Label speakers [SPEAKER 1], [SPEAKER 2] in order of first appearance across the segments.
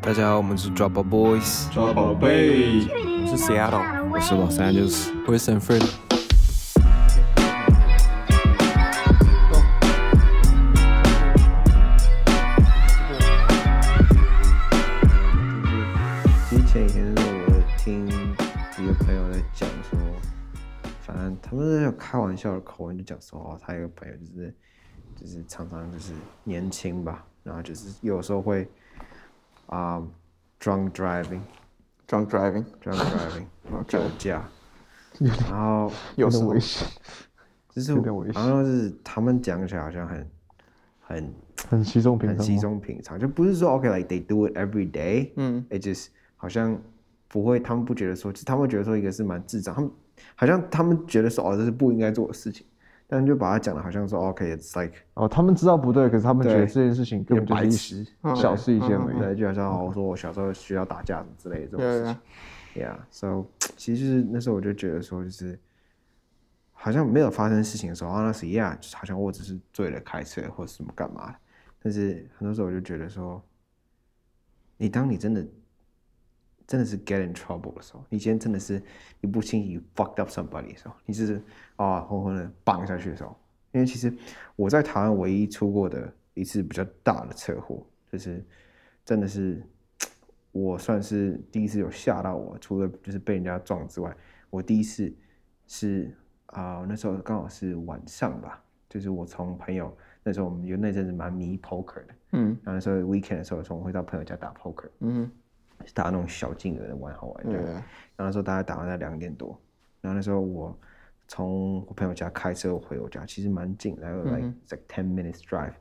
[SPEAKER 1] 大家好，我们是 Drop Boys，
[SPEAKER 2] 抓宝贝，
[SPEAKER 1] 我是 Seattle，我是 Los Angeles，我是 San Fran。
[SPEAKER 3] 之前以前是我听一个朋友在讲说，反正他们那种开玩笑的口吻就讲说，哦，他有个朋友就是就是常常就是年轻吧，然后就是有时候会啊、drunk driving，drunk
[SPEAKER 2] drunk driving 哦
[SPEAKER 3] driving 酒
[SPEAKER 2] OK
[SPEAKER 3] 驾，然后
[SPEAKER 2] 有点 危险，
[SPEAKER 3] 就是
[SPEAKER 4] 有点危险
[SPEAKER 3] 好像是他们讲起来好像很很
[SPEAKER 4] 很稀松平常
[SPEAKER 3] 很
[SPEAKER 4] 吗，
[SPEAKER 3] 稀松平常，就不是说 OK like they do it every day，
[SPEAKER 2] 嗯
[SPEAKER 3] ，it just 好像不会，他们不觉得说，就是他们觉得说一个是蛮智障，他们好像他们觉得说哦这是不应该做的事情，但是就把它讲的好像说 OK it's like
[SPEAKER 4] 哦，他们知道不对，可是他们觉
[SPEAKER 3] 对
[SPEAKER 4] 得这件事情根
[SPEAKER 3] 有
[SPEAKER 4] 本就
[SPEAKER 3] 白
[SPEAKER 4] 是一时
[SPEAKER 3] 痴，
[SPEAKER 4] 小事一件而已。
[SPEAKER 3] 嗯对，就好像哦我说我小时候需要打架什么之类的这种事
[SPEAKER 2] 对
[SPEAKER 3] 情。Yeah，so 其实就是那时候我就觉得说，就是好像没有发生事情的时候，啊，那是 Yeah，就是好像我只是醉了开车或者什么干嘛的。但是很多时候我就觉得说，你当你真的真的是 get in trouble 的时候，你今天真的是你不轻易 fucked up somebody 的时候，你就是啊昏昏的绑下去的时候，因为其实我在台湾唯一出过的一次比较大的车祸，就是真的是我算是第一次有吓到我，除了就是被人家撞之外，我第一次是啊、那时候刚好是晚上吧，就是我从朋友那时候我们有那阵子蛮迷 poker 的，
[SPEAKER 2] 嗯
[SPEAKER 3] 然后那时候 weekend 的时候，有时候我们会到朋友家打 poker，
[SPEAKER 2] 嗯
[SPEAKER 3] 打那种小金额的玩好
[SPEAKER 4] 嗯
[SPEAKER 3] 玩这样。
[SPEAKER 2] ，Yeah，
[SPEAKER 3] 然后那时候大概打完在两点多，然后那时候我从我朋友家开车回我家，其实蛮近的，大概 like、
[SPEAKER 2] 嗯
[SPEAKER 3] like ten minutes drive。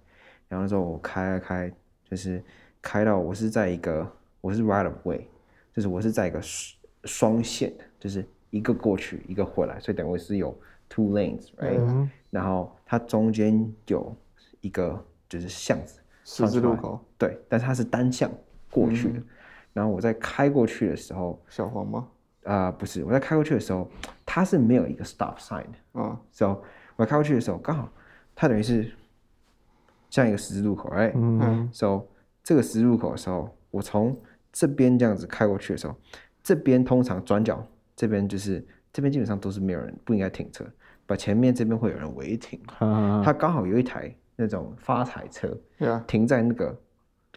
[SPEAKER 3] 然后那时候我开开，就是开到我是在一个我是 right of way，就是我是在一个双双线，就是一个过去一个回来，所以等于是有 two lanes，right？、
[SPEAKER 4] 嗯，
[SPEAKER 3] 然后它中间有一个就是巷子，
[SPEAKER 2] 十字路口，
[SPEAKER 3] 对，但是它是单向过去的。然后我在开过去的时候，
[SPEAKER 2] 小黄吗？
[SPEAKER 3] 啊，不是，我在开过去的时候，它是没有一个 stop sign 的。
[SPEAKER 4] 嗯
[SPEAKER 2] 啊，
[SPEAKER 3] So 我开过去的时候，刚好它等于是像一个十字路口，right？
[SPEAKER 4] 嗯，
[SPEAKER 3] So 这个十字路口的时候，我从这边这样子开过去的时候，这边通常转角，这边就是这边基本上都是没有人，不应该停车，把前面这边会有人违停。
[SPEAKER 4] 哈
[SPEAKER 3] 它刚好有一台那种发财车
[SPEAKER 2] Yeah
[SPEAKER 3] 停在那个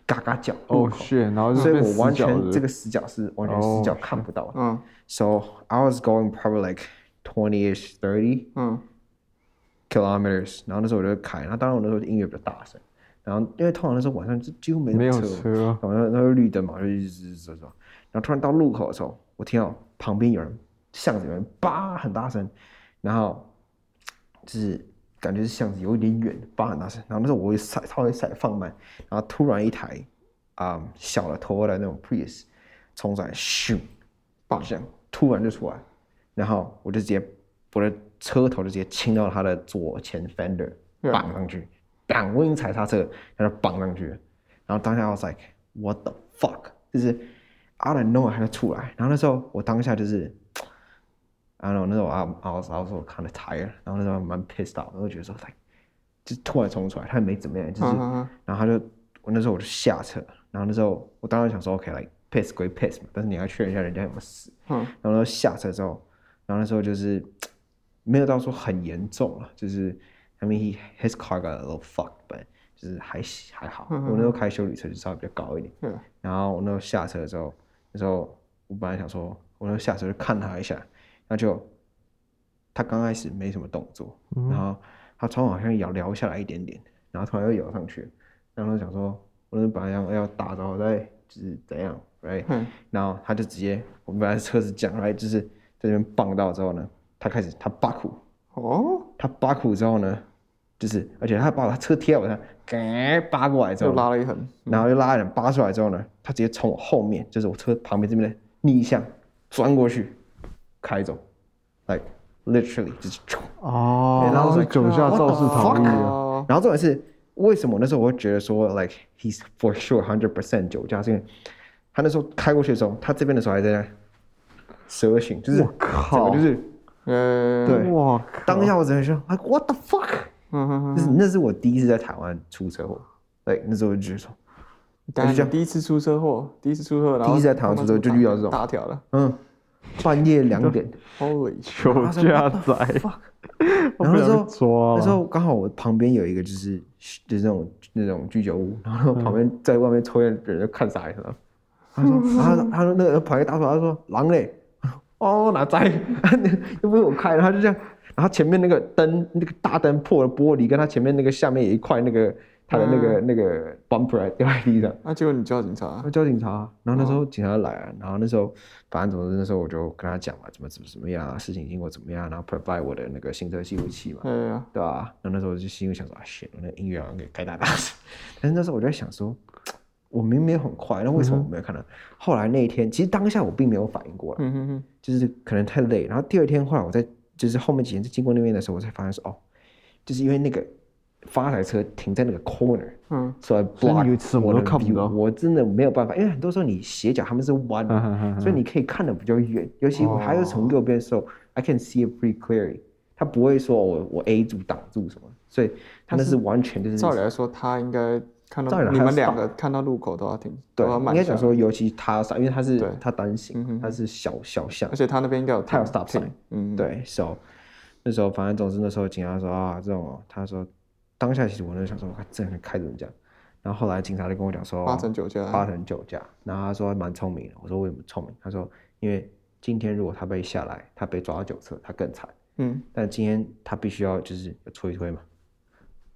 [SPEAKER 3] 嘎嘎角路
[SPEAKER 4] 哦
[SPEAKER 3] 口，
[SPEAKER 4] shit，然后就
[SPEAKER 3] 所以
[SPEAKER 4] 被
[SPEAKER 3] 我
[SPEAKER 4] 死
[SPEAKER 3] 完
[SPEAKER 4] 角
[SPEAKER 3] 全
[SPEAKER 4] 了
[SPEAKER 3] 这个死角是完全
[SPEAKER 4] 哦
[SPEAKER 3] 死角看不到的。
[SPEAKER 2] 嗯
[SPEAKER 3] So I was going probably like twenty ish, thirty
[SPEAKER 2] 嗯
[SPEAKER 3] kilometers。然后那时候我就开，然后当然我那时候音乐比较大声，然后因为通常那时候晚上就几乎没
[SPEAKER 4] 没有
[SPEAKER 3] 车，
[SPEAKER 4] 车，
[SPEAKER 3] 然后那时候绿灯嘛，我就一直走走。然后突然到路口的时候，我听到旁边有人巷子有人叭很大声，然后就是感觉是巷子有一点远，叭很大声。然后那时候我会踩，稍微踩放慢，然后突然一台啊、小的 Toyota 那种 Prius 冲上来，咻，
[SPEAKER 2] 棒
[SPEAKER 3] 这样突然就出来，然后我就直接我的车头就直接亲到他的左前 fender，
[SPEAKER 2] Yeah.
[SPEAKER 3] 绑上去，绑我已经踩刹车，然后绑上去了，然后当下 I was like what the fuck，就是 out of nowhere 它就出来，然后那时候我当下就是。I don't know，那时候 I I was I was kind of tired，然后那时候蛮 pissed off，然后觉得说 like，就突然冲出来，他也没怎么样，就是
[SPEAKER 2] 嗯嗯
[SPEAKER 3] 然后他就，我那时候我就下车，然后那时候我当然想说 OK，like、piss 归 piss 嘛，但是你要确认一下人家有没有死。
[SPEAKER 2] 嗯
[SPEAKER 3] 然后下车之后，然后那时候就是没有到说很严重了，就是 I mean he his car got a little fucked，but 就是还还好。
[SPEAKER 2] 嗯嗯嗯嗯
[SPEAKER 3] 我那时候开修理车就稍微比较高一点，
[SPEAKER 2] ，Yeah，
[SPEAKER 3] 然后我那时候下车之后，那时候我本来想说，我那时候下车就看他一下，然后就他刚开始没什么动作，
[SPEAKER 2] 嗯
[SPEAKER 3] 然后他窗户好像摇撩下来一点点，然后突然又摇上去，然后我想说，我那时候本来要要打着再就是怎样，right？、
[SPEAKER 2] 嗯
[SPEAKER 3] 然后他就直接，我们本来车子讲，right？就是在这边棒到之后呢，他开始他巴苦，
[SPEAKER 2] 哦，
[SPEAKER 3] 他巴苦之后呢，就是而且他把他车贴到我上，嘎扒过来之后
[SPEAKER 2] 就
[SPEAKER 3] 呢，
[SPEAKER 2] 拉了一横，
[SPEAKER 3] 然后又拉人扒出来之后呢，他直接从我后面，就是我车旁边这边的逆向钻过去，开走，like literally 就是冲。
[SPEAKER 4] 哦，
[SPEAKER 3] 然
[SPEAKER 4] 然
[SPEAKER 3] 后
[SPEAKER 4] 后
[SPEAKER 3] 是
[SPEAKER 4] 是酒驾肇事逃逸啊，
[SPEAKER 2] 哦，
[SPEAKER 3] 然后重点是，为什么那时候我会觉得说，like he's for sure hundred percent 酒驾，是因为他那时候开过去的时候，他这边的时候还在那蛇形，就是我
[SPEAKER 4] 靠
[SPEAKER 3] 就是
[SPEAKER 2] 呃，
[SPEAKER 3] 对
[SPEAKER 4] 哇靠，
[SPEAKER 3] 当下我只能说，like what the fuck，
[SPEAKER 2] 嗯嗯
[SPEAKER 3] 就是那是我第一次在台湾出车祸，like 那时候我就觉得说他就这
[SPEAKER 2] 干
[SPEAKER 3] 样
[SPEAKER 2] 第一次出车祸，第一次出车祸，然
[SPEAKER 3] 第
[SPEAKER 2] 后
[SPEAKER 3] 一次在台湾出车祸就遇到这种
[SPEAKER 2] 大条了
[SPEAKER 3] 嗯，半夜两点，
[SPEAKER 2] ，Holy shit！
[SPEAKER 4] 酒驾仔， 我
[SPEAKER 3] 然后
[SPEAKER 4] 不
[SPEAKER 3] 那时候
[SPEAKER 4] 想被抓
[SPEAKER 3] 那时
[SPEAKER 4] 了。
[SPEAKER 3] 候刚好我旁边有一个就是就是那种那种居酒屋，然后旁边在外面抽烟的人就看傻眼了。他说，然后他他说那个旁边打手，他说狼嘞，哦哪在？ 又不是我开的，他就这样。然后前面那个灯，那个大灯破了玻璃，跟他前面那个下面有一块那个他的那个、那个 bumper 还掉在地上。
[SPEAKER 2] 那啊结果你叫警察
[SPEAKER 3] 他，叫警察，然后那时候警察来了，然后那时候反正总之那时候我就跟他讲嘛，怎么怎么怎么样啊，事情经过怎么样，然后 provide 我的那个行车记录器嘛，
[SPEAKER 2] 哎呀，
[SPEAKER 3] 对吧、啊然后那时候我就心里想说啊，shit，我那音乐好像可以开大大声。但是那时候我就在想说，我明明很快，那为什么我没有看到？后来那一天，其实当下我并没有反应过来，
[SPEAKER 2] 嗯哼哼，
[SPEAKER 3] 就是可能太累。然后第二天后来我在就是后面几天在经过那边的时候，我才发现说哦，就是因为那个发财车停在那个 corner，
[SPEAKER 2] 嗯，
[SPEAKER 3] 所以
[SPEAKER 4] 以
[SPEAKER 3] block
[SPEAKER 4] 你有什么
[SPEAKER 3] 我的
[SPEAKER 4] 都看不
[SPEAKER 3] view，
[SPEAKER 4] 到啊
[SPEAKER 3] 我真的没有办法，因为很多时候你斜角他们是弯的，所
[SPEAKER 2] 嗯
[SPEAKER 3] 以你可以看得比较远，尤其我还有
[SPEAKER 2] 哦
[SPEAKER 3] 从右边的时候、i can see it pretty clearly。他不会说哦我我 A 柱挡住什么，所以他那是完全就是
[SPEAKER 2] 照理来说他应该看
[SPEAKER 3] 嗯照
[SPEAKER 2] 到
[SPEAKER 3] 理来
[SPEAKER 2] 你
[SPEAKER 3] 他
[SPEAKER 2] 们
[SPEAKER 3] 是
[SPEAKER 2] 两
[SPEAKER 3] 大
[SPEAKER 2] 个看到路口都要停，
[SPEAKER 3] 对
[SPEAKER 2] 都要，慢
[SPEAKER 3] 应该
[SPEAKER 2] 下
[SPEAKER 3] 讲
[SPEAKER 2] 来，
[SPEAKER 3] 说尤其他上，因为他是
[SPEAKER 2] 对
[SPEAKER 3] 他单
[SPEAKER 2] 嗯
[SPEAKER 3] 行
[SPEAKER 2] 哼，
[SPEAKER 3] 他是小小巷
[SPEAKER 2] 而，且他那边应该有
[SPEAKER 3] 他有
[SPEAKER 2] 停
[SPEAKER 3] stop sign
[SPEAKER 2] 停嗯，
[SPEAKER 3] 对，so 那时候反正总之那时候警察说啊这种哦，他说当下其实我就想说，哇，这人开成这样，然后后来警察就跟我讲说
[SPEAKER 2] 八成九啊加，
[SPEAKER 3] 八成九驾，然后他说蛮聪明的。我说为什么聪明？他说因为今天如果他被下来，他被抓到酒测，他更惨。
[SPEAKER 2] 嗯，
[SPEAKER 3] 但今天他必须要就是推一推嘛，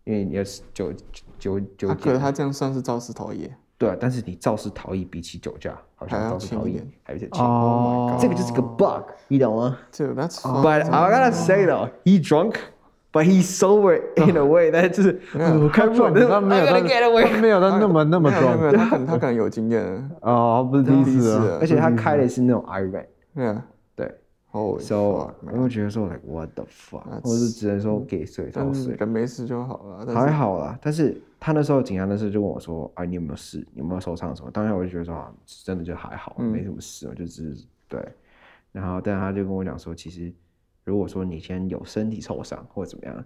[SPEAKER 3] 因为你要是酒酒酒
[SPEAKER 2] 他啊可是
[SPEAKER 3] 检，
[SPEAKER 2] 他这样算是肇事逃逸，
[SPEAKER 3] 对啊。但是你肇事逃逸比起酒驾，好
[SPEAKER 2] 还
[SPEAKER 3] 像
[SPEAKER 2] 要
[SPEAKER 3] 肇事
[SPEAKER 2] 轻
[SPEAKER 3] 逃
[SPEAKER 2] 一
[SPEAKER 3] 逸
[SPEAKER 2] 点
[SPEAKER 3] 还有点轻。Oh
[SPEAKER 4] 哦
[SPEAKER 3] 这个就是个 bug，你懂吗
[SPEAKER 2] 这 that's
[SPEAKER 3] Oh,
[SPEAKER 2] 嗯
[SPEAKER 3] ？But I gotta say though, he drunk. But he's sober in a way，但是就是我看
[SPEAKER 4] 他
[SPEAKER 3] 不
[SPEAKER 4] 撞
[SPEAKER 3] 懂
[SPEAKER 4] 他没有
[SPEAKER 3] I gotta 嗯
[SPEAKER 4] 但
[SPEAKER 3] get away
[SPEAKER 4] 他没有他那么那么
[SPEAKER 2] 没有没
[SPEAKER 4] 壮
[SPEAKER 2] 有没有，他可能他可能有经验，啊
[SPEAKER 4] 哦，他不是第一
[SPEAKER 2] 第一
[SPEAKER 4] 次
[SPEAKER 2] 次
[SPEAKER 4] 啊，
[SPEAKER 2] 了
[SPEAKER 3] 而且他开的是那种 Iron，
[SPEAKER 2] 对啊，
[SPEAKER 3] 对，
[SPEAKER 2] 哦，
[SPEAKER 3] So，我就觉得说，like what the fuck，我是只能说给睡
[SPEAKER 2] 但
[SPEAKER 3] 套
[SPEAKER 2] 是
[SPEAKER 3] 睡，
[SPEAKER 2] 嗯人没事就好了，但
[SPEAKER 3] 还
[SPEAKER 2] 是
[SPEAKER 3] 好啦。但是他那时候警察那时候就问我说，啊，你有没有事？你有没有受伤什么？当然我就觉得说，啊，真的就还好，
[SPEAKER 2] 嗯
[SPEAKER 3] 没什么事，我就只是对。然后，但他就跟我讲说，其实如果说你先有身体受伤或者怎么样，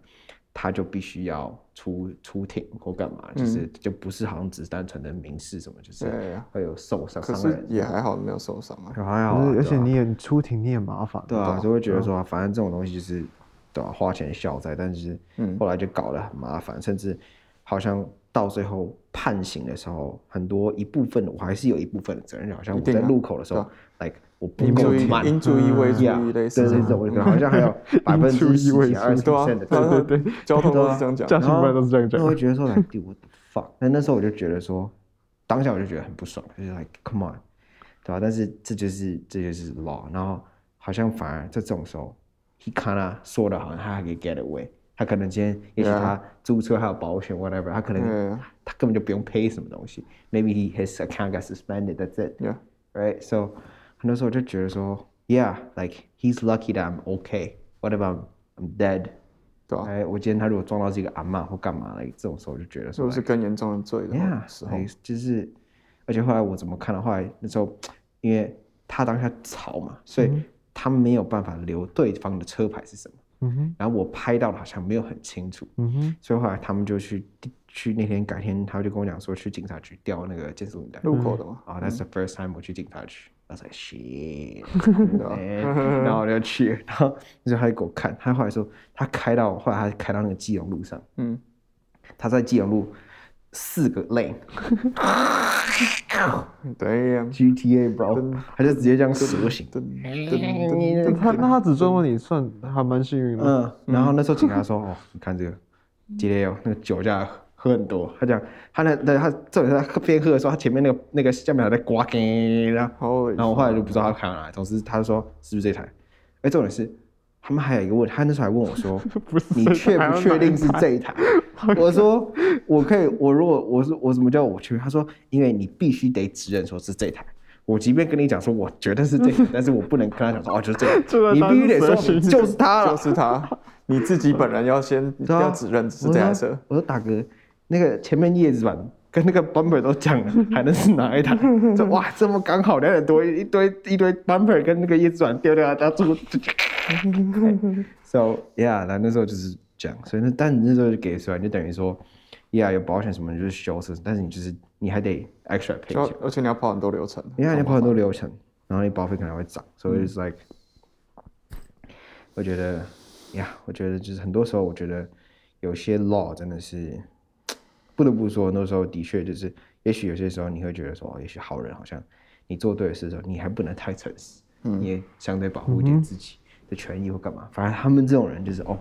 [SPEAKER 3] 他就必须要出出庭或干嘛，就是就不是好像只是单纯的民事什么，就是
[SPEAKER 2] 嗯对啊
[SPEAKER 3] 会有受伤
[SPEAKER 2] 可
[SPEAKER 3] 伤
[SPEAKER 2] 是
[SPEAKER 3] 人，
[SPEAKER 2] 也还好没有受伤啊，
[SPEAKER 3] 还好
[SPEAKER 4] 可
[SPEAKER 3] 啊。
[SPEAKER 4] 是而
[SPEAKER 3] 对
[SPEAKER 4] 且
[SPEAKER 3] 啊
[SPEAKER 4] 你也出庭你也麻烦，
[SPEAKER 3] 对啊，就会觉得说，反正这种东西就是，对吧、啊花钱消灾，但是
[SPEAKER 2] 嗯
[SPEAKER 3] 后来就搞得很麻烦，甚至好像到最后判刑的时候，很多一部分我还是有一部分的责任，好像我
[SPEAKER 2] 定
[SPEAKER 3] 在
[SPEAKER 2] 啊
[SPEAKER 3] 路口的时候、
[SPEAKER 2] 对
[SPEAKER 3] l i k e 我不
[SPEAKER 2] 应
[SPEAKER 3] 够
[SPEAKER 2] 注意
[SPEAKER 3] 慢，
[SPEAKER 2] 应注意未注
[SPEAKER 3] 嗯呀
[SPEAKER 2] 意类
[SPEAKER 3] 对
[SPEAKER 2] 似
[SPEAKER 3] 对
[SPEAKER 2] 这
[SPEAKER 3] 对，
[SPEAKER 2] 种，
[SPEAKER 3] 我觉得好像 还有百分之十
[SPEAKER 4] 未
[SPEAKER 3] 几、二十
[SPEAKER 2] 对啊
[SPEAKER 3] percent 的，责任。
[SPEAKER 2] 对对对，交通都是这样讲，
[SPEAKER 4] 驾
[SPEAKER 3] 然
[SPEAKER 4] 行
[SPEAKER 3] 后
[SPEAKER 4] 班都是这样
[SPEAKER 3] 那
[SPEAKER 4] 讲
[SPEAKER 3] 我，会觉得说 like dude what the fuck，那那时候我就觉得说，当下我就觉得很不爽，就是 like come on，对吧？但是这就是这就是 law，然后好像反而在这种时候，he kinda 说的好像他还可以 get away，他可能今天也许
[SPEAKER 2] Yeah
[SPEAKER 3] 他租车还有保险 whatever，他可能
[SPEAKER 2] Yeah
[SPEAKER 3] 他根本就不用 pay 什么东西，maybe he, his account got suspended，that's it。
[SPEAKER 2] yeah。
[SPEAKER 3] right? So 很多时候就觉得说，yeah, like he's lucky that I'm okay. What about I'm dead?
[SPEAKER 2] 对啊
[SPEAKER 3] 哎，我今天他如果撞到是一个阿嬷或干嘛的，这种时候我就觉得
[SPEAKER 2] 是
[SPEAKER 3] 说
[SPEAKER 2] 不是更严重的罪
[SPEAKER 3] ，yeah，哎
[SPEAKER 2] 的时候
[SPEAKER 3] like，就是，而且后来我怎么看的话，后来那时候因为他当下吵嘛，所以
[SPEAKER 2] 嗯
[SPEAKER 3] 他没有办法留对方的车牌是什么。
[SPEAKER 4] 嗯哼，
[SPEAKER 3] 然后我拍到的好像没有很清楚，
[SPEAKER 4] 嗯哼，
[SPEAKER 3] 所以后来他们就去去那天改天，他就跟我讲说去警察局调那个监视录影带。
[SPEAKER 2] 路口的嘛，
[SPEAKER 3] 哦、t h a t s the first time 我去警察局。I was like shit，你知道吗然后我就去，然后就他就给我看，他后来说他开到后来他开到那个基隆路上，
[SPEAKER 2] 嗯，
[SPEAKER 3] 他在基隆路四个 lane，GTA
[SPEAKER 2] 对呀，
[SPEAKER 3] bro，他就直接这样蛇行，
[SPEAKER 4] 那他那他只撞到你算还蛮幸运的，
[SPEAKER 3] 嗯，然后那时候警察说，哦，你看这个，今天有哦那个酒驾喝很多，他讲他那那他重点是他边喝的时候，他前面那个那个下面还在刮干，然后。
[SPEAKER 2] 好，
[SPEAKER 3] 然后我后来就不知道他开哪来，总之他就说是不是这台？哎，重点是他们还有一个问，他那时候还问我说，你确 不确定是这一台？ 我说我可以，我如果我说我怎么叫我确定？他说因为你必须得指认说是这台。我即便跟你讲说，我觉得是这 台，但是我不能跟他讲说，哦，就是这台，
[SPEAKER 4] 个
[SPEAKER 3] 你
[SPEAKER 4] 当
[SPEAKER 3] 必须得
[SPEAKER 4] 时
[SPEAKER 3] 说就是它
[SPEAKER 2] 就
[SPEAKER 3] 了。
[SPEAKER 2] 是他，你自己本人要先
[SPEAKER 3] 对啊
[SPEAKER 2] 要指认是
[SPEAKER 3] 我
[SPEAKER 2] 这台
[SPEAKER 3] 说
[SPEAKER 2] 车，
[SPEAKER 3] 我说大哥，那个前面叶子板跟那个 bumper 都讲 了，还能是哪一台？这哇，这么刚好两点多一堆一堆 bumper 跟那个叶子板丢掉，他 住。So yeah，那那时候就是这样，所以那但你那时候就给出来，就等于说，yeah 有保险什么你就是修车，但是你就是你还得 extra 赔
[SPEAKER 2] 就
[SPEAKER 3] 钱，
[SPEAKER 2] 而且你要跑很多流程，
[SPEAKER 3] 你还得跑很多流程，然后你保费可能会涨，所以就是 like，、我觉得呀我觉得就是很多时候我觉得有些 law 真的是不得不说，那时候的确就是，也许有些时候你会觉得说，哦也许好人好像你做对的事的时候，你还不能太诚实，你也相对保护一点自己的权益或干嘛。反正他们这种人就是哦，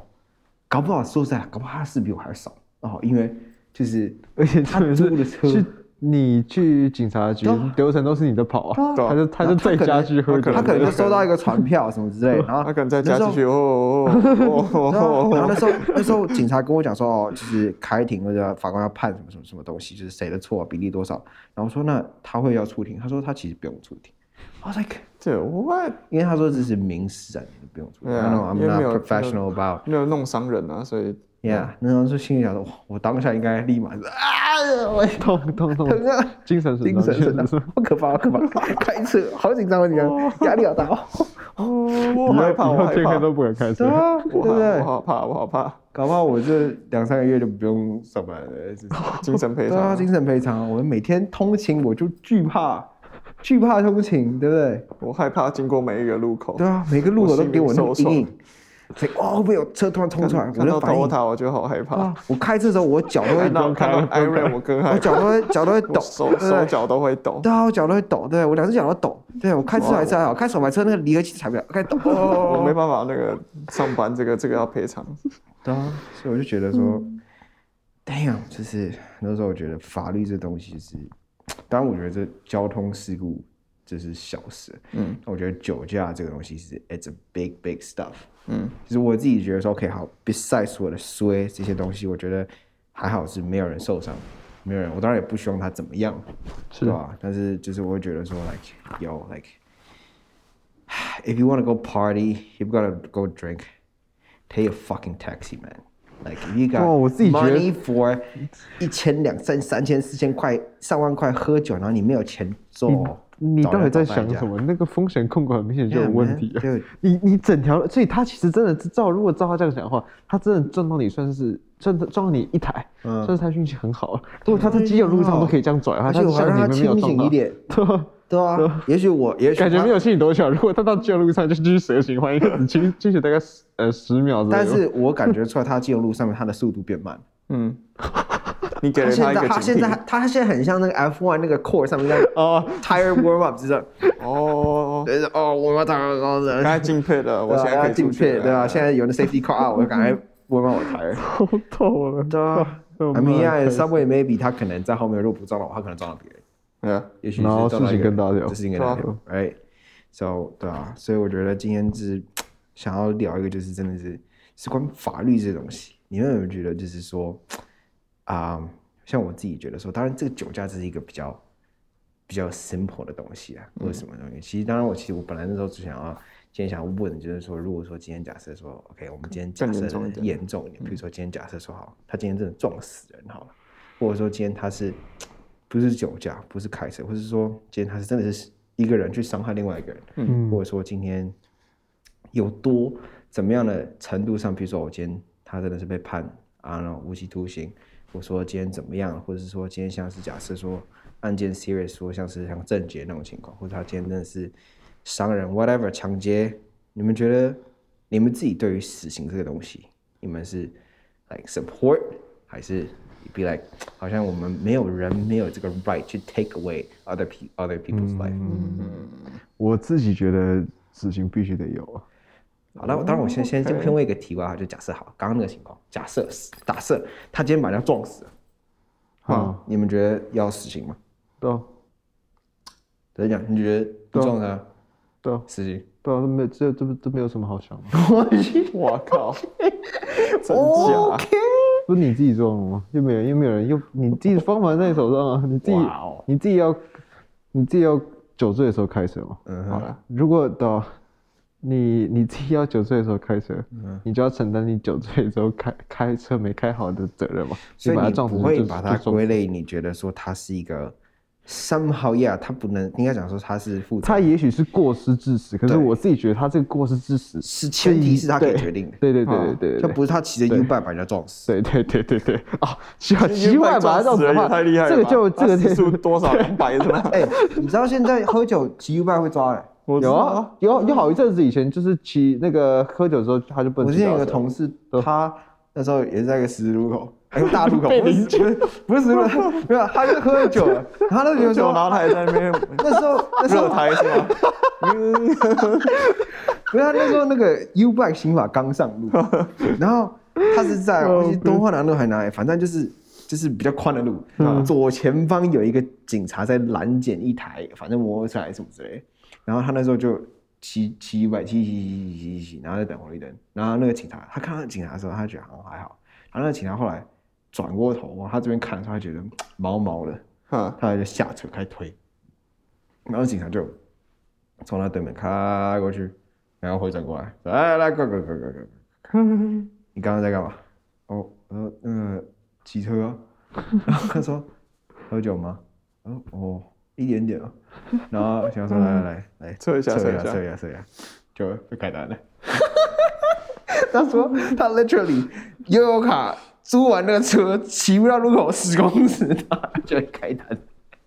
[SPEAKER 3] 搞不好说实在，搞不好他事比我还少哦，因为就是
[SPEAKER 4] 而且
[SPEAKER 3] 他
[SPEAKER 4] 特别
[SPEAKER 3] 租的
[SPEAKER 4] 是
[SPEAKER 3] 车
[SPEAKER 4] 去你去警察局
[SPEAKER 3] 对啊，
[SPEAKER 4] 流程都是你的跑啊，
[SPEAKER 2] 对啊
[SPEAKER 4] 他就他就在家去喝酒，
[SPEAKER 3] 他可能就收到一个传票什么之 类，然后
[SPEAKER 2] 他可能在家
[SPEAKER 3] 啊那时候
[SPEAKER 2] 继续哦哦哦
[SPEAKER 3] 啊然
[SPEAKER 2] 哦
[SPEAKER 3] 后，然后
[SPEAKER 2] 哦
[SPEAKER 3] 那时候那时候警察跟我讲说，哦，就是开庭或者法官要判什么什么什么东西，就是谁的错、比例多少。然后我说那他会要出庭，他说他其实不用出庭。I was like，
[SPEAKER 2] 对，what
[SPEAKER 3] 因为他说这是民事啊，你不用出庭。
[SPEAKER 2] 对啊
[SPEAKER 3] I know I'm
[SPEAKER 2] 因为
[SPEAKER 3] not
[SPEAKER 2] 没有
[SPEAKER 3] professional about
[SPEAKER 2] 没有弄伤人啊，所以
[SPEAKER 3] yeah。那时候就心里想说，哇，我当下应该立马就啊，我 啊
[SPEAKER 4] 痛痛痛，精神损
[SPEAKER 2] 啊
[SPEAKER 3] 精
[SPEAKER 4] 伤，
[SPEAKER 3] 神
[SPEAKER 4] 精
[SPEAKER 3] 损
[SPEAKER 4] 神
[SPEAKER 3] 伤， 好可怕，好可怕，开车好紧张，好紧张，压力好大。哦
[SPEAKER 2] 我
[SPEAKER 4] 以后
[SPEAKER 2] 害
[SPEAKER 4] 以
[SPEAKER 2] 怕，我
[SPEAKER 4] 后
[SPEAKER 2] 害
[SPEAKER 4] 天
[SPEAKER 2] 怕
[SPEAKER 4] 黑，都不敢开
[SPEAKER 3] 对
[SPEAKER 4] 车。
[SPEAKER 3] 啊，对不
[SPEAKER 2] 我害我
[SPEAKER 3] 对？
[SPEAKER 2] 好怕，我好怕，
[SPEAKER 3] 搞不好我这两三个月就不用上班了。就是
[SPEAKER 2] 精神赔
[SPEAKER 3] 对啊，
[SPEAKER 2] 偿，
[SPEAKER 3] 精神赔偿，我每天通勤我就惧怕， 惧怕通勤，对不对？
[SPEAKER 2] 我害怕经过每一个路口
[SPEAKER 3] 对，啊，每个路口都给我那种
[SPEAKER 2] 我心里
[SPEAKER 3] 阴
[SPEAKER 2] 受
[SPEAKER 3] 影。所以哦，会不会有车突然冲出来？我
[SPEAKER 2] 看
[SPEAKER 3] 的
[SPEAKER 2] 到
[SPEAKER 3] 反应
[SPEAKER 2] Toyota 我就好害怕，
[SPEAKER 3] 啊，我开车的时候我脚都会
[SPEAKER 2] 看，到
[SPEAKER 4] 不用开
[SPEAKER 2] 看到
[SPEAKER 4] 了不
[SPEAKER 2] i
[SPEAKER 4] 用
[SPEAKER 2] r
[SPEAKER 4] 开
[SPEAKER 2] o n 我更害
[SPEAKER 3] 哎我
[SPEAKER 2] 怕，
[SPEAKER 3] 脚都会脚都会抖
[SPEAKER 2] 我，手
[SPEAKER 3] 对不对
[SPEAKER 2] 手脚都会抖，
[SPEAKER 3] 对啊，我脚都会抖，对我两只脚都抖。对我开车还是还好，开手排车那个离合器踩不了，开始抖。哦
[SPEAKER 2] 我没办法那个上班这个这个要 赔偿，
[SPEAKER 3] 对啊，所以我就觉得说、d a m n 嗯就是很多时候我觉得法律这东西是，当然我觉得这交通事故这是小事，嗯，我觉得酒驾这个东西是 it's a big big stuff，嗯，就是我自己觉得说 OK 好，besides 我的衰这些东西，我觉得还好是没有人受伤，没有人，我当然也不希望他怎么样，是吧？但是就是我会觉得说 like 有 like。If you want to go party, you've got to go drink. Pay a fucking taxi, man. Like if you got
[SPEAKER 4] 哇我自己觉得
[SPEAKER 3] money for 一千、两千、三千、四千块、上万块喝酒，然后你没有钱做，
[SPEAKER 4] 你
[SPEAKER 3] 找
[SPEAKER 4] 到底
[SPEAKER 3] 人
[SPEAKER 4] 在
[SPEAKER 3] 帮忙
[SPEAKER 4] 想
[SPEAKER 3] 一下
[SPEAKER 4] 什？么？那个风险控管很明显就有
[SPEAKER 3] Yeah,
[SPEAKER 4] 问
[SPEAKER 3] man，
[SPEAKER 4] 题啊！
[SPEAKER 3] 哎就
[SPEAKER 4] 你你整条，所以他其实真的是照，如果照他这样讲的话，他真的撞到你算是撞到撞到你一台，
[SPEAKER 3] 嗯哎
[SPEAKER 4] 算是他运气很好了。如果他在基友路上都可以这样转，啊他
[SPEAKER 3] 而且我还
[SPEAKER 4] 像
[SPEAKER 3] 让
[SPEAKER 4] 你
[SPEAKER 3] 他
[SPEAKER 4] 们没有
[SPEAKER 3] 清
[SPEAKER 4] 撞
[SPEAKER 3] 醒
[SPEAKER 4] 到
[SPEAKER 3] 一， 点，
[SPEAKER 4] 对啊
[SPEAKER 3] 对啊，也许我，也许
[SPEAKER 4] 感觉
[SPEAKER 3] 他
[SPEAKER 4] 没有。清醒多久。如果他到基友路上就继续蛇行的话，应该只清清醒大概十呃十秒左右。
[SPEAKER 3] 但是我感觉出来，他进入路上面他的速度变慢。
[SPEAKER 2] 嗯，你给了
[SPEAKER 3] 现
[SPEAKER 2] 他一
[SPEAKER 3] 在
[SPEAKER 2] 个
[SPEAKER 3] 他
[SPEAKER 2] 警
[SPEAKER 3] 现在
[SPEAKER 2] 惕，
[SPEAKER 3] 他现在很像那个 F1 那个 core 上面那个
[SPEAKER 4] 哦，
[SPEAKER 3] tire warm up，就是
[SPEAKER 2] 哦，
[SPEAKER 3] 就是哦，我要打高高
[SPEAKER 2] 刚
[SPEAKER 3] 的，
[SPEAKER 2] 才进配了，我现
[SPEAKER 3] 对啊
[SPEAKER 2] 在可以
[SPEAKER 3] 进
[SPEAKER 2] 出
[SPEAKER 3] 去
[SPEAKER 2] 去
[SPEAKER 3] 了，
[SPEAKER 2] 了，
[SPEAKER 3] 对吧？现在有那 safety car，啊我就赶 快 warm up 我 tire。
[SPEAKER 4] 好痛了。
[SPEAKER 3] 对啊
[SPEAKER 4] Oh
[SPEAKER 3] ，I mean yeah,
[SPEAKER 4] my
[SPEAKER 3] in some way maybe 他可能在后面如果不撞到我，他可能撞到别人，
[SPEAKER 2] 在
[SPEAKER 3] 也许是
[SPEAKER 4] 然后
[SPEAKER 3] 撞到
[SPEAKER 4] 事情
[SPEAKER 3] 一个人
[SPEAKER 4] 更大条
[SPEAKER 3] 这事情更大
[SPEAKER 2] 对
[SPEAKER 3] 条，right？So 对啊，所以我觉得今天是想要聊一个，就是真的是是关于法律这东西，你们有没有觉得就是说啊、像我自己觉得说，当然这个酒驾这是一个比较比较 simple 的东西啊，或者什么东西。其实当然我其实我本来那时候只想要今天想要问，就是说如果说今天假设说 OK，我们今天假
[SPEAKER 2] 更
[SPEAKER 3] 设
[SPEAKER 2] 严重一点
[SPEAKER 3] 严重一点，比如说今天假设说好，他今天真的撞死人好了，或者说今天他是不是酒驾，不是开车，或者是说今天他是真的是一个人去伤害另外一个人，
[SPEAKER 4] 嗯
[SPEAKER 3] 或者说今天有多怎么样的程度上，比如说我今天他真的是被判啊那无期徒刑，我说今天怎么样，或者是说今天像是假设说案件 serious 说像是像郑杰那种情况，或者他今天真的是伤人 whatever 抢劫，你们觉得你们自己对于死刑这个东西，你们是 like support 还是 be like 好像我们没有人没有这个 right 去 take away other pe other people's life？、
[SPEAKER 4] 我自己觉得死刑必须得有啊。
[SPEAKER 3] 好，那我当然我
[SPEAKER 4] 哦
[SPEAKER 3] 先先先先问一个题外话，就假设好，刚刚那个情况，假设假设他今天把人家撞死了，嗯
[SPEAKER 4] 啊，
[SPEAKER 3] 你们觉得要死刑吗？
[SPEAKER 4] 对啊，
[SPEAKER 3] 怎么讲？你觉得你撞他
[SPEAKER 4] 对啊，
[SPEAKER 3] 死刑？
[SPEAKER 4] 对啊，没这这这没有什么好想的。
[SPEAKER 2] 我靠，真
[SPEAKER 3] 哦
[SPEAKER 2] 假？
[SPEAKER 4] 不是你自己做的吗？又没有人，又没有人，又你自己方法在你手上啊！你自己
[SPEAKER 3] 哇哦，
[SPEAKER 4] 你自己要，你自己要酒醉的时候开车嘛。
[SPEAKER 3] 嗯
[SPEAKER 2] 好
[SPEAKER 3] 哼，
[SPEAKER 2] 了，
[SPEAKER 4] 如果到你你自己要酒醉的时候开车，
[SPEAKER 3] 嗯
[SPEAKER 4] 你就要承担你酒醉的时候开开车没开好的责任嘛。
[SPEAKER 3] 所以
[SPEAKER 4] 把它
[SPEAKER 3] 你
[SPEAKER 4] 撞死
[SPEAKER 3] 不
[SPEAKER 4] 就
[SPEAKER 3] 会
[SPEAKER 4] 就
[SPEAKER 3] 把它
[SPEAKER 4] 就撞死
[SPEAKER 3] 归类，你觉得说他是一个 somehow yeah，他不能应该讲说他是负责，
[SPEAKER 4] 他也许是过失致死，可是
[SPEAKER 3] 对
[SPEAKER 4] 我自己觉得他这个过失致死
[SPEAKER 3] 是前提是他可以
[SPEAKER 4] 对
[SPEAKER 3] 决定的，
[SPEAKER 4] 对对对
[SPEAKER 2] 啊
[SPEAKER 4] 对对对，
[SPEAKER 3] 就不是他骑着
[SPEAKER 4] 对
[SPEAKER 3] U 拜把人家撞死。
[SPEAKER 4] 对对对对对啊，奇怪
[SPEAKER 2] 这
[SPEAKER 4] 奇怪吧，这
[SPEAKER 2] 撞死
[SPEAKER 4] 种
[SPEAKER 2] 人
[SPEAKER 4] 话
[SPEAKER 2] 也太厉害了吧，
[SPEAKER 4] 这个
[SPEAKER 3] 啊
[SPEAKER 4] 就这个
[SPEAKER 2] 他 时速
[SPEAKER 4] 就
[SPEAKER 2] 多少两百是吧？
[SPEAKER 3] 哎，你知道现在喝酒骑 U 拜会抓的？
[SPEAKER 2] 我知
[SPEAKER 4] 有
[SPEAKER 2] 道
[SPEAKER 4] 啊，有有好一阵子以前就是骑那个喝酒之后他就不能
[SPEAKER 3] 我之
[SPEAKER 4] 骑
[SPEAKER 3] 前
[SPEAKER 4] 脚
[SPEAKER 3] 有
[SPEAKER 4] 车了。
[SPEAKER 3] 个同事
[SPEAKER 4] 对，
[SPEAKER 3] 他那时候也是在一个十字路口，哎，大路口，
[SPEAKER 4] 被
[SPEAKER 3] 不是
[SPEAKER 4] 邻居
[SPEAKER 3] 不是不是十字路口，没有，他就喝了酒了，然后他就觉
[SPEAKER 2] 有
[SPEAKER 3] 得
[SPEAKER 2] 酒，
[SPEAKER 3] 说，
[SPEAKER 2] 然后他还在那 边
[SPEAKER 3] 那时候那时
[SPEAKER 2] 热
[SPEAKER 3] 候
[SPEAKER 2] 胎是吗？
[SPEAKER 3] 不是他啊那时候那个 U bike 刑法刚上路，然后他是在
[SPEAKER 4] 哦
[SPEAKER 3] 忘记东华南路还哪里，反正就是就是比较宽的路，左前方有一个警察在拦检一台，反正摩托车还是什么之类的，然后他那时候就骑骑 U bike 骑骑骑骑骑骑，然后在等红绿灯，然后那个警察他看到警察的时候，他觉得好像还好，然后那个警察后来转过头往他这边看的时候，他觉得嗯毛毛的，
[SPEAKER 2] 哈，
[SPEAKER 3] 他就下车开推，然后警察就从他对面开过去，然后回转过来，说哎来来，快快快快快！你刚刚在干嘛？哦，我说那个骑车啊、 然后他说喝酒吗？我说哦，一点点啊。然后警察说来来来来，
[SPEAKER 2] 测一下
[SPEAKER 3] 测
[SPEAKER 2] 测
[SPEAKER 3] 一
[SPEAKER 2] 一
[SPEAKER 3] 下
[SPEAKER 2] 下
[SPEAKER 3] 测一下测一下，就被开单了。 他说他 literally 悠游卡租完那个车，骑不到路口十公尺，他就会开单。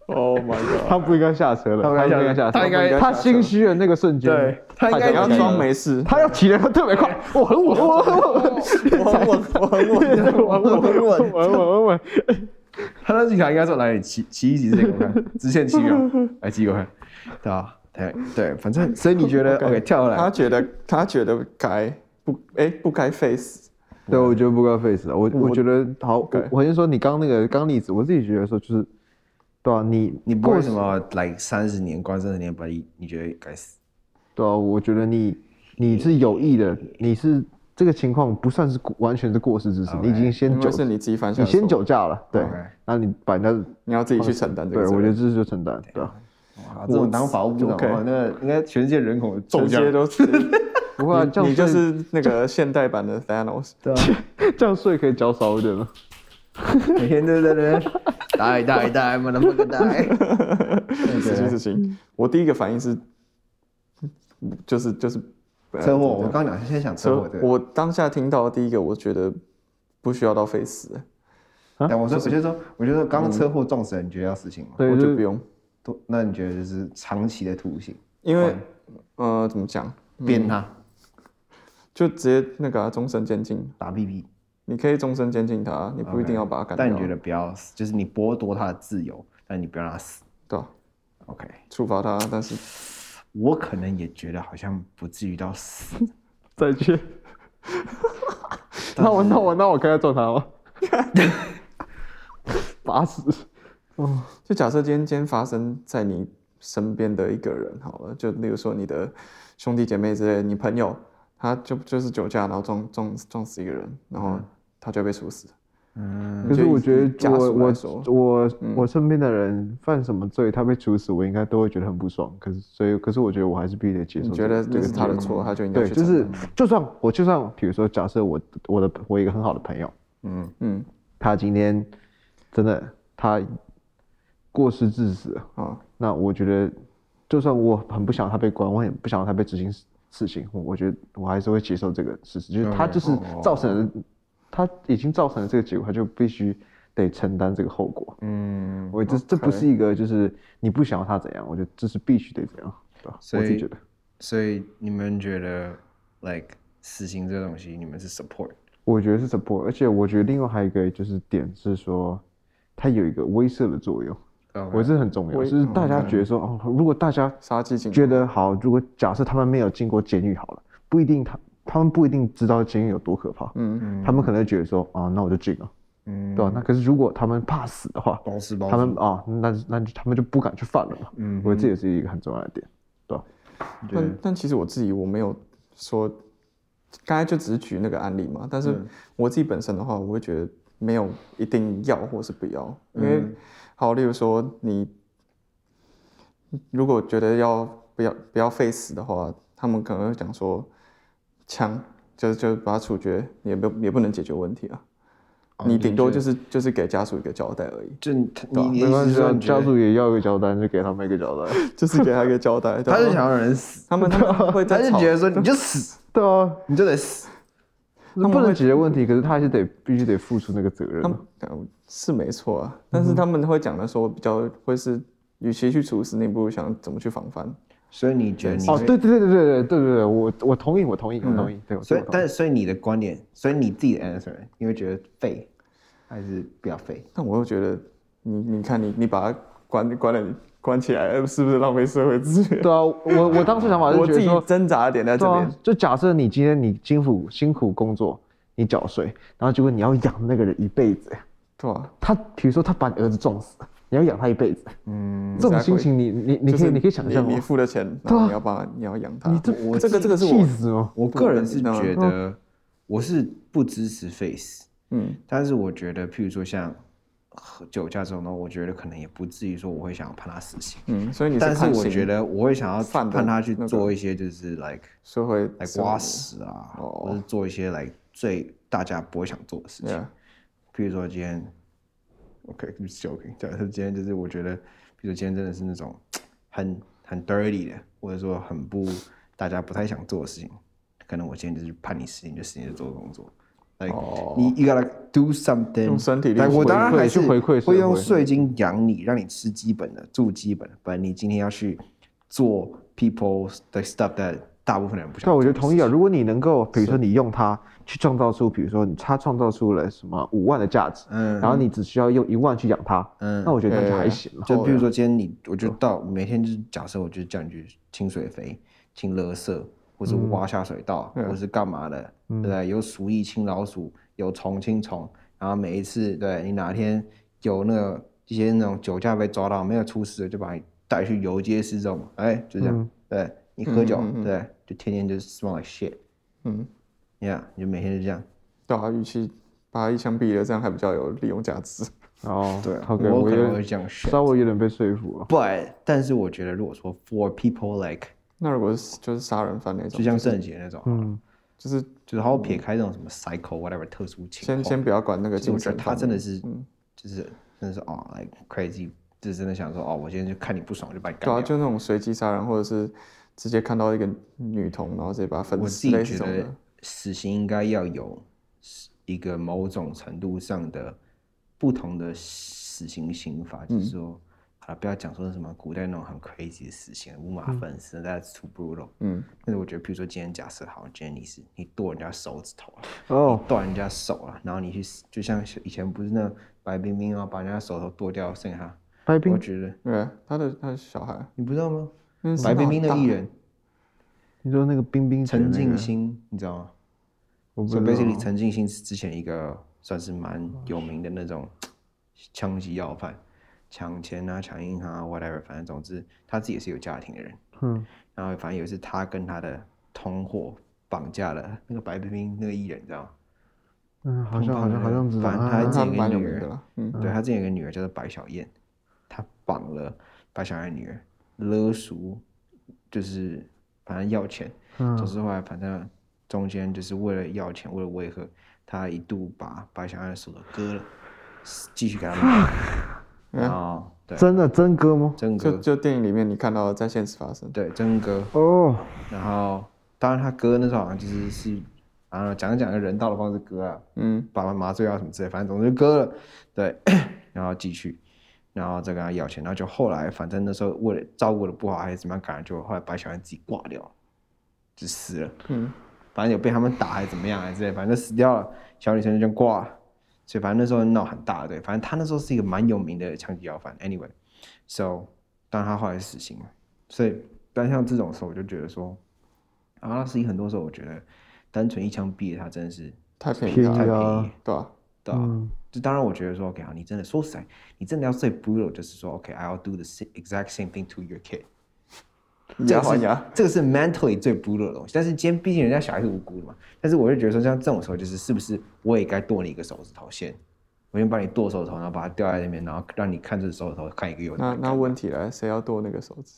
[SPEAKER 2] Oh my god！
[SPEAKER 4] 他不应该下车了，
[SPEAKER 3] 他不
[SPEAKER 4] 他
[SPEAKER 3] 应该
[SPEAKER 4] 不应该下车，
[SPEAKER 3] 他应该
[SPEAKER 4] 他心虚的那个瞬间，
[SPEAKER 3] 对他应该
[SPEAKER 2] 你
[SPEAKER 4] 就
[SPEAKER 2] 要
[SPEAKER 4] 该
[SPEAKER 2] 装没事，
[SPEAKER 4] 他要骑的特别快，我很稳，我很稳，
[SPEAKER 3] 我很稳，我很稳，
[SPEAKER 4] 我很稳，我很
[SPEAKER 3] 我很稳。
[SPEAKER 4] 稳，我很稳，我很稳，
[SPEAKER 3] 他那警察应该说：“来，你骑骑一级这个我 看，直线骑秒，来骑我看，对吧？对对，反正所以你觉得 OK 跳下
[SPEAKER 2] 他
[SPEAKER 3] 来，
[SPEAKER 2] 觉得他觉得该不哎不该 face，
[SPEAKER 4] 对，我觉得不该 face 啊，我我觉得好，我
[SPEAKER 2] OK
[SPEAKER 4] 我先说你刚那个刚例子，我自己觉得说就是，对啊，你
[SPEAKER 3] 你不
[SPEAKER 4] 过
[SPEAKER 3] 为什么来三十年关三十年把你你觉得该死？
[SPEAKER 4] 对啊，我觉得你你是有意的，你是这个情况不算是过完全是过失之失，你已经先
[SPEAKER 2] 因
[SPEAKER 4] 酒
[SPEAKER 2] 为是你自己犯下
[SPEAKER 4] 你
[SPEAKER 2] 的错，
[SPEAKER 4] 先酒驾了，对
[SPEAKER 3] OK，
[SPEAKER 4] 那你把人家
[SPEAKER 2] 你要自己去承担这
[SPEAKER 4] 对
[SPEAKER 2] 个责
[SPEAKER 4] 我觉得
[SPEAKER 2] 任。
[SPEAKER 4] 这就承担，对啊，
[SPEAKER 3] 哇，这种当法务部长
[SPEAKER 2] OK
[SPEAKER 3] 哇，那个应该全世界人口骤
[SPEAKER 2] 直
[SPEAKER 3] 降
[SPEAKER 2] 接。都是，
[SPEAKER 4] 不过啊这样
[SPEAKER 2] 你就
[SPEAKER 4] 睡
[SPEAKER 2] 是那个现代版的 Thanos，
[SPEAKER 4] 这样税可以缴少一点吗？
[SPEAKER 3] 每天都在那 边打一打一打，么那么个打。
[SPEAKER 2] 这件事情，我第一个反应是，就是就是呃
[SPEAKER 3] 车祸，我刚讲现在想车祸
[SPEAKER 2] 车
[SPEAKER 3] 这，个，
[SPEAKER 2] 我当下听到的第一个，我觉得不需要到 face，
[SPEAKER 3] 但我说我就说我就说刚刚车祸撞死人，你觉得要死刑吗？
[SPEAKER 4] 对，
[SPEAKER 2] 我
[SPEAKER 4] 就
[SPEAKER 2] 就是不用，
[SPEAKER 3] 都那你觉得就是长期的徒刑，
[SPEAKER 2] 因为呃怎么讲，
[SPEAKER 3] 鞭他
[SPEAKER 2] 就直接那个啊终身监禁，
[SPEAKER 3] 打屁屁，
[SPEAKER 2] 你可以终身监禁他，你不一定要把他干掉，
[SPEAKER 3] 但你觉得不要死，就是你剥夺他的自由，但你不要让他死。
[SPEAKER 2] 对吧
[SPEAKER 3] OK，
[SPEAKER 2] 处罚他，但是
[SPEAKER 3] 我可能也觉得好像不至于到死，
[SPEAKER 4] 再见。那我那我那我该揍他 吗？打死！
[SPEAKER 2] 就假设今天今天发生在你身边的一个人好了，就例如说你的兄弟姐妹之类的，你朋友，他就就是酒驾，然后撞撞撞死一个人，然后
[SPEAKER 4] 嗯
[SPEAKER 2] 他就被处死。嗯，
[SPEAKER 4] 可是我觉得我我我
[SPEAKER 2] 嗯
[SPEAKER 4] 我身边的人犯什么罪，他被处死，我应该都会觉得很不爽。可是所以，可是我觉得我还是必须得接受
[SPEAKER 2] 你
[SPEAKER 4] 这
[SPEAKER 2] 觉
[SPEAKER 4] 个。
[SPEAKER 2] 得这是他的错，他就应该
[SPEAKER 4] 嗯对，
[SPEAKER 2] 去
[SPEAKER 4] 就
[SPEAKER 2] 承担。
[SPEAKER 4] 是就算我就算比如说，假设我我的我一个很好的朋友，
[SPEAKER 2] 嗯
[SPEAKER 4] 他今天真的他过失致死了，
[SPEAKER 2] 啊，
[SPEAKER 4] 那我觉得，就算我很不想他被关，我很不想他被执行事情，我我觉得我还是会接受这个事实，就是他就是造成了，他已经造成了这个结果，他就必须得承担这个后果。
[SPEAKER 3] 嗯，
[SPEAKER 4] 我这这不是一个就是你不想要他怎样，我觉得这是必须得怎样，对吧？我
[SPEAKER 3] 所
[SPEAKER 4] 自己
[SPEAKER 3] 以
[SPEAKER 4] 觉得，
[SPEAKER 3] 所以你们觉得 like 死刑这个东西，你们是 support，
[SPEAKER 4] 我觉得是 support，而且我觉得另外还有一个就是点是说，它有一个威慑的作用，我
[SPEAKER 3] 哦
[SPEAKER 4] 觉得这很重要，
[SPEAKER 2] 威
[SPEAKER 4] 就是大
[SPEAKER 3] 嗯
[SPEAKER 4] 家觉得说哦，如果大家
[SPEAKER 2] 杀鸡儆
[SPEAKER 4] 觉得好，如果假设他们没有进过监狱好了，不一定他他们不一定知道监狱有多可怕，
[SPEAKER 2] 嗯，
[SPEAKER 4] 他们可能会觉得说啊，那我就进了，
[SPEAKER 3] 嗯，哦
[SPEAKER 4] 对吧、那可是如果他们怕死的话，
[SPEAKER 3] 包吃包
[SPEAKER 4] 他们啊，那那就他们就不敢去犯了嘛。嗯，我觉得这也是一个很重要的点，对吧、
[SPEAKER 2] 但但其实我自己我没有说，刚才就只是举那个案例嘛。但是
[SPEAKER 3] 嗯
[SPEAKER 2] 我自己本身的话，我会觉得没有一定要或是不要，因为、
[SPEAKER 3] 嗯
[SPEAKER 2] 好，例如说你如果觉得要不要不要 face 的话，他们可能会讲说枪，就是就把它处决，也不也不能解决问题啊。
[SPEAKER 3] 哦
[SPEAKER 2] 你顶多就是就是给家属一个交代 而已，
[SPEAKER 3] 就你他
[SPEAKER 2] 对啊
[SPEAKER 3] 你你
[SPEAKER 4] 没关
[SPEAKER 3] 意思
[SPEAKER 4] 系
[SPEAKER 3] 是
[SPEAKER 4] 啊
[SPEAKER 3] 说，你觉
[SPEAKER 4] 家
[SPEAKER 3] 得
[SPEAKER 4] 属也要一个交代，就给他们一个 交代。
[SPEAKER 2] 就是给他一个交代。对
[SPEAKER 3] 他是
[SPEAKER 2] 吧
[SPEAKER 3] 想要人死，
[SPEAKER 2] 他们他们会
[SPEAKER 3] 他
[SPEAKER 2] 在
[SPEAKER 3] 就
[SPEAKER 2] 吵
[SPEAKER 3] 觉得说你就死，
[SPEAKER 4] 对啊，
[SPEAKER 3] 你就得死。
[SPEAKER 4] 那不能解决问题，可是他还是得必须得付出那个责任
[SPEAKER 2] 他。们呃是没
[SPEAKER 4] 嗯
[SPEAKER 2] 错啊，但是他们会讲的说比较会是，与其去处死，你不如想怎么去防范。
[SPEAKER 3] 所以你觉得你
[SPEAKER 4] 哦，
[SPEAKER 3] 会
[SPEAKER 4] 对对对对对对对对，我我同意，我同意，我同意，对，我
[SPEAKER 3] 嗯所以
[SPEAKER 4] 我同意
[SPEAKER 3] 但所以你的观点，所以你自己的 answer，你会觉得废还是不要废？
[SPEAKER 2] 但我又觉得，你你看你你把它关关了关起来，呃是不是浪费社会资源？
[SPEAKER 4] 对啊，我我当时想法是
[SPEAKER 2] 我
[SPEAKER 4] 觉
[SPEAKER 2] 自
[SPEAKER 4] 得
[SPEAKER 2] 己
[SPEAKER 4] 说，
[SPEAKER 2] 挣扎的点在这
[SPEAKER 4] 对
[SPEAKER 2] 边
[SPEAKER 4] 啊，，就假设你今天你辛苦辛苦工作，你缴税，然后结果你要养那个人一辈子，
[SPEAKER 2] 对啊，
[SPEAKER 4] 他比如说他把你儿子撞死，你要养他一辈子，嗯，这种
[SPEAKER 2] exactly
[SPEAKER 4] 心情你你你
[SPEAKER 2] 就
[SPEAKER 4] 可
[SPEAKER 2] 是
[SPEAKER 4] 以你可以想象
[SPEAKER 2] 你你
[SPEAKER 4] 吗？
[SPEAKER 2] 付了钱，然
[SPEAKER 4] 对
[SPEAKER 2] 后
[SPEAKER 4] 啊
[SPEAKER 2] 你要把你要养它。
[SPEAKER 4] 你这
[SPEAKER 2] 我这个这个是
[SPEAKER 4] 气
[SPEAKER 2] 我
[SPEAKER 4] 死哦！
[SPEAKER 3] 我个人是
[SPEAKER 2] 不能
[SPEAKER 3] 觉得，我是不支持 face，
[SPEAKER 2] 嗯
[SPEAKER 3] 但是我觉得，譬如说像喝酒驾这种东西，我觉得可能也不至于说我会想要判他死刑，
[SPEAKER 2] 嗯，所以你
[SPEAKER 3] 但是
[SPEAKER 2] 看
[SPEAKER 3] 我
[SPEAKER 2] 刑
[SPEAKER 3] 觉得我会想要
[SPEAKER 2] 犯的
[SPEAKER 3] 判他去
[SPEAKER 2] 那个
[SPEAKER 3] 做一些就是 like
[SPEAKER 2] 社会
[SPEAKER 3] 来
[SPEAKER 2] 社会
[SPEAKER 3] 挖屎啊，
[SPEAKER 2] 哦
[SPEAKER 3] 或者做一些来最大家不会想做的事情。
[SPEAKER 2] ，yeah，
[SPEAKER 3] 譬如说今天，OK，I'm、joking。假设今天就是我觉得，比如说今天真的是那种很很 dirty 的，或者说很不大家不太想做的事情，可能我今天就是判你死刑，就死刑就做工作。like,
[SPEAKER 4] 哦
[SPEAKER 3] 你 you gotta do something，
[SPEAKER 2] 用身体力
[SPEAKER 3] Like，
[SPEAKER 2] 去
[SPEAKER 3] 我当
[SPEAKER 2] 回
[SPEAKER 3] 然
[SPEAKER 4] 馈
[SPEAKER 3] 还是
[SPEAKER 4] 去回馈社
[SPEAKER 3] 会用
[SPEAKER 4] 会
[SPEAKER 3] 税金养你，让你吃基本的，住基本的。但你今天要去做 people 的 stuff that 大部分人不想
[SPEAKER 4] 对，
[SPEAKER 3] 做
[SPEAKER 4] 我
[SPEAKER 3] 的事情。
[SPEAKER 4] 觉得同意啊。如果你能够，比如说你用它去创造出，比如说你它创造出了什么五万的价值，
[SPEAKER 3] 嗯
[SPEAKER 4] 然后你只需要用一万去养它，
[SPEAKER 3] 嗯
[SPEAKER 4] 那我觉得那就还行了。
[SPEAKER 3] 就比如说今天你，我就到每天就是假设我就叫你去清水肥、清垃圾，或是挖下水道，或是干嘛的，对不对？有鼠疫清老鼠，有虫清虫，然后每一次对你哪天有那个一些那种酒驾被抓到没有出事的，就把你带去游街示众，哎，就这样，对你喝酒，对，就天天就 smell like shit，
[SPEAKER 2] 嗯，
[SPEAKER 3] yeah，你就每天就这样。
[SPEAKER 2] 对啊，与其把它一枪毙了，这样还比较有利用价值。
[SPEAKER 4] 哦，
[SPEAKER 3] 对啊
[SPEAKER 4] OK，
[SPEAKER 3] 我
[SPEAKER 4] 我
[SPEAKER 3] 可
[SPEAKER 4] 有
[SPEAKER 3] 能
[SPEAKER 4] 点
[SPEAKER 3] 会这样选
[SPEAKER 4] 稍微有点被说服了。
[SPEAKER 3] But，但是我觉得如果说 for people like，
[SPEAKER 2] 那如果是就是杀人犯那种
[SPEAKER 3] 就，像郑杰那种，
[SPEAKER 4] 嗯
[SPEAKER 2] 就是
[SPEAKER 3] 就是好好撇开这种什么 cycle whatever 特殊情况，
[SPEAKER 2] 嗯先先不要管那个
[SPEAKER 3] 就是我
[SPEAKER 2] 精
[SPEAKER 3] 觉
[SPEAKER 2] 神
[SPEAKER 3] 得他
[SPEAKER 2] 方
[SPEAKER 3] 真
[SPEAKER 2] 面，
[SPEAKER 3] 的是，
[SPEAKER 2] 嗯
[SPEAKER 3] 就是真的是哦，like crazy，就是真的想说哦，我今天就看你不爽，我就把你
[SPEAKER 2] 对啊，
[SPEAKER 3] 干掉。
[SPEAKER 2] 就那种随机杀人，或者是直接看到一个女童，然后直接把她
[SPEAKER 3] 我
[SPEAKER 2] 分
[SPEAKER 3] 自
[SPEAKER 2] 尸
[SPEAKER 3] 己
[SPEAKER 2] 类似
[SPEAKER 3] 觉
[SPEAKER 2] 这种
[SPEAKER 3] 得
[SPEAKER 2] 的。
[SPEAKER 3] 死刑应该要有一个某种程度上的不同的死刑刑法，就是说，好了，不要讲说什么古代那种很 crazy 的死刑，五马分尸、t h a t s too brutal。嗯，但是我觉得，比如说今天假设好，今天你是你剁人家手指头了。啊
[SPEAKER 4] 哦，
[SPEAKER 3] 断人家手了，然后你去死，就像以前不是那白冰冰啊，把人家手头剁掉，剩下
[SPEAKER 4] 白冰
[SPEAKER 3] 我觉得
[SPEAKER 2] 对，他的他的小孩，
[SPEAKER 3] 你不知道吗？
[SPEAKER 2] 嗯
[SPEAKER 3] 白冰冰的艺人
[SPEAKER 4] 你说那个冰冰姐
[SPEAKER 3] 陈
[SPEAKER 4] 那
[SPEAKER 3] 静
[SPEAKER 4] 个，
[SPEAKER 3] 心，你知道吗？
[SPEAKER 4] 我不
[SPEAKER 3] 所
[SPEAKER 4] 知
[SPEAKER 3] 以
[SPEAKER 4] 道
[SPEAKER 3] basically 陈静心是之前一个算是蛮有名的那种枪击要犯，抢钱啊、抢银行啊，whatever，反正总之他自己也是有家庭的人。
[SPEAKER 4] 嗯，
[SPEAKER 3] 然后反正有一次他跟他的同伙绑架了那个白冰冰那个艺人，你知道吗？
[SPEAKER 4] 嗯，好像好像好像知道，
[SPEAKER 3] 反正
[SPEAKER 4] 啊
[SPEAKER 3] 他自
[SPEAKER 2] 他
[SPEAKER 3] 己一个
[SPEAKER 2] 蛮有
[SPEAKER 3] 女
[SPEAKER 2] 名
[SPEAKER 3] 儿
[SPEAKER 2] 的，啦，嗯，
[SPEAKER 3] 对他之前有个女儿叫做白小燕，他绑了白小燕女儿勒赎，就是反正要钱，
[SPEAKER 4] 嗯
[SPEAKER 3] 总之后来反正中间就是为了要钱，为了威吓，他一度把白小燕的手都割了，继续给他们打，然后对
[SPEAKER 4] 真的真哥吗？
[SPEAKER 3] 真
[SPEAKER 2] 就
[SPEAKER 3] 哥
[SPEAKER 2] 就电影里面你看到的在现实发生，
[SPEAKER 3] 对真哥，
[SPEAKER 4] 哦，
[SPEAKER 3] 然后当然他哥那时候好像就是是。啊，讲讲个人道的方式割啊，
[SPEAKER 2] 嗯，
[SPEAKER 3] 把麻醉啊药什么之类，反正总之就割了，对， 然后继续，然后再跟他要钱，然后就后来反正那时候为了照顾的不好还是怎么样，感觉就后来把小孩自己挂掉了，就死了，
[SPEAKER 2] 嗯，
[SPEAKER 3] 反正有被他们打还是怎么样还是之类，反正就死掉了，小女生就这样挂了，所以反正那时候闹很大，对，反正他那时候是一个蛮有名的枪击要犯，anyway，so，但他后来死刑了，所以但像这种时候我就觉得说，啊阿拉斯基很多时候我觉得单纯一枪毙了他真的是
[SPEAKER 2] 太便宜
[SPEAKER 4] 便宜
[SPEAKER 3] 太
[SPEAKER 2] 了，
[SPEAKER 3] 便宜
[SPEAKER 4] 啊
[SPEAKER 3] 了。
[SPEAKER 2] 对吧？
[SPEAKER 3] 对啊，
[SPEAKER 4] 嗯
[SPEAKER 3] 就当然我觉得说，OK 好，你真的说实在，你真的要最 brutal，就是说，OK，I、will do the sa- exact same thing to your kid。这
[SPEAKER 2] 牙
[SPEAKER 3] 个
[SPEAKER 2] 还
[SPEAKER 3] 是
[SPEAKER 2] 牙，
[SPEAKER 3] 这个是 mentally 最 brutal 的东西。但是今天毕竟人家小孩是无辜的嘛，但是我就觉得说，像这种时候，就是是不是我也该剁你一个手指头先？我先把你剁手指头，然后把它吊在那边，然后让你看这手指头看一个有
[SPEAKER 2] 那那问题来，谁要剁那个手指？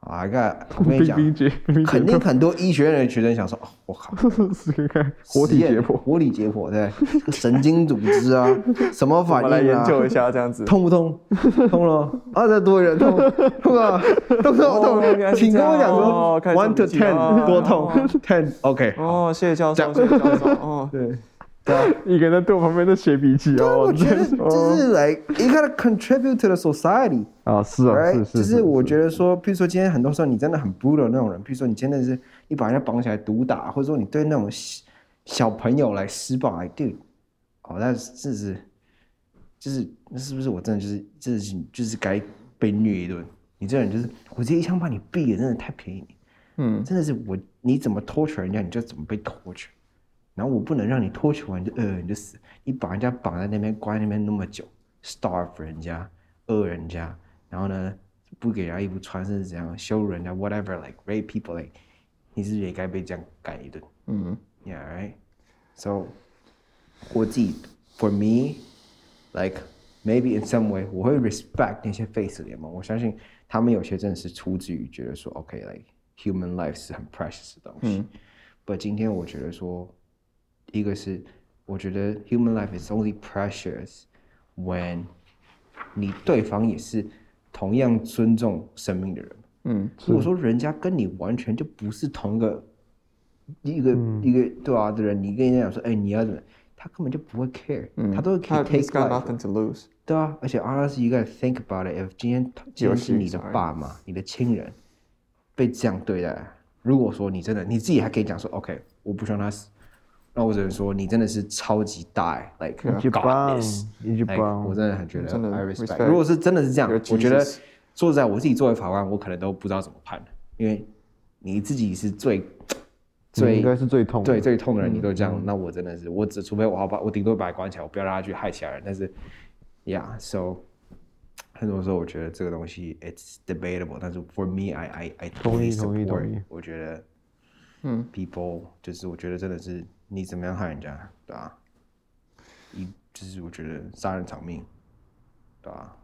[SPEAKER 3] 啊，你看，我跟你
[SPEAKER 4] 冰
[SPEAKER 3] 讲，
[SPEAKER 4] 冰姐，冰冰
[SPEAKER 3] 肯
[SPEAKER 4] 姐
[SPEAKER 3] 定很多医学院的学生想说，哦，我靠，
[SPEAKER 4] 试试看活
[SPEAKER 3] 实
[SPEAKER 4] 体
[SPEAKER 3] 验
[SPEAKER 4] 解剖，
[SPEAKER 3] 活体解剖，对，神经组织啊，什么
[SPEAKER 2] 我
[SPEAKER 3] 反
[SPEAKER 2] 们来
[SPEAKER 3] 应
[SPEAKER 2] 研
[SPEAKER 3] 啊，
[SPEAKER 2] 究一下这 样子。
[SPEAKER 3] 痛不痛？痛了，二十多人痛，痛啊，痛痛
[SPEAKER 2] 哦原来
[SPEAKER 3] 痛，
[SPEAKER 2] 是
[SPEAKER 3] 请
[SPEAKER 2] 这
[SPEAKER 3] 跟
[SPEAKER 2] 样
[SPEAKER 3] 我讲说
[SPEAKER 2] 哦开始
[SPEAKER 3] one to
[SPEAKER 2] 理解了
[SPEAKER 3] ten 多痛
[SPEAKER 2] 哦
[SPEAKER 3] ，ten OK，
[SPEAKER 2] 哦，谢谢教授，谢谢教授。 哦，
[SPEAKER 3] 对，对啊。
[SPEAKER 4] 一个人在对我旁边在写笔记
[SPEAKER 3] 但
[SPEAKER 4] 哦
[SPEAKER 3] 啊我，觉得
[SPEAKER 4] 真
[SPEAKER 3] 就是
[SPEAKER 2] 哦
[SPEAKER 3] like you gotta contribute to the society，
[SPEAKER 4] 啊，是啊，
[SPEAKER 3] right？
[SPEAKER 4] 是，
[SPEAKER 3] 就是是我觉
[SPEAKER 4] 得
[SPEAKER 3] 得说，比如说今天很多时候你真的很 brutal 那种人，比如说你真的是你把人家绑起来毒打，或者说你对那种小小朋友来施暴，like dude，哦，那这是就是那是不是我真的就是这是就是该被虐一顿？你这人就是我直接一枪把你毙了，真的太便宜你。
[SPEAKER 2] 嗯，
[SPEAKER 3] 真的是我，你怎么 torture 人家，你就怎么被 torture。然后我不能让你 torture 完就呃你就死，你把人家绑在那边关在那边那么久，starve 人家，饿人家，然后呢不给人家衣服穿是怎样，羞辱人家 whatever like rape people like，你是不是也该被这样干一顿？
[SPEAKER 2] 嗯
[SPEAKER 3] ，yeah right。So 我自己 for me like maybe in some way 我会 respect 那些 face 联盟，我相信他们有些真的是出自于觉得说 OK like human life 是很 precious 的东西。But 今天我觉得说，一个是我觉得 human life is only precious when 你对方也是同样尊重生命的人。
[SPEAKER 2] 嗯，
[SPEAKER 3] 如果说人家跟你完全就不是同一个一个、
[SPEAKER 2] 嗯
[SPEAKER 3] 一个对啊的人，你跟人家讲说，哎、你要怎么，他根本就不会 care，、他都可
[SPEAKER 2] 嗯他
[SPEAKER 3] 以 take
[SPEAKER 2] he's got
[SPEAKER 3] life
[SPEAKER 2] nothing to lose。
[SPEAKER 3] 对啊，而且 honestly you gotta think about it. If 今天今天是你的
[SPEAKER 2] sorry
[SPEAKER 3] 爸妈、你的亲人被这样对待，如果说你真的你自己还可以讲说 OK，我不希望他死，那我只能说你真的是超级大欸，like
[SPEAKER 4] 一级
[SPEAKER 3] God
[SPEAKER 4] 棒，
[SPEAKER 3] is
[SPEAKER 4] 一级
[SPEAKER 3] like，
[SPEAKER 4] 棒
[SPEAKER 3] 我，真的很觉得
[SPEAKER 2] 真的
[SPEAKER 3] I
[SPEAKER 2] respect
[SPEAKER 3] respect。如果是真的是这样
[SPEAKER 2] Your，
[SPEAKER 3] 我觉得
[SPEAKER 2] Jesus
[SPEAKER 3] 说实在，我自己作为法官，我可能都不知道怎么判，因为你自己是最
[SPEAKER 4] 你
[SPEAKER 3] 最
[SPEAKER 4] 应该是最痛的，嗯
[SPEAKER 3] 对最痛的人，你都这样，那我真的是，我只除非我好把我顶多把他关起来，我不要让他去害其他人。但是，yeah，so 很多时候我觉得这个东西 it's debatable，但是 for me，I I I
[SPEAKER 4] 同意
[SPEAKER 3] totally
[SPEAKER 4] 同意
[SPEAKER 3] support
[SPEAKER 4] 同意
[SPEAKER 3] 我觉得，嗯，people 就是我觉得真的是你怎么样害人家，对吧、一就是我觉得杀人偿命，对吧、啊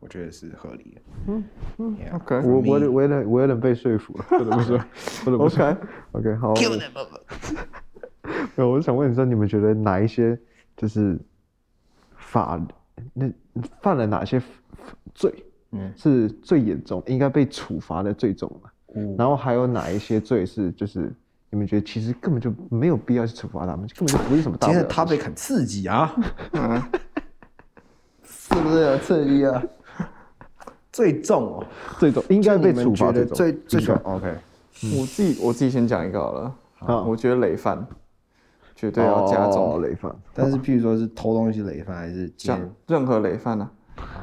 [SPEAKER 3] 我觉得是合理的。嗯嗯
[SPEAKER 2] OK
[SPEAKER 4] 我
[SPEAKER 3] me
[SPEAKER 4] 我有点我有点我有点被说服了，不得不 说，不得不说
[SPEAKER 2] OK
[SPEAKER 4] ，OK，好， 没有，我是想问你说，你们觉得哪一些就是法那犯了哪些罪，
[SPEAKER 3] 嗯
[SPEAKER 4] 是最严重，应该被处罚的最重的？
[SPEAKER 2] 嗯
[SPEAKER 4] 然后还有哪一些罪是就是你们觉得其实根本就没有必要去处罚他们，根本就不是什么大
[SPEAKER 3] 今天
[SPEAKER 4] 不了
[SPEAKER 3] 的
[SPEAKER 4] 的
[SPEAKER 3] topic 很刺激啊！
[SPEAKER 2] 是不是有刺激啊？
[SPEAKER 3] 最重哦，
[SPEAKER 4] 最重应该被
[SPEAKER 3] 就你
[SPEAKER 4] 处罚
[SPEAKER 3] 们觉得
[SPEAKER 4] 重
[SPEAKER 3] 最最
[SPEAKER 4] 应该
[SPEAKER 3] 重。OK，嗯
[SPEAKER 2] 我自己我自己先讲一个好了。
[SPEAKER 4] 好
[SPEAKER 2] 我觉得累犯绝对要加重
[SPEAKER 4] 哦，累犯，
[SPEAKER 3] 但是譬如说是偷东西累犯，还是
[SPEAKER 2] 加
[SPEAKER 3] 奸
[SPEAKER 2] 任何累犯啊，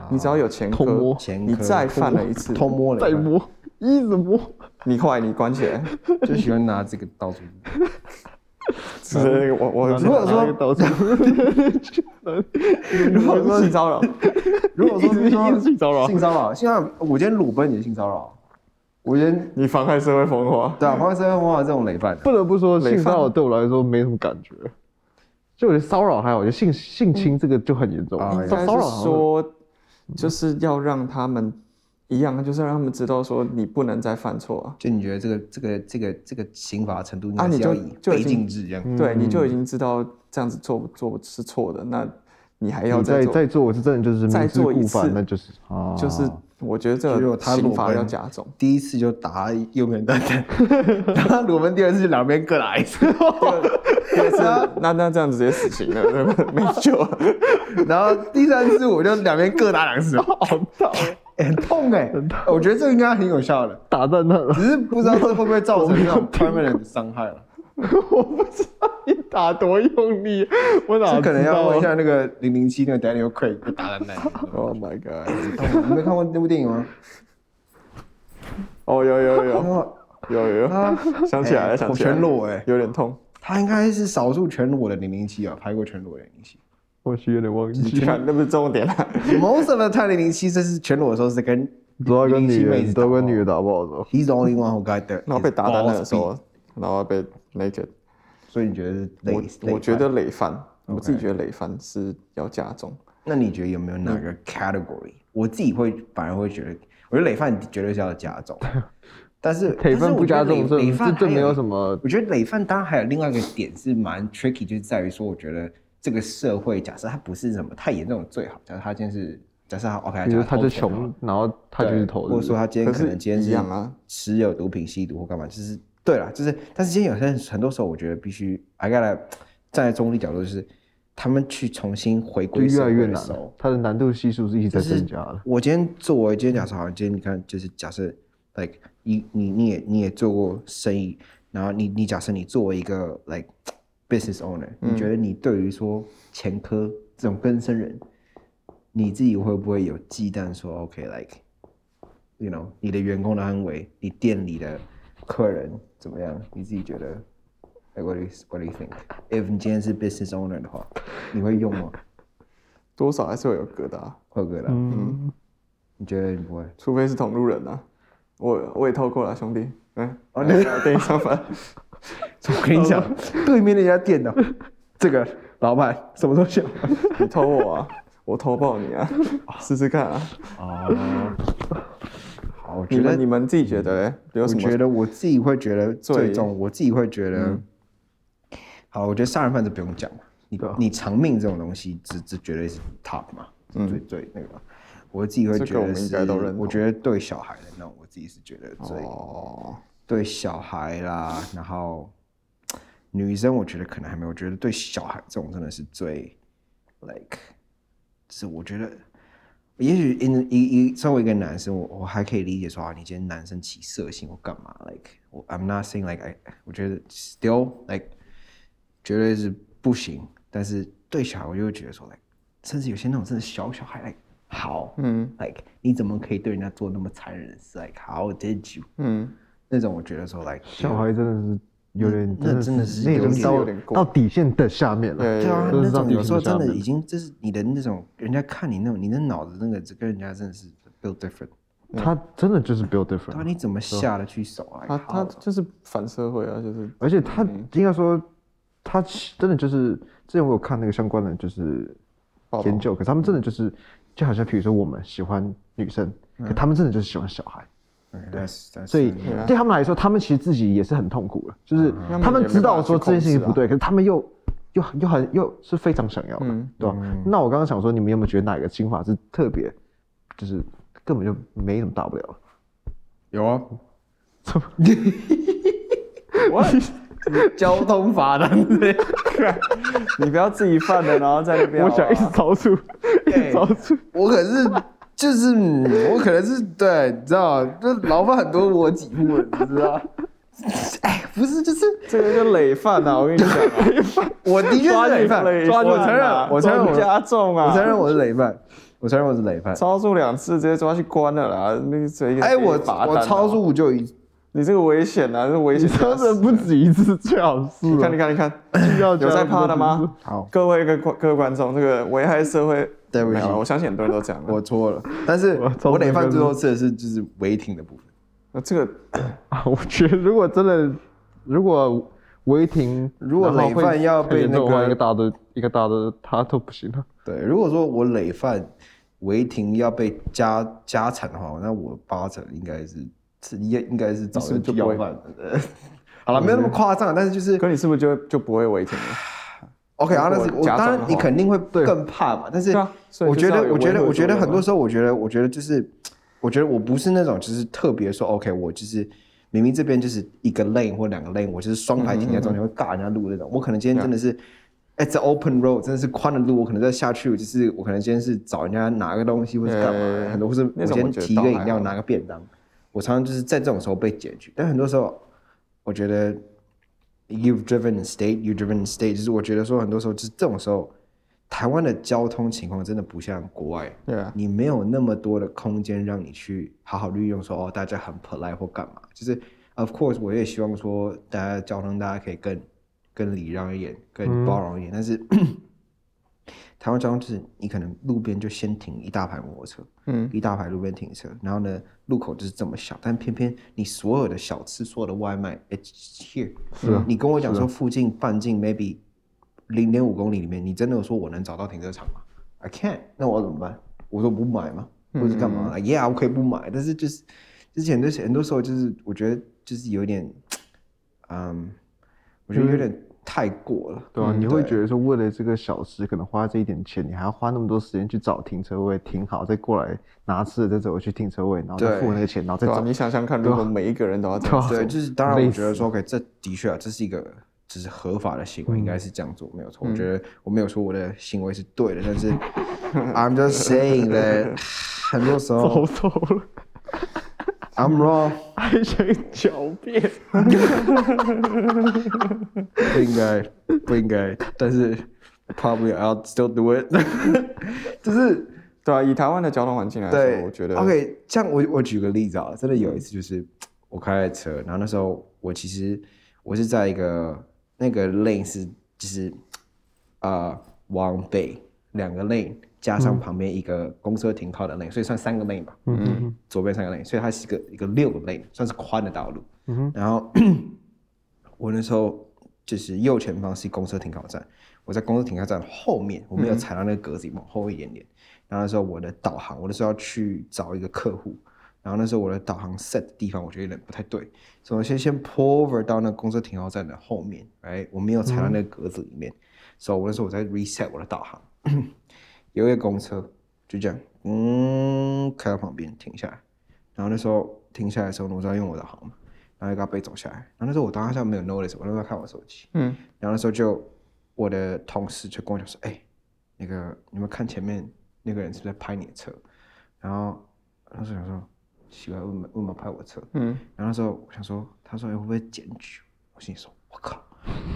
[SPEAKER 2] 你只要有前科
[SPEAKER 4] 偷摸，
[SPEAKER 3] 前科
[SPEAKER 2] 你再犯了一次，
[SPEAKER 3] 偷摸
[SPEAKER 4] 再
[SPEAKER 3] 累犯，
[SPEAKER 4] 摸，一直摸，
[SPEAKER 2] 你快你关起来。
[SPEAKER 3] 就喜欢拿这个到处。
[SPEAKER 2] 是，我 我
[SPEAKER 4] 如
[SPEAKER 3] 果说
[SPEAKER 4] 导致
[SPEAKER 2] 如果说性骚扰，
[SPEAKER 3] 如果说
[SPEAKER 4] 一
[SPEAKER 3] 譬如
[SPEAKER 4] 直
[SPEAKER 3] 说
[SPEAKER 4] 一直性骚扰
[SPEAKER 3] 性骚扰，性骚扰，我今天裸奔也性骚扰，我今天
[SPEAKER 2] 你妨害社会风化，
[SPEAKER 3] 对啊，黄色文化这种累犯，
[SPEAKER 4] 不得不说，性骚扰对我来说没什么感觉，就我觉得骚扰还好，我觉得性性侵这个就很严重。
[SPEAKER 3] 啊
[SPEAKER 2] 应
[SPEAKER 4] 骚
[SPEAKER 2] 该
[SPEAKER 4] 骚扰
[SPEAKER 2] 是
[SPEAKER 4] 好像
[SPEAKER 2] 说就是要让他们一样，就是让他们知道说你不能再犯错啊。
[SPEAKER 3] 就你觉得这个这个这个这个刑罚程度应
[SPEAKER 2] 啊
[SPEAKER 3] 该
[SPEAKER 2] 你
[SPEAKER 3] 是要
[SPEAKER 2] 就
[SPEAKER 3] 以
[SPEAKER 2] 就已
[SPEAKER 3] 非
[SPEAKER 2] 经嗯
[SPEAKER 3] 禁止这样。
[SPEAKER 2] 对，你就已经知道这样子做做是错的，那你还要
[SPEAKER 4] 你再
[SPEAKER 2] 再做，
[SPEAKER 4] 再做，我是真的就是
[SPEAKER 2] 再
[SPEAKER 4] 明知
[SPEAKER 2] 做一
[SPEAKER 4] 故犯
[SPEAKER 2] 次，
[SPEAKER 4] 那就是啊，
[SPEAKER 2] 就是我觉得这
[SPEAKER 3] 只有
[SPEAKER 2] 个
[SPEAKER 3] 他裸
[SPEAKER 2] 刑罚
[SPEAKER 3] 奔
[SPEAKER 2] 要加重。
[SPEAKER 3] 第一次就打右边蛋蛋， 然后裸奔第二次就两边各打一次，
[SPEAKER 2] 也是啊，那那这样子直接死刑了，对吧没救了。
[SPEAKER 3] 然后第三次我就两边各打两次，好痛， 很痛哎、我觉得这个应该很有效的，
[SPEAKER 4] 打蛋蛋 了，
[SPEAKER 3] 只是不知道这会不会造成那种 permanent 的伤害 了。
[SPEAKER 4] 我不知道你打多用力，我哪
[SPEAKER 3] 这可能
[SPEAKER 4] 啊知
[SPEAKER 3] 要
[SPEAKER 4] 道
[SPEAKER 3] 问一下那个零零七那个 Daniel Craig 被打的那
[SPEAKER 2] Oh my god！
[SPEAKER 3] 个，你没看过那部电影吗？
[SPEAKER 2] 哦，有有有
[SPEAKER 3] 哦，
[SPEAKER 2] 有有，想起来了，
[SPEAKER 3] 哎
[SPEAKER 2] 想
[SPEAKER 3] 我
[SPEAKER 2] 起来
[SPEAKER 3] 全
[SPEAKER 2] 了，
[SPEAKER 3] 裸哎，
[SPEAKER 2] 有点 痛。
[SPEAKER 3] 他应该是少数全裸的零零七啊，拍过全裸的零零七。
[SPEAKER 4] 我是有点忘
[SPEAKER 2] 你
[SPEAKER 4] 记，
[SPEAKER 2] 看，那不是重 点啊。
[SPEAKER 3] Most of the time 零零七这是全裸的时候是跟
[SPEAKER 4] 主要跟女
[SPEAKER 3] 007妹
[SPEAKER 4] 人，
[SPEAKER 3] 子
[SPEAKER 4] 都跟
[SPEAKER 3] 打
[SPEAKER 4] 女人打不好走。
[SPEAKER 3] He's the only one who got the
[SPEAKER 2] 然后被打单
[SPEAKER 3] his balls
[SPEAKER 2] 了的时候，然后被 naked，
[SPEAKER 3] beat，所以你觉得是累
[SPEAKER 2] 我我觉得，累犯，我自己觉得累犯是要加重。
[SPEAKER 4] 嗯
[SPEAKER 3] 那你觉得有没有哪个 category？我自己会反而会觉得，我觉得累犯绝对是要加 重，但是
[SPEAKER 4] 累犯不加重
[SPEAKER 3] 但是我觉得累累
[SPEAKER 4] 这
[SPEAKER 3] 犯
[SPEAKER 4] 这这
[SPEAKER 3] 还
[SPEAKER 4] 没有什么
[SPEAKER 3] 我觉得累犯当然还有另外一个点是蛮 tricky，就是在于说，我觉得这个社会假设它不是什么太严重的罪好，假设他今天是假设他 OK，
[SPEAKER 4] 比
[SPEAKER 3] 假
[SPEAKER 4] 如
[SPEAKER 3] 设
[SPEAKER 4] 他就
[SPEAKER 3] 偷钱好了
[SPEAKER 4] 穷，然后他就
[SPEAKER 3] 对
[SPEAKER 4] 去投
[SPEAKER 3] 或者
[SPEAKER 4] 资
[SPEAKER 3] 说他今天
[SPEAKER 2] 可
[SPEAKER 3] 可
[SPEAKER 2] 是
[SPEAKER 3] 能今天
[SPEAKER 2] 一样啊
[SPEAKER 3] 持有毒品、吸毒或干嘛，就是对啦，就是但是今天有些人很多时候，我觉得必须 I gotta 站在中立角度，就是他们去重新回
[SPEAKER 4] 就
[SPEAKER 3] 归
[SPEAKER 4] 越来
[SPEAKER 3] 社
[SPEAKER 4] 越
[SPEAKER 3] 会的
[SPEAKER 4] 难
[SPEAKER 3] 时候
[SPEAKER 4] 了，它的难度系数是一直在
[SPEAKER 3] 就是
[SPEAKER 4] 增加的。
[SPEAKER 3] 我今天作为今天假设，好像今天你看，就是假设，like 你你你也你也做过生意，然后你你假设你作为一个 like business owner，、你觉得你对于说前科这种更生人，你自己会不会有忌惮说，OK，like、you know 你的员工的安危，你店里的客人怎么样？你自己觉得？Like what do you what do you think? If 你今天是 business owner 的话，你会用吗？
[SPEAKER 2] 多少还是会有疙瘩，啊
[SPEAKER 3] 会不会啦？
[SPEAKER 4] 嗯，
[SPEAKER 3] 你觉得你不会？
[SPEAKER 2] 除非是同路人啊。我我也偷过了，兄弟，嗯，
[SPEAKER 3] 哦
[SPEAKER 2] 我
[SPEAKER 3] 你
[SPEAKER 2] 给你 上饭，
[SPEAKER 3] 我跟你讲，
[SPEAKER 2] 嗯
[SPEAKER 3] 对面那家店的这个老板什么东西？
[SPEAKER 2] 你偷我啊，我偷爆你 啊，试试看啊。
[SPEAKER 3] 哦，好，我
[SPEAKER 2] 你
[SPEAKER 3] 觉得
[SPEAKER 2] 们你们自己觉得嘞？有
[SPEAKER 3] 我
[SPEAKER 2] 什
[SPEAKER 3] 觉
[SPEAKER 2] 么？
[SPEAKER 3] 得我自己会觉得
[SPEAKER 2] 最
[SPEAKER 3] 最终我自己会觉得，
[SPEAKER 2] 嗯
[SPEAKER 3] 好，我觉得杀人犯就不用讲嘛，你
[SPEAKER 4] 对啊
[SPEAKER 3] 你偿命这种东西，这这绝对是 top 嘛，是最最那个嘛。我自己会
[SPEAKER 2] 嗯这个
[SPEAKER 3] 觉
[SPEAKER 2] 我
[SPEAKER 3] 得
[SPEAKER 2] 们应
[SPEAKER 3] 是
[SPEAKER 2] 该都认，同
[SPEAKER 3] 我觉得对小孩的那种，我自己是觉得最
[SPEAKER 2] 哦，
[SPEAKER 3] 对小孩啦，然后女生我觉得可能还没有，我觉得对小孩这种真的是最 like，就是我觉得也许一一一作为一个男生，我我还可以理解说啊，你今天男生起色心或干嘛，like 我 I'm not saying like I，我觉得 still like 绝对是不行，但是对小孩我就会觉得说 like，甚至有些那种真的小小孩 like 好，嗯，like 你怎么可以对人家做那么残忍的事？like how did you？
[SPEAKER 2] 嗯，
[SPEAKER 3] 那种我觉得说 like
[SPEAKER 2] 啊
[SPEAKER 4] 小孩真的是有点，
[SPEAKER 2] 嗯
[SPEAKER 3] 那真的是
[SPEAKER 4] 那
[SPEAKER 3] 有
[SPEAKER 4] 种
[SPEAKER 3] 点
[SPEAKER 2] 有
[SPEAKER 4] 到
[SPEAKER 2] 点过
[SPEAKER 4] 到底线的下面了。
[SPEAKER 2] 对
[SPEAKER 3] 对啊，
[SPEAKER 4] 就是
[SPEAKER 3] 那
[SPEAKER 4] 到
[SPEAKER 3] 种
[SPEAKER 4] 底
[SPEAKER 3] 有时候
[SPEAKER 4] 什
[SPEAKER 3] 真
[SPEAKER 4] 么下
[SPEAKER 3] 的
[SPEAKER 4] 面
[SPEAKER 3] 已经就是你的那种，人家看你那种，你的脑子那个跟人家真的是 built different。
[SPEAKER 2] 嗯
[SPEAKER 4] 他真的就是 build
[SPEAKER 3] 对啊，
[SPEAKER 4] different，
[SPEAKER 3] 你怎么下得去手啊？
[SPEAKER 2] 他他
[SPEAKER 3] 好
[SPEAKER 2] 就是反社会啊，就是
[SPEAKER 4] 而且他应该说，他其真的就是之前我有看那个相关的就是
[SPEAKER 2] 报道
[SPEAKER 4] 研究，可是他们真的就是就好像比如说我们喜欢女生，
[SPEAKER 2] 嗯
[SPEAKER 4] 可他们真的就是喜欢小孩，
[SPEAKER 3] Okay, that's- that's-
[SPEAKER 4] 所以
[SPEAKER 2] 啊
[SPEAKER 4] 对他们来说，他们其实自己也是很痛苦的，就是
[SPEAKER 2] 嗯
[SPEAKER 4] 他
[SPEAKER 2] 他们
[SPEAKER 4] 们
[SPEAKER 2] 也没
[SPEAKER 4] 知道
[SPEAKER 2] 办法
[SPEAKER 4] 说
[SPEAKER 2] 去
[SPEAKER 4] 这件事情
[SPEAKER 2] 控制啊
[SPEAKER 4] 不对，可是他们又又很又很又是非常想要的，
[SPEAKER 2] 嗯
[SPEAKER 4] 对吧？那我刚刚想说，你们有没有觉得哪个心法是特别，就是根本就没什么大不 了？
[SPEAKER 3] 有啊，
[SPEAKER 2] 交通 法的，你不要自己犯了，然后在那边。
[SPEAKER 4] 我想一直超 出，一直
[SPEAKER 3] 哎
[SPEAKER 4] 超出。
[SPEAKER 3] 我可是就是嗯我可能是对，你知道，就劳烦很多我几步了，你知 道。哎，不是，就是
[SPEAKER 2] 这个就累犯 啊！我跟你讲啊，
[SPEAKER 3] 我的确
[SPEAKER 2] 抓
[SPEAKER 3] 是累
[SPEAKER 2] 你
[SPEAKER 3] 犯，
[SPEAKER 2] 累
[SPEAKER 3] 我
[SPEAKER 2] 犯啊
[SPEAKER 3] 承认，我承认我，
[SPEAKER 2] 加重啊！
[SPEAKER 3] 我承认我是累犯，我承认我是累犯。
[SPEAKER 2] 超速两次，直接抓去关了啦！那个谁，
[SPEAKER 3] 哎，我
[SPEAKER 2] 罚
[SPEAKER 3] 我
[SPEAKER 2] 单啊
[SPEAKER 3] 超，速就已
[SPEAKER 2] 你这个危险啊，这危
[SPEAKER 4] 你
[SPEAKER 2] 险！
[SPEAKER 4] 真的不止一次，最好是
[SPEAKER 2] 你
[SPEAKER 4] 啊
[SPEAKER 2] 看，你看，你看，
[SPEAKER 4] 要
[SPEAKER 2] 有在怕的
[SPEAKER 4] 这
[SPEAKER 2] 吗？
[SPEAKER 3] 好
[SPEAKER 2] 各位各各位观众，这个危害社会，
[SPEAKER 3] 对不起
[SPEAKER 2] 没有了我相信很多人都这样啊。
[SPEAKER 3] 我错了，但是
[SPEAKER 4] 我超
[SPEAKER 3] 我累犯
[SPEAKER 4] 没跟
[SPEAKER 3] 最多次的是就是违停的部分。
[SPEAKER 2] 那这个
[SPEAKER 4] 啊， 我觉得如果真的，如果违停，
[SPEAKER 3] 如果
[SPEAKER 4] 然后
[SPEAKER 3] 累
[SPEAKER 4] 会
[SPEAKER 3] 犯要被
[SPEAKER 4] 严重的
[SPEAKER 3] 那个
[SPEAKER 2] 嗯
[SPEAKER 4] 话一个大的一个大的他都不行了。
[SPEAKER 3] 对，如果说我累犯违停要被加加产的话，那我八成应该是是应应该是早
[SPEAKER 2] 是不
[SPEAKER 3] 就是
[SPEAKER 2] 就
[SPEAKER 3] 要
[SPEAKER 2] 不会
[SPEAKER 3] 饭了。 对好了，没有那么夸张，但是就是
[SPEAKER 2] 哥，你是不是就就不会违停了？
[SPEAKER 3] OK 啊，
[SPEAKER 2] 如
[SPEAKER 3] 那
[SPEAKER 2] 果
[SPEAKER 3] 是我
[SPEAKER 2] 假
[SPEAKER 3] 当
[SPEAKER 2] 装
[SPEAKER 3] 然
[SPEAKER 2] 的
[SPEAKER 3] 你
[SPEAKER 2] 话
[SPEAKER 3] 肯定会更怕嘛，但是
[SPEAKER 2] 对啊所以
[SPEAKER 3] 我
[SPEAKER 2] 就是
[SPEAKER 3] 觉
[SPEAKER 2] 要
[SPEAKER 3] 得
[SPEAKER 2] 有
[SPEAKER 3] 我觉
[SPEAKER 2] 维
[SPEAKER 3] 得
[SPEAKER 2] 护
[SPEAKER 3] 我觉得
[SPEAKER 2] 作用
[SPEAKER 3] 很多
[SPEAKER 2] 啊
[SPEAKER 3] 时候，我觉得我觉得就是，我觉得我不是那种就是特别说 OK，我就是明明这边就是一个 lane 或两个 lane，我就是双排停在中间会尬人家路那种，我可能今天真的是。It's an open road，真的是宽的路，我可能再下去，就是我可能今天是找人家拿个东西或者干嘛
[SPEAKER 2] 对
[SPEAKER 3] 很多或是我
[SPEAKER 2] 那
[SPEAKER 3] 今天
[SPEAKER 2] 种我觉得
[SPEAKER 3] 提一个
[SPEAKER 2] 倒
[SPEAKER 3] 饮
[SPEAKER 2] 还
[SPEAKER 3] 料
[SPEAKER 2] 好
[SPEAKER 3] 拿个便当，我常常就是在这种时候被检举，但很多时候我觉得 you've driven in state, you've driven in state，就是我觉得说很多时候就是这种时候，台湾的交通情况真的不像国外，
[SPEAKER 2] 对啊，
[SPEAKER 3] 你没有那么多的空间让你去好好利用说哦，大家很 polite 或干嘛，就是 of course 我也希望说大家交通大家可以更更礼让一点，更包容一点，但是 台湾交通就是你可能路边就先停一大排摩托车，嗯，一大排路边停车，然后呢路口就是这么小，但偏偏你所有的小吃、所有的外卖，it's here，是、
[SPEAKER 4] 啊
[SPEAKER 3] 你跟我讲说附近半径 maybe 零点五公里里面，你真的有说我能找到停车场吗？I can't，那我怎么办？我说不买吗？
[SPEAKER 4] 嗯
[SPEAKER 3] 或者干嘛了、y e a h 我可以不买，但是就是之前就是很多时候就是我觉得就是有点，嗯，我觉得有点太过了。嗯
[SPEAKER 4] 对啊，你会觉得说，为了这个小吃，可能花这一点钱，你还要花那么多时间去找停车位，停好，再过来拿吃的，再走回去停车位，然后再
[SPEAKER 3] 对
[SPEAKER 4] 付那个钱，然后再
[SPEAKER 2] 对吧、
[SPEAKER 4] 走。
[SPEAKER 2] 你想想看，如果每一个人都要这样做，
[SPEAKER 3] 对，啊就是当然，我觉得说，OK，这的确啊，这是一个就是合法的行为，应该
[SPEAKER 4] 嗯
[SPEAKER 3] 是这样做，没有错。我觉得我没有说我的行为是对的，但是 I'm just saying that 很多时候
[SPEAKER 4] 头了，
[SPEAKER 3] I'm wrong，
[SPEAKER 4] 还想狡辩。
[SPEAKER 3] 不应该，不应该，但是 probably I'll still do it，就是。
[SPEAKER 2] 对啊，以台湾的交通环境来
[SPEAKER 3] 对，
[SPEAKER 2] 说，我觉得
[SPEAKER 3] OK，像我我举个例子啊，真的有一次就是我开了车，然后那时候我其实我是在一个那个 lane 是就是呃往北两个 lane 加上旁边一个公车停靠的 lane，、所以算三个 lane 吧。嗯，左边三个 lane，所以它是一个一个六个 lane，算是宽的道路。嗯然后我那时候就是右前方是公车停靠站，我在公车停靠站后面，我没有踩到那个格子，往后一点点。然后那时候我的导航，我那时候要去找一个客户，然后那时候我的导航 set 的地方我觉得有点不太对，所以我先先 pull over 到那个公车停靠站的后面，哎，我没有踩到那个格子里面，所以我那时候我在 reset 我的导航，有一个公车就这样，嗯，开到旁边停下来，然后那时候停下来的时候呢，我在用我的导航嘛，然后一个阿伯走下来，然后那时候我当下没有 notice，我那时候在看我手机，
[SPEAKER 2] 嗯，
[SPEAKER 3] 然后那时候就我的同事就跟我讲说，哎、那个你们看前面那个人是不是在拍你的车？然后那时候想说，奇怪，为什么为什么拍我车？嗯，然后那时候我想说，他说、哎会不会检举？我心里说，我靠。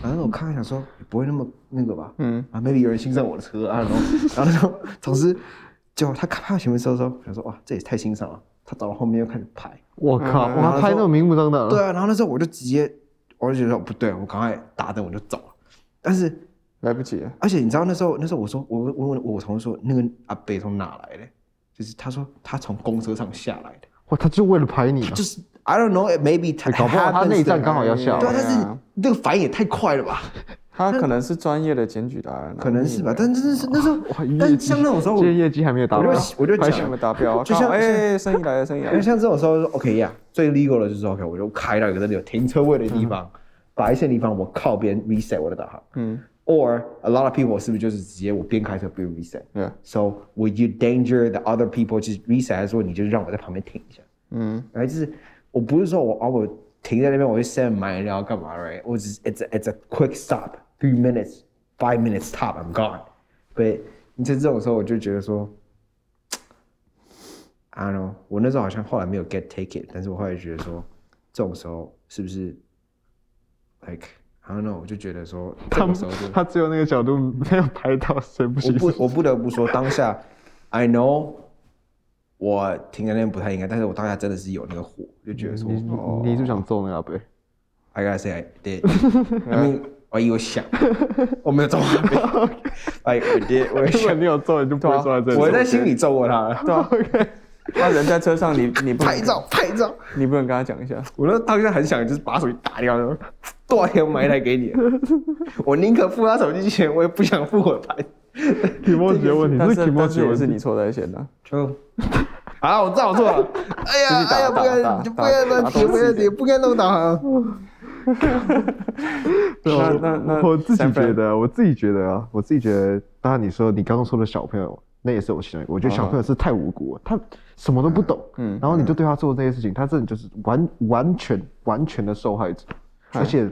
[SPEAKER 3] 然后我看看想说，也不会那么那个吧？嗯，啊，maybe 有人欣赏我的车啊，然后 然后那时候，总之，就他看到前面车的时候，想说哇，这也太欣赏了。他到了后面又开始拍，
[SPEAKER 4] 我靠，
[SPEAKER 2] 嗯
[SPEAKER 4] 哇，拍那种明目张胆。
[SPEAKER 3] 对，啊，然后那时候我就直接，我就觉得说不对，我赶快打灯我就走了。但是
[SPEAKER 2] 来不及了。
[SPEAKER 3] 而且你知道那时候，那时候我说，我问我问我同事说，那个阿北从哪来的？就是他说他从公车上下来的，
[SPEAKER 4] 哇，他就为了拍你啊
[SPEAKER 3] 就！是 I don't know, maybe 他
[SPEAKER 4] 搞不好他内战刚好要下
[SPEAKER 3] 对啊，
[SPEAKER 2] 来
[SPEAKER 3] 但是那个反应也太快了吧？
[SPEAKER 2] 他可能是专业的检举达人啊，
[SPEAKER 3] 可能是吧？但真的是那时候
[SPEAKER 4] 哦哇，业，绩
[SPEAKER 3] 但像那种时候，我
[SPEAKER 4] 今天业绩还没有达
[SPEAKER 3] 就
[SPEAKER 4] 到，
[SPEAKER 3] 我就
[SPEAKER 2] 拍
[SPEAKER 3] 讲
[SPEAKER 2] 什么达标啊？
[SPEAKER 3] 就像
[SPEAKER 2] 靠哎，生意来了，生意来
[SPEAKER 3] 因为
[SPEAKER 2] 了。
[SPEAKER 3] 像这种时候就，OK 呀、最 legal 的就是 OK，我就开到一个真的有停车位的地方，
[SPEAKER 4] 嗯
[SPEAKER 3] 白线地方，我靠边 reset 我的导航。嗯，or a lot of people 是不是就是直接我边开车边 reset？
[SPEAKER 2] Yeah
[SPEAKER 3] So would you danger the other people 就是 reset，还是说你就是让我在旁边停一下？嗯，哎，就是我不是说我啊我停在那边我去 send 买饮料干嘛？Right？我只是 it's a, it's a quick stop，three minutes，five minutes top，I'm gone。对，你在这种时候我就觉得说。I don't know，我那时候好像后来没有 get ticket，但是我后来觉得说，这种时候是不是，like I don't know，我就觉得说，这
[SPEAKER 4] 他
[SPEAKER 3] 种
[SPEAKER 4] 们
[SPEAKER 3] 时候就
[SPEAKER 4] 他只有那个角度没有拍到，所以不
[SPEAKER 3] 我
[SPEAKER 4] 行。
[SPEAKER 3] 不我不得不说，当下 I know 我停在那边不太应该，但是我当下真的是有那个火，就觉得说，哦
[SPEAKER 4] 你是不是想揍那个阿伯？
[SPEAKER 3] ，I gotta say I did，I mean 我有想，我没有 揍他，I I did，我有
[SPEAKER 4] 如果
[SPEAKER 3] 想，
[SPEAKER 4] 你有揍，你就不会坐在这里。
[SPEAKER 3] 啊我在心里揍过他了，
[SPEAKER 4] 啊
[SPEAKER 2] 他人在车上， 你你不能
[SPEAKER 3] 拍照拍照。
[SPEAKER 2] 你不能跟他讲一下。
[SPEAKER 3] 我那当下很想就是把手机打掉，然后 多少钱我买一台给 你？我宁可付他手机钱，我也不想付我牌。
[SPEAKER 4] 提莫吉的问题，
[SPEAKER 2] 但
[SPEAKER 4] 提
[SPEAKER 2] 是
[SPEAKER 4] 莫
[SPEAKER 2] 但
[SPEAKER 4] 吉
[SPEAKER 2] 是
[SPEAKER 4] 的问题
[SPEAKER 2] 也是。你错在先的，
[SPEAKER 3] 就，啊，我知道我错了。哎呀，哎呀，不该，就不该乱提，不该提，不该弄导航。
[SPEAKER 4] 对啊
[SPEAKER 2] 那那那
[SPEAKER 4] 我自己
[SPEAKER 2] San Fran-
[SPEAKER 4] 觉得，我自己觉得啊，我自己觉得，当然你说你刚刚说的小朋友，那也是我其中一个。我觉得小
[SPEAKER 2] 啊
[SPEAKER 4] 朋友是太无辜了，他什么都不懂，嗯，然后你就对他做这些事情，他真的就是完完全完全的受害者，而且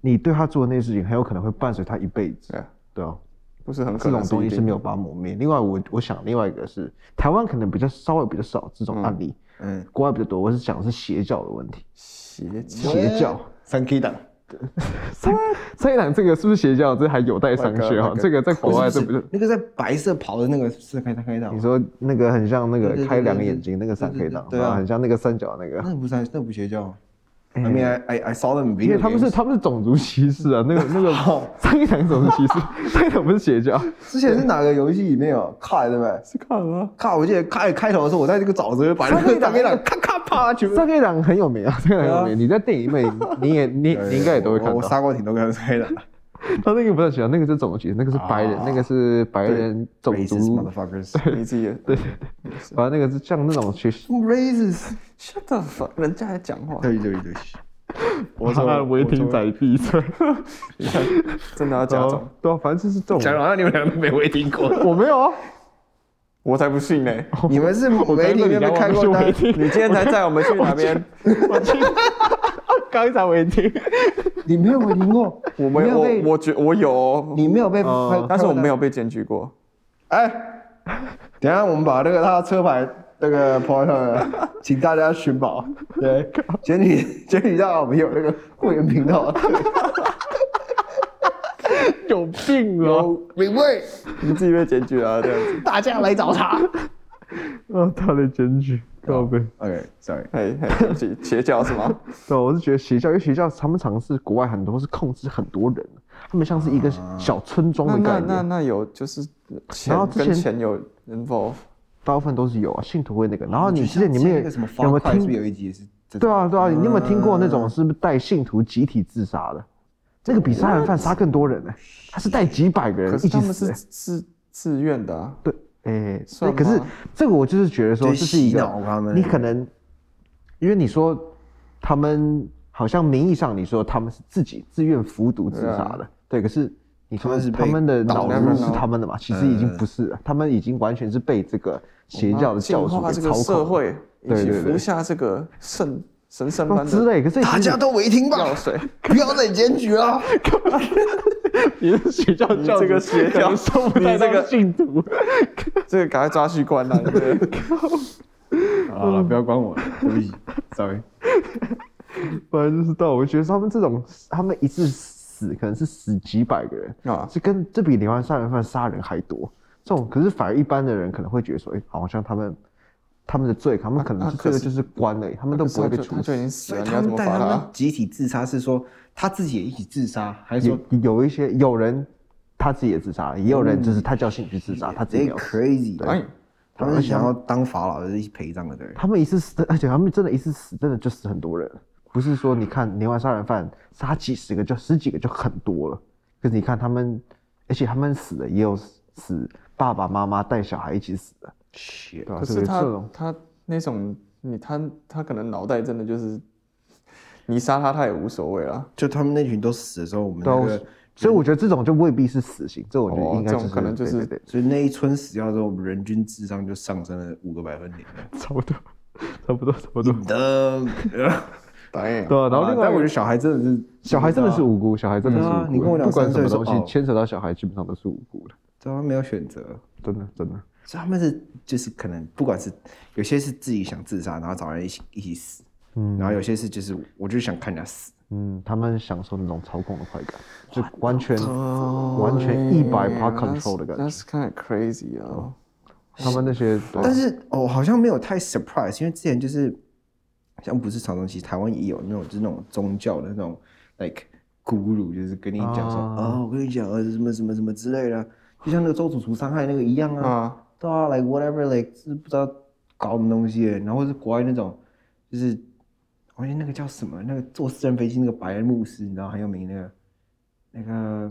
[SPEAKER 4] 你对他做的那些事情，很有可能会伴随他一辈子
[SPEAKER 2] 对啊，
[SPEAKER 4] 对啊。
[SPEAKER 2] 不是很可
[SPEAKER 4] 这
[SPEAKER 2] 能
[SPEAKER 4] 种东西
[SPEAKER 2] 一定
[SPEAKER 4] 是没有办法磨灭。另外我，我想另外一个是台湾可能比较稍微比较少这种案例，
[SPEAKER 3] 嗯，
[SPEAKER 4] 国外比较多。我是讲的是邪教的问题，
[SPEAKER 2] 邪教。
[SPEAKER 4] 邪教。
[SPEAKER 3] 三 K 档，
[SPEAKER 4] 三三一党这个是不是邪教？这还有待商榷啊。这个在国外 这不是？
[SPEAKER 3] 那个在白色袍的那个是三 K 三 K 档
[SPEAKER 4] 你，说那个很像那
[SPEAKER 3] 对对
[SPEAKER 4] 个
[SPEAKER 3] 对
[SPEAKER 4] 开两个
[SPEAKER 3] 对对
[SPEAKER 4] 眼睛那个三黑党，
[SPEAKER 3] 对对对对啊
[SPEAKER 4] 然后很像那个三角那个，
[SPEAKER 3] 那不是那不邪教。I mean, I I I saw them
[SPEAKER 4] 因
[SPEAKER 3] video.
[SPEAKER 4] 为他们是
[SPEAKER 3] games.
[SPEAKER 4] 他们是种族歧视啊。那个那 个 三黑党是种族歧视，三黑党不是邪教。
[SPEAKER 3] 之前是哪个游戏里面有卡对不对？
[SPEAKER 2] 是啊看吗？
[SPEAKER 3] 卡，我记得开开头的时候，我在这个沼泽把那个三 K 档咔咔啪全部
[SPEAKER 4] 三黑党很有名啊，三黑党很有
[SPEAKER 3] 对啊
[SPEAKER 4] 名。你在电影里面你也你你应该也都会看
[SPEAKER 3] 我我
[SPEAKER 4] 到。
[SPEAKER 3] 杀过挺多个黑的，
[SPEAKER 4] 他那个不太喜欢，那个是种族歧视，那个是白人，那个是白人种
[SPEAKER 3] 啊 Racist
[SPEAKER 4] 族，
[SPEAKER 3] motherfuckers，
[SPEAKER 2] 你自己也
[SPEAKER 4] 对，反正那个是像那种去
[SPEAKER 3] racist。
[SPEAKER 2] shut the fuck，人家还讲话，
[SPEAKER 3] 对对对，
[SPEAKER 4] 我说违停仔闭嘴，
[SPEAKER 2] 真的要加重，
[SPEAKER 3] 哦
[SPEAKER 4] 对啊，反正就是这
[SPEAKER 3] 讲
[SPEAKER 4] 种，
[SPEAKER 3] 好像你们两个都没违停过。
[SPEAKER 4] 我没有啊，
[SPEAKER 2] 我才不信呢。
[SPEAKER 3] 你们是违停有没有开过单？
[SPEAKER 2] 你今天才 载我们去 哪边？
[SPEAKER 4] 刚才违停，
[SPEAKER 3] 你没有违停过？
[SPEAKER 2] 我没有，我我觉我有哦，
[SPEAKER 3] 你没 有被拍，
[SPEAKER 2] 但是我没
[SPEAKER 3] 有。
[SPEAKER 2] 有被检举过。
[SPEAKER 3] 哎，等一下我们把那个他的车牌那个抛上来，请大家寻宝。对，检举 检举到我们有那个会员频道，
[SPEAKER 4] 有病哦！
[SPEAKER 3] 名位
[SPEAKER 2] 你自己被检举啊，这样子。
[SPEAKER 3] 大家来找茬。
[SPEAKER 4] 啊，他的检举，告白。
[SPEAKER 3] OK，sorry，
[SPEAKER 2] 嘿，嘿，邪邪教是吗？
[SPEAKER 4] 对，啊我是觉得邪教，因为邪教他们尝试国外很多是控制很多人，他们像是一个小村庄
[SPEAKER 2] 那
[SPEAKER 4] 的
[SPEAKER 2] 那
[SPEAKER 4] 概
[SPEAKER 2] 那
[SPEAKER 4] 念，
[SPEAKER 2] 那有就是
[SPEAKER 4] 然后
[SPEAKER 2] 钱
[SPEAKER 4] 之前
[SPEAKER 2] 跟钱有 involve，
[SPEAKER 4] 大部分都是有啊，信徒会那个。然后你之前你
[SPEAKER 3] 像
[SPEAKER 4] 们也
[SPEAKER 3] 那个什么
[SPEAKER 4] 有没有
[SPEAKER 3] Far Cry 是不是有
[SPEAKER 4] 听？
[SPEAKER 3] 一集也是这种？
[SPEAKER 4] 对啊，对啊，你有没有听过那种是不是带信徒集体自杀的？这个比杀人犯杀更多人呢、他是带几百个人
[SPEAKER 2] 可
[SPEAKER 4] 一
[SPEAKER 2] 是
[SPEAKER 4] 起
[SPEAKER 2] 他们
[SPEAKER 4] 死、
[SPEAKER 2] 是
[SPEAKER 4] 欸。
[SPEAKER 2] 自自愿的啊。
[SPEAKER 4] 对，哎、
[SPEAKER 2] 算
[SPEAKER 4] 那可是
[SPEAKER 2] 吗
[SPEAKER 4] 这个我就是觉得说
[SPEAKER 3] 就
[SPEAKER 4] 啊这
[SPEAKER 3] 是
[SPEAKER 4] 是一
[SPEAKER 3] 洗
[SPEAKER 4] 个
[SPEAKER 3] 脑他们
[SPEAKER 4] 你可能因为你说他们好像名义上你说他们是自己自愿服毒自杀的，对，可是你
[SPEAKER 3] 他
[SPEAKER 4] 说
[SPEAKER 3] 们是被
[SPEAKER 4] 他们的脑
[SPEAKER 3] 导
[SPEAKER 2] 入
[SPEAKER 4] 入是
[SPEAKER 2] 脑
[SPEAKER 4] 他们的嘛？其实已经不是了，他们已经完全是被这个邪教的
[SPEAKER 2] 净
[SPEAKER 4] 教主
[SPEAKER 2] 啊化
[SPEAKER 4] 给
[SPEAKER 2] 这
[SPEAKER 4] 操
[SPEAKER 2] 个
[SPEAKER 4] 控
[SPEAKER 2] 社
[SPEAKER 4] 了
[SPEAKER 2] 会，一
[SPEAKER 4] 对
[SPEAKER 2] 起
[SPEAKER 4] 对对
[SPEAKER 2] 服下这个圣神圣
[SPEAKER 4] 那
[SPEAKER 2] 般
[SPEAKER 4] 之
[SPEAKER 2] 的
[SPEAKER 4] 类。可是
[SPEAKER 3] 大 家都违停吧
[SPEAKER 2] 药，水。
[SPEAKER 3] 不要再检举了。
[SPEAKER 4] 你是邪教
[SPEAKER 2] 你
[SPEAKER 4] 教
[SPEAKER 2] 这个
[SPEAKER 4] 主
[SPEAKER 2] 邪
[SPEAKER 4] 可
[SPEAKER 2] 教
[SPEAKER 4] 能收不
[SPEAKER 2] 你
[SPEAKER 4] 太
[SPEAKER 2] 这
[SPEAKER 4] 到
[SPEAKER 2] 个
[SPEAKER 4] 信徒，
[SPEAKER 2] 这个赶快抓 去关了、啊，对不对
[SPEAKER 3] 好了，不要管我，对不起，sorry。
[SPEAKER 4] 反正就是啊到我觉得他们这种他们一次死可能是死几百个人，
[SPEAKER 2] 啊，
[SPEAKER 4] 这跟这比连环杀人犯杀人还多。这种可是反而一般的人可能会觉得说，哎、好像他们他们的罪，他们可能
[SPEAKER 2] 啊
[SPEAKER 4] 是
[SPEAKER 2] 可
[SPEAKER 4] 罪
[SPEAKER 2] 是
[SPEAKER 4] 的就是关而已，他们都
[SPEAKER 2] 那
[SPEAKER 4] 不会被
[SPEAKER 2] 他就
[SPEAKER 4] 处
[SPEAKER 2] 他就已
[SPEAKER 4] 死。
[SPEAKER 2] 经
[SPEAKER 3] 所
[SPEAKER 2] 死了，
[SPEAKER 3] 以
[SPEAKER 2] 你
[SPEAKER 3] 他
[SPEAKER 2] 要怎
[SPEAKER 3] 们
[SPEAKER 2] 么
[SPEAKER 3] 带
[SPEAKER 2] 罚
[SPEAKER 3] 他
[SPEAKER 2] 他
[SPEAKER 3] 们
[SPEAKER 2] 啊？
[SPEAKER 3] 集体自杀是说他自己也一起自杀，还是
[SPEAKER 4] 有
[SPEAKER 3] 说
[SPEAKER 4] 有一些有人他自己也自杀了，也有人
[SPEAKER 2] 嗯
[SPEAKER 4] 就是他叫兴趣自杀，他自己没有死。
[SPEAKER 3] crazy？
[SPEAKER 2] 哎，
[SPEAKER 3] 啊他们是想要当法老的一起陪葬的对。
[SPEAKER 4] 他们一次死，而且他们真的一次死，真的就死很多人，不是说你看连环杀人犯杀几十个就十几个就很多了，可是你看他们，而且他们死的也有死爸爸妈妈带小孩一起死的，
[SPEAKER 3] Shit
[SPEAKER 4] 对吧、
[SPEAKER 2] 可
[SPEAKER 4] 这
[SPEAKER 2] 是
[SPEAKER 4] 个这
[SPEAKER 2] 他
[SPEAKER 4] 种
[SPEAKER 2] 他那种你他他可能脑袋真的就是，你杀他他也无所谓啦。
[SPEAKER 3] 就他们那群都死的时候，我们
[SPEAKER 4] 对啊
[SPEAKER 3] 那
[SPEAKER 4] 我
[SPEAKER 3] 个，
[SPEAKER 4] 所以我觉得这种就未必是死刑，这我觉得
[SPEAKER 2] 哦
[SPEAKER 4] 应该、
[SPEAKER 2] 这种可能就是
[SPEAKER 4] 对对
[SPEAKER 3] 所以那一村死掉之后，我们人均智商就上升了五个百分点。
[SPEAKER 4] 对差不多，差不多，差不多。
[SPEAKER 3] 的，
[SPEAKER 2] 导演
[SPEAKER 4] 对啊，然后另
[SPEAKER 3] 但我觉
[SPEAKER 4] 外
[SPEAKER 3] 得小孩真的是，
[SPEAKER 4] 小孩真的是无辜，小孩真的是
[SPEAKER 3] 对啊
[SPEAKER 4] 无辜。
[SPEAKER 3] 你跟我讲
[SPEAKER 4] 不管
[SPEAKER 3] 三
[SPEAKER 4] 什
[SPEAKER 3] 岁说
[SPEAKER 4] 么东西
[SPEAKER 3] 哦
[SPEAKER 4] 牵扯到小孩，基本上都是无辜的，
[SPEAKER 3] 他们没有选择，
[SPEAKER 4] 真的真的。
[SPEAKER 3] 所以他们是就是可能不管是有些是自己想自杀，然后找人一起一起死，嗯，然后有些是就是我就想看人家死，
[SPEAKER 4] 嗯，他们享受那种操控的快感，就完全啊完全一百
[SPEAKER 3] 哎
[SPEAKER 4] 趴 control 的感觉。
[SPEAKER 2] 哎 That's kind of crazy 啊！
[SPEAKER 4] 他们那些，对啊
[SPEAKER 3] 但是哦，好像没有太 surprise，因为之前就是像不是常常，其实台湾也有那种就是那种宗教的那种 like 古鲁，就是跟你讲说啊、
[SPEAKER 4] 啊
[SPEAKER 3] 我跟你讲呃什么什么什么之类的啊，就像那个周楚楚伤害那个一样啊，
[SPEAKER 2] 啊，
[SPEAKER 3] 对啊，like whatever like 是不知道搞什么东西的，然后或是国外那种就是我记得那个叫什么，那个坐私人飞机那个白人牧师，你知道很有名那个那个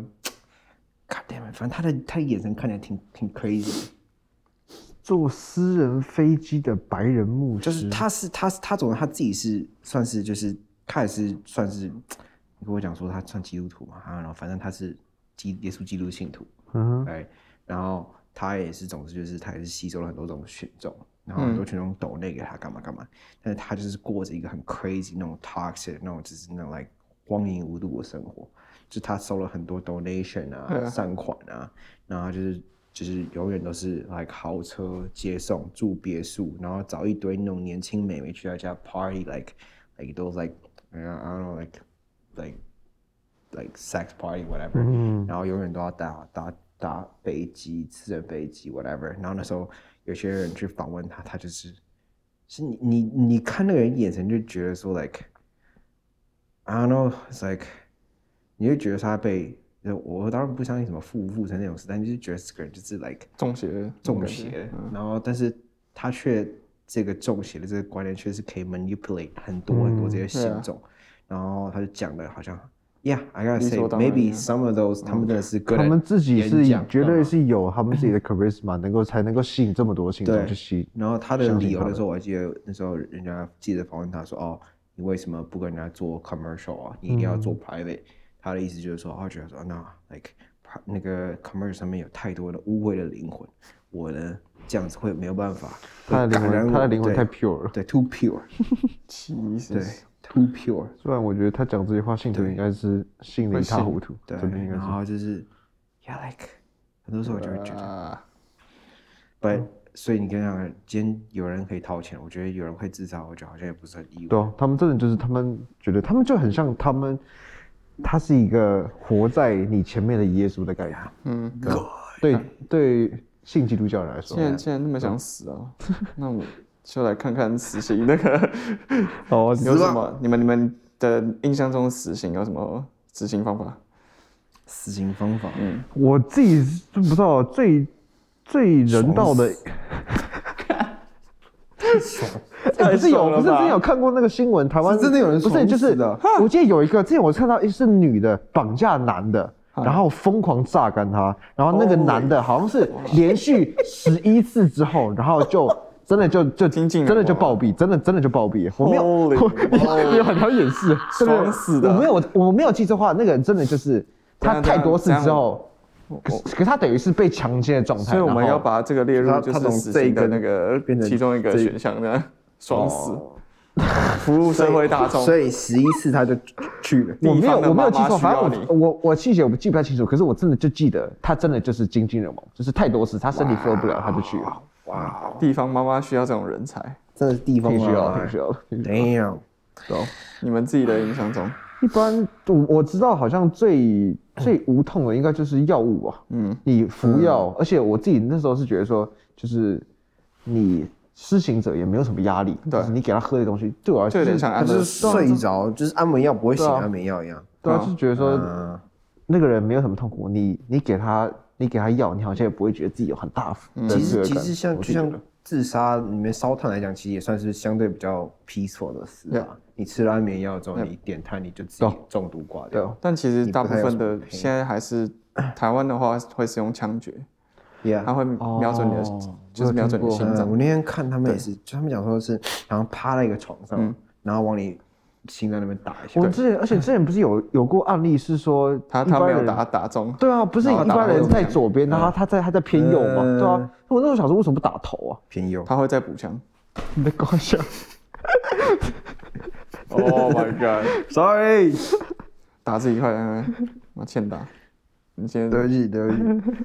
[SPEAKER 3] God damn it，反正他的他的眼神看起来挺挺 crazy 的。
[SPEAKER 4] 坐私人飞机的白人牧师，
[SPEAKER 3] 就是他是他是他总之他自己是算是就是他也是算是，你跟我讲说他算基督徒嘛，啊，然后反正他是基耶稣基督信徒，
[SPEAKER 4] 嗯
[SPEAKER 3] 哎，然后他也是总之就是他也是吸收了很多种群众，然后很多群众抖内给他干嘛干嘛，但是他就是过着一个很 crazy 那种 toxic 那种就是那种 like 荒淫无度的生活，就他收了很多 donation 啊、善款啊，然后就是就是永远都是 like 豪车接送、住别墅，然后找一堆那种年轻美眉去他家 party like like those like I don't I don't know like like like sex party whatever，、
[SPEAKER 4] 嗯
[SPEAKER 3] 然后永远都要搭搭搭飞机、私人飞机 whatever，然后那时候有些人去访问他，他就是是你你你看那个人眼神就觉得说 like。I don't know, it's like，你会觉得他被，呃我当然不相信什么父不父承那种事，但就是觉得这个人就是 like
[SPEAKER 2] 中邪，
[SPEAKER 3] 中邪，
[SPEAKER 4] 嗯
[SPEAKER 3] 然后但是他却这个中邪的这个
[SPEAKER 4] 嗯啊
[SPEAKER 3] 观念却是可以 manipulate 很多很多这些信众，然后他就讲的好像 Yeah, I gotta
[SPEAKER 2] 理
[SPEAKER 3] say,
[SPEAKER 2] 所当然
[SPEAKER 3] maybe
[SPEAKER 2] yeah.
[SPEAKER 3] some of those 他们真的是 good
[SPEAKER 4] 嗯他
[SPEAKER 3] at
[SPEAKER 4] 们自己是
[SPEAKER 3] 演嗯讲嗯
[SPEAKER 4] 绝对是有他们自己的 charisma，能够才能够吸引这么多信众
[SPEAKER 3] 对
[SPEAKER 4] 去吸。
[SPEAKER 3] 然后他的
[SPEAKER 4] 相信
[SPEAKER 3] 理由
[SPEAKER 4] 他
[SPEAKER 3] 的
[SPEAKER 4] 们
[SPEAKER 3] 时候，我还记得那时候人家记者访问他说：“哦，你为什么不跟人家做 commercial 啊？你一定要
[SPEAKER 4] 嗯
[SPEAKER 3] 做 private。他的意思就是说，他觉得说，那 like 那个 commercial 上面有太多的污秽的灵魂，我呢这样子会没有办法，
[SPEAKER 4] 他的灵
[SPEAKER 3] 会感染
[SPEAKER 4] 魂，他的
[SPEAKER 3] 我
[SPEAKER 4] 灵
[SPEAKER 3] 对
[SPEAKER 4] 魂太 pure 了。
[SPEAKER 3] 对 too pure，
[SPEAKER 2] 其实
[SPEAKER 3] 对 too pure，
[SPEAKER 4] 虽然我觉得他讲这句话，信徒
[SPEAKER 3] 对
[SPEAKER 4] 应该是信的一塌糊涂，
[SPEAKER 3] 对
[SPEAKER 4] 真的应，该
[SPEAKER 3] 然
[SPEAKER 4] 是。
[SPEAKER 3] 后就是 yeah like 很多时候我就会觉
[SPEAKER 4] 呃
[SPEAKER 3] 得。”
[SPEAKER 2] 啊，
[SPEAKER 3] But 所以你跟讲，今天有人可以掏钱，我觉得有人会自杀，我觉得好像也不是很意外。
[SPEAKER 4] 对啊，他们真的就是他们觉得他们就很像他们，他是一个活在你前面的耶稣的概念。
[SPEAKER 2] 嗯，
[SPEAKER 4] 对对，信基督教人来说
[SPEAKER 2] 既，然既然那么
[SPEAKER 3] 嗯
[SPEAKER 2] 想死啊，那我就来看看死刑那个
[SPEAKER 4] 哦，
[SPEAKER 2] 有什么？你们你们的印象中死刑有什么执行方法？
[SPEAKER 3] 死刑方法，嗯，
[SPEAKER 4] 我自己是不知道最最人道的， 哎不是有不是之前有看过那个新闻，台湾
[SPEAKER 3] 是真的有人
[SPEAKER 4] 不是就
[SPEAKER 3] 爽
[SPEAKER 4] 是
[SPEAKER 3] 死的
[SPEAKER 4] 我记得有一个之前我看到是女的绑架男的。
[SPEAKER 2] 啊
[SPEAKER 4] 然后疯狂榨干他，然后那
[SPEAKER 2] 哦
[SPEAKER 4] 个男的好像是连续十一次之后，然后 就真的就就
[SPEAKER 2] 听进
[SPEAKER 4] 真的就
[SPEAKER 2] 了
[SPEAKER 4] 暴毙，真的真的就暴毙。我没有，我
[SPEAKER 2] Holy
[SPEAKER 4] 没有很讨厌是，真的
[SPEAKER 2] 爽死的
[SPEAKER 4] 我没有我没有记错话，那个人真的就是他
[SPEAKER 2] 等一下
[SPEAKER 4] 太多次
[SPEAKER 2] 等一下
[SPEAKER 4] 之后，可是可是他等于是被强奸的状态，
[SPEAKER 2] 所以我们
[SPEAKER 4] 然后
[SPEAKER 2] 要把这个列入
[SPEAKER 3] 他
[SPEAKER 2] 就
[SPEAKER 3] 他
[SPEAKER 2] 是
[SPEAKER 3] 从
[SPEAKER 2] 死
[SPEAKER 3] 这
[SPEAKER 2] 刑
[SPEAKER 3] 个
[SPEAKER 2] 的那个
[SPEAKER 3] 变成
[SPEAKER 2] 其中一个
[SPEAKER 3] 这一哦
[SPEAKER 2] 选项这 样，爽死， 服务社会大众。
[SPEAKER 3] 所以 十一次他就去了。
[SPEAKER 4] 我没有
[SPEAKER 2] 地方的
[SPEAKER 4] 我没有记错，
[SPEAKER 2] 妈妈
[SPEAKER 4] 反
[SPEAKER 2] 需要
[SPEAKER 4] 正我我我细节我记不太清楚，可是我真的就记得他真的就是精尽人亡，就是太多次他身体受不了他就去
[SPEAKER 2] 啊
[SPEAKER 4] 了，
[SPEAKER 3] 哇，
[SPEAKER 2] 地方妈妈需要这种人才。
[SPEAKER 3] 真的是地方
[SPEAKER 4] 挺需要
[SPEAKER 3] 啊
[SPEAKER 4] 挺需要的。
[SPEAKER 3] Damn，
[SPEAKER 2] 你们自己的印象中，
[SPEAKER 4] 一般我我知道好像最最无痛的应该就是药物吧，
[SPEAKER 2] 嗯，
[SPEAKER 4] 你服药，而且我自己那时候是觉得说，就是你施行者也没有什么压力，
[SPEAKER 2] 对
[SPEAKER 4] 就是你给他喝的东西，对我来
[SPEAKER 2] 就
[SPEAKER 4] 说
[SPEAKER 2] 有点
[SPEAKER 4] 是
[SPEAKER 2] 像
[SPEAKER 3] 他
[SPEAKER 2] 安
[SPEAKER 3] 就
[SPEAKER 2] 乐
[SPEAKER 3] 是
[SPEAKER 2] 死。
[SPEAKER 3] 睡着，就是安眠药不会醒，
[SPEAKER 4] 啊对啊
[SPEAKER 3] 安眠药一样。
[SPEAKER 4] 对啊，
[SPEAKER 2] 嗯
[SPEAKER 4] 就是觉得说
[SPEAKER 3] 嗯，
[SPEAKER 4] 那个人没有什么痛苦，你你给他你给他药，你好像也不会觉得自己有很大
[SPEAKER 2] 嗯
[SPEAKER 4] 的
[SPEAKER 3] 其
[SPEAKER 4] 罪
[SPEAKER 3] 实
[SPEAKER 4] 恶
[SPEAKER 3] 其
[SPEAKER 4] 感
[SPEAKER 3] 实像
[SPEAKER 4] 我
[SPEAKER 3] 就
[SPEAKER 4] 自己觉得
[SPEAKER 3] 像自杀里面烧炭来讲，其实也算是相对比较 peaceful 的事啊。你吃了安眠药之后，你点炭你就自己
[SPEAKER 4] 对
[SPEAKER 3] 中毒挂
[SPEAKER 4] 对
[SPEAKER 3] 掉。
[SPEAKER 4] 啊，
[SPEAKER 2] 但其实大部分
[SPEAKER 3] 你不太有什
[SPEAKER 2] 的
[SPEAKER 3] 么
[SPEAKER 2] 现在还是台湾的话会使用枪决，
[SPEAKER 4] 啊
[SPEAKER 3] Yeah，
[SPEAKER 2] 它会瞄准你的
[SPEAKER 4] 哦，
[SPEAKER 2] 就是瞄准你的心
[SPEAKER 3] 嗯，
[SPEAKER 2] 脏
[SPEAKER 4] 哎
[SPEAKER 3] 我。那天看他们也是，就他们讲说是，然后趴在一个床上，
[SPEAKER 4] 嗯
[SPEAKER 3] 然后往你心脏那边打一下
[SPEAKER 4] 我。之前而且之前不是有有过案例是说
[SPEAKER 2] 他
[SPEAKER 4] 一般
[SPEAKER 2] 他没有
[SPEAKER 4] 人
[SPEAKER 2] 打打中，
[SPEAKER 4] 对啊，不是
[SPEAKER 2] 然后
[SPEAKER 4] 一
[SPEAKER 2] 打
[SPEAKER 4] 般
[SPEAKER 2] 到
[SPEAKER 4] 人
[SPEAKER 2] 右
[SPEAKER 4] 在
[SPEAKER 2] 边嗯
[SPEAKER 4] 左边，他他在他在偏右嘛，
[SPEAKER 3] 嗯
[SPEAKER 4] 对啊。我那时候想说为什么不打头啊？
[SPEAKER 3] 偏右，
[SPEAKER 2] 他会再补枪。
[SPEAKER 4] 你在搞笑？
[SPEAKER 2] Oh my god！
[SPEAKER 3] ，sorry，
[SPEAKER 2] 打自己快点，快点妈欠打。你现
[SPEAKER 3] 对
[SPEAKER 2] 在
[SPEAKER 3] 不起，对不起，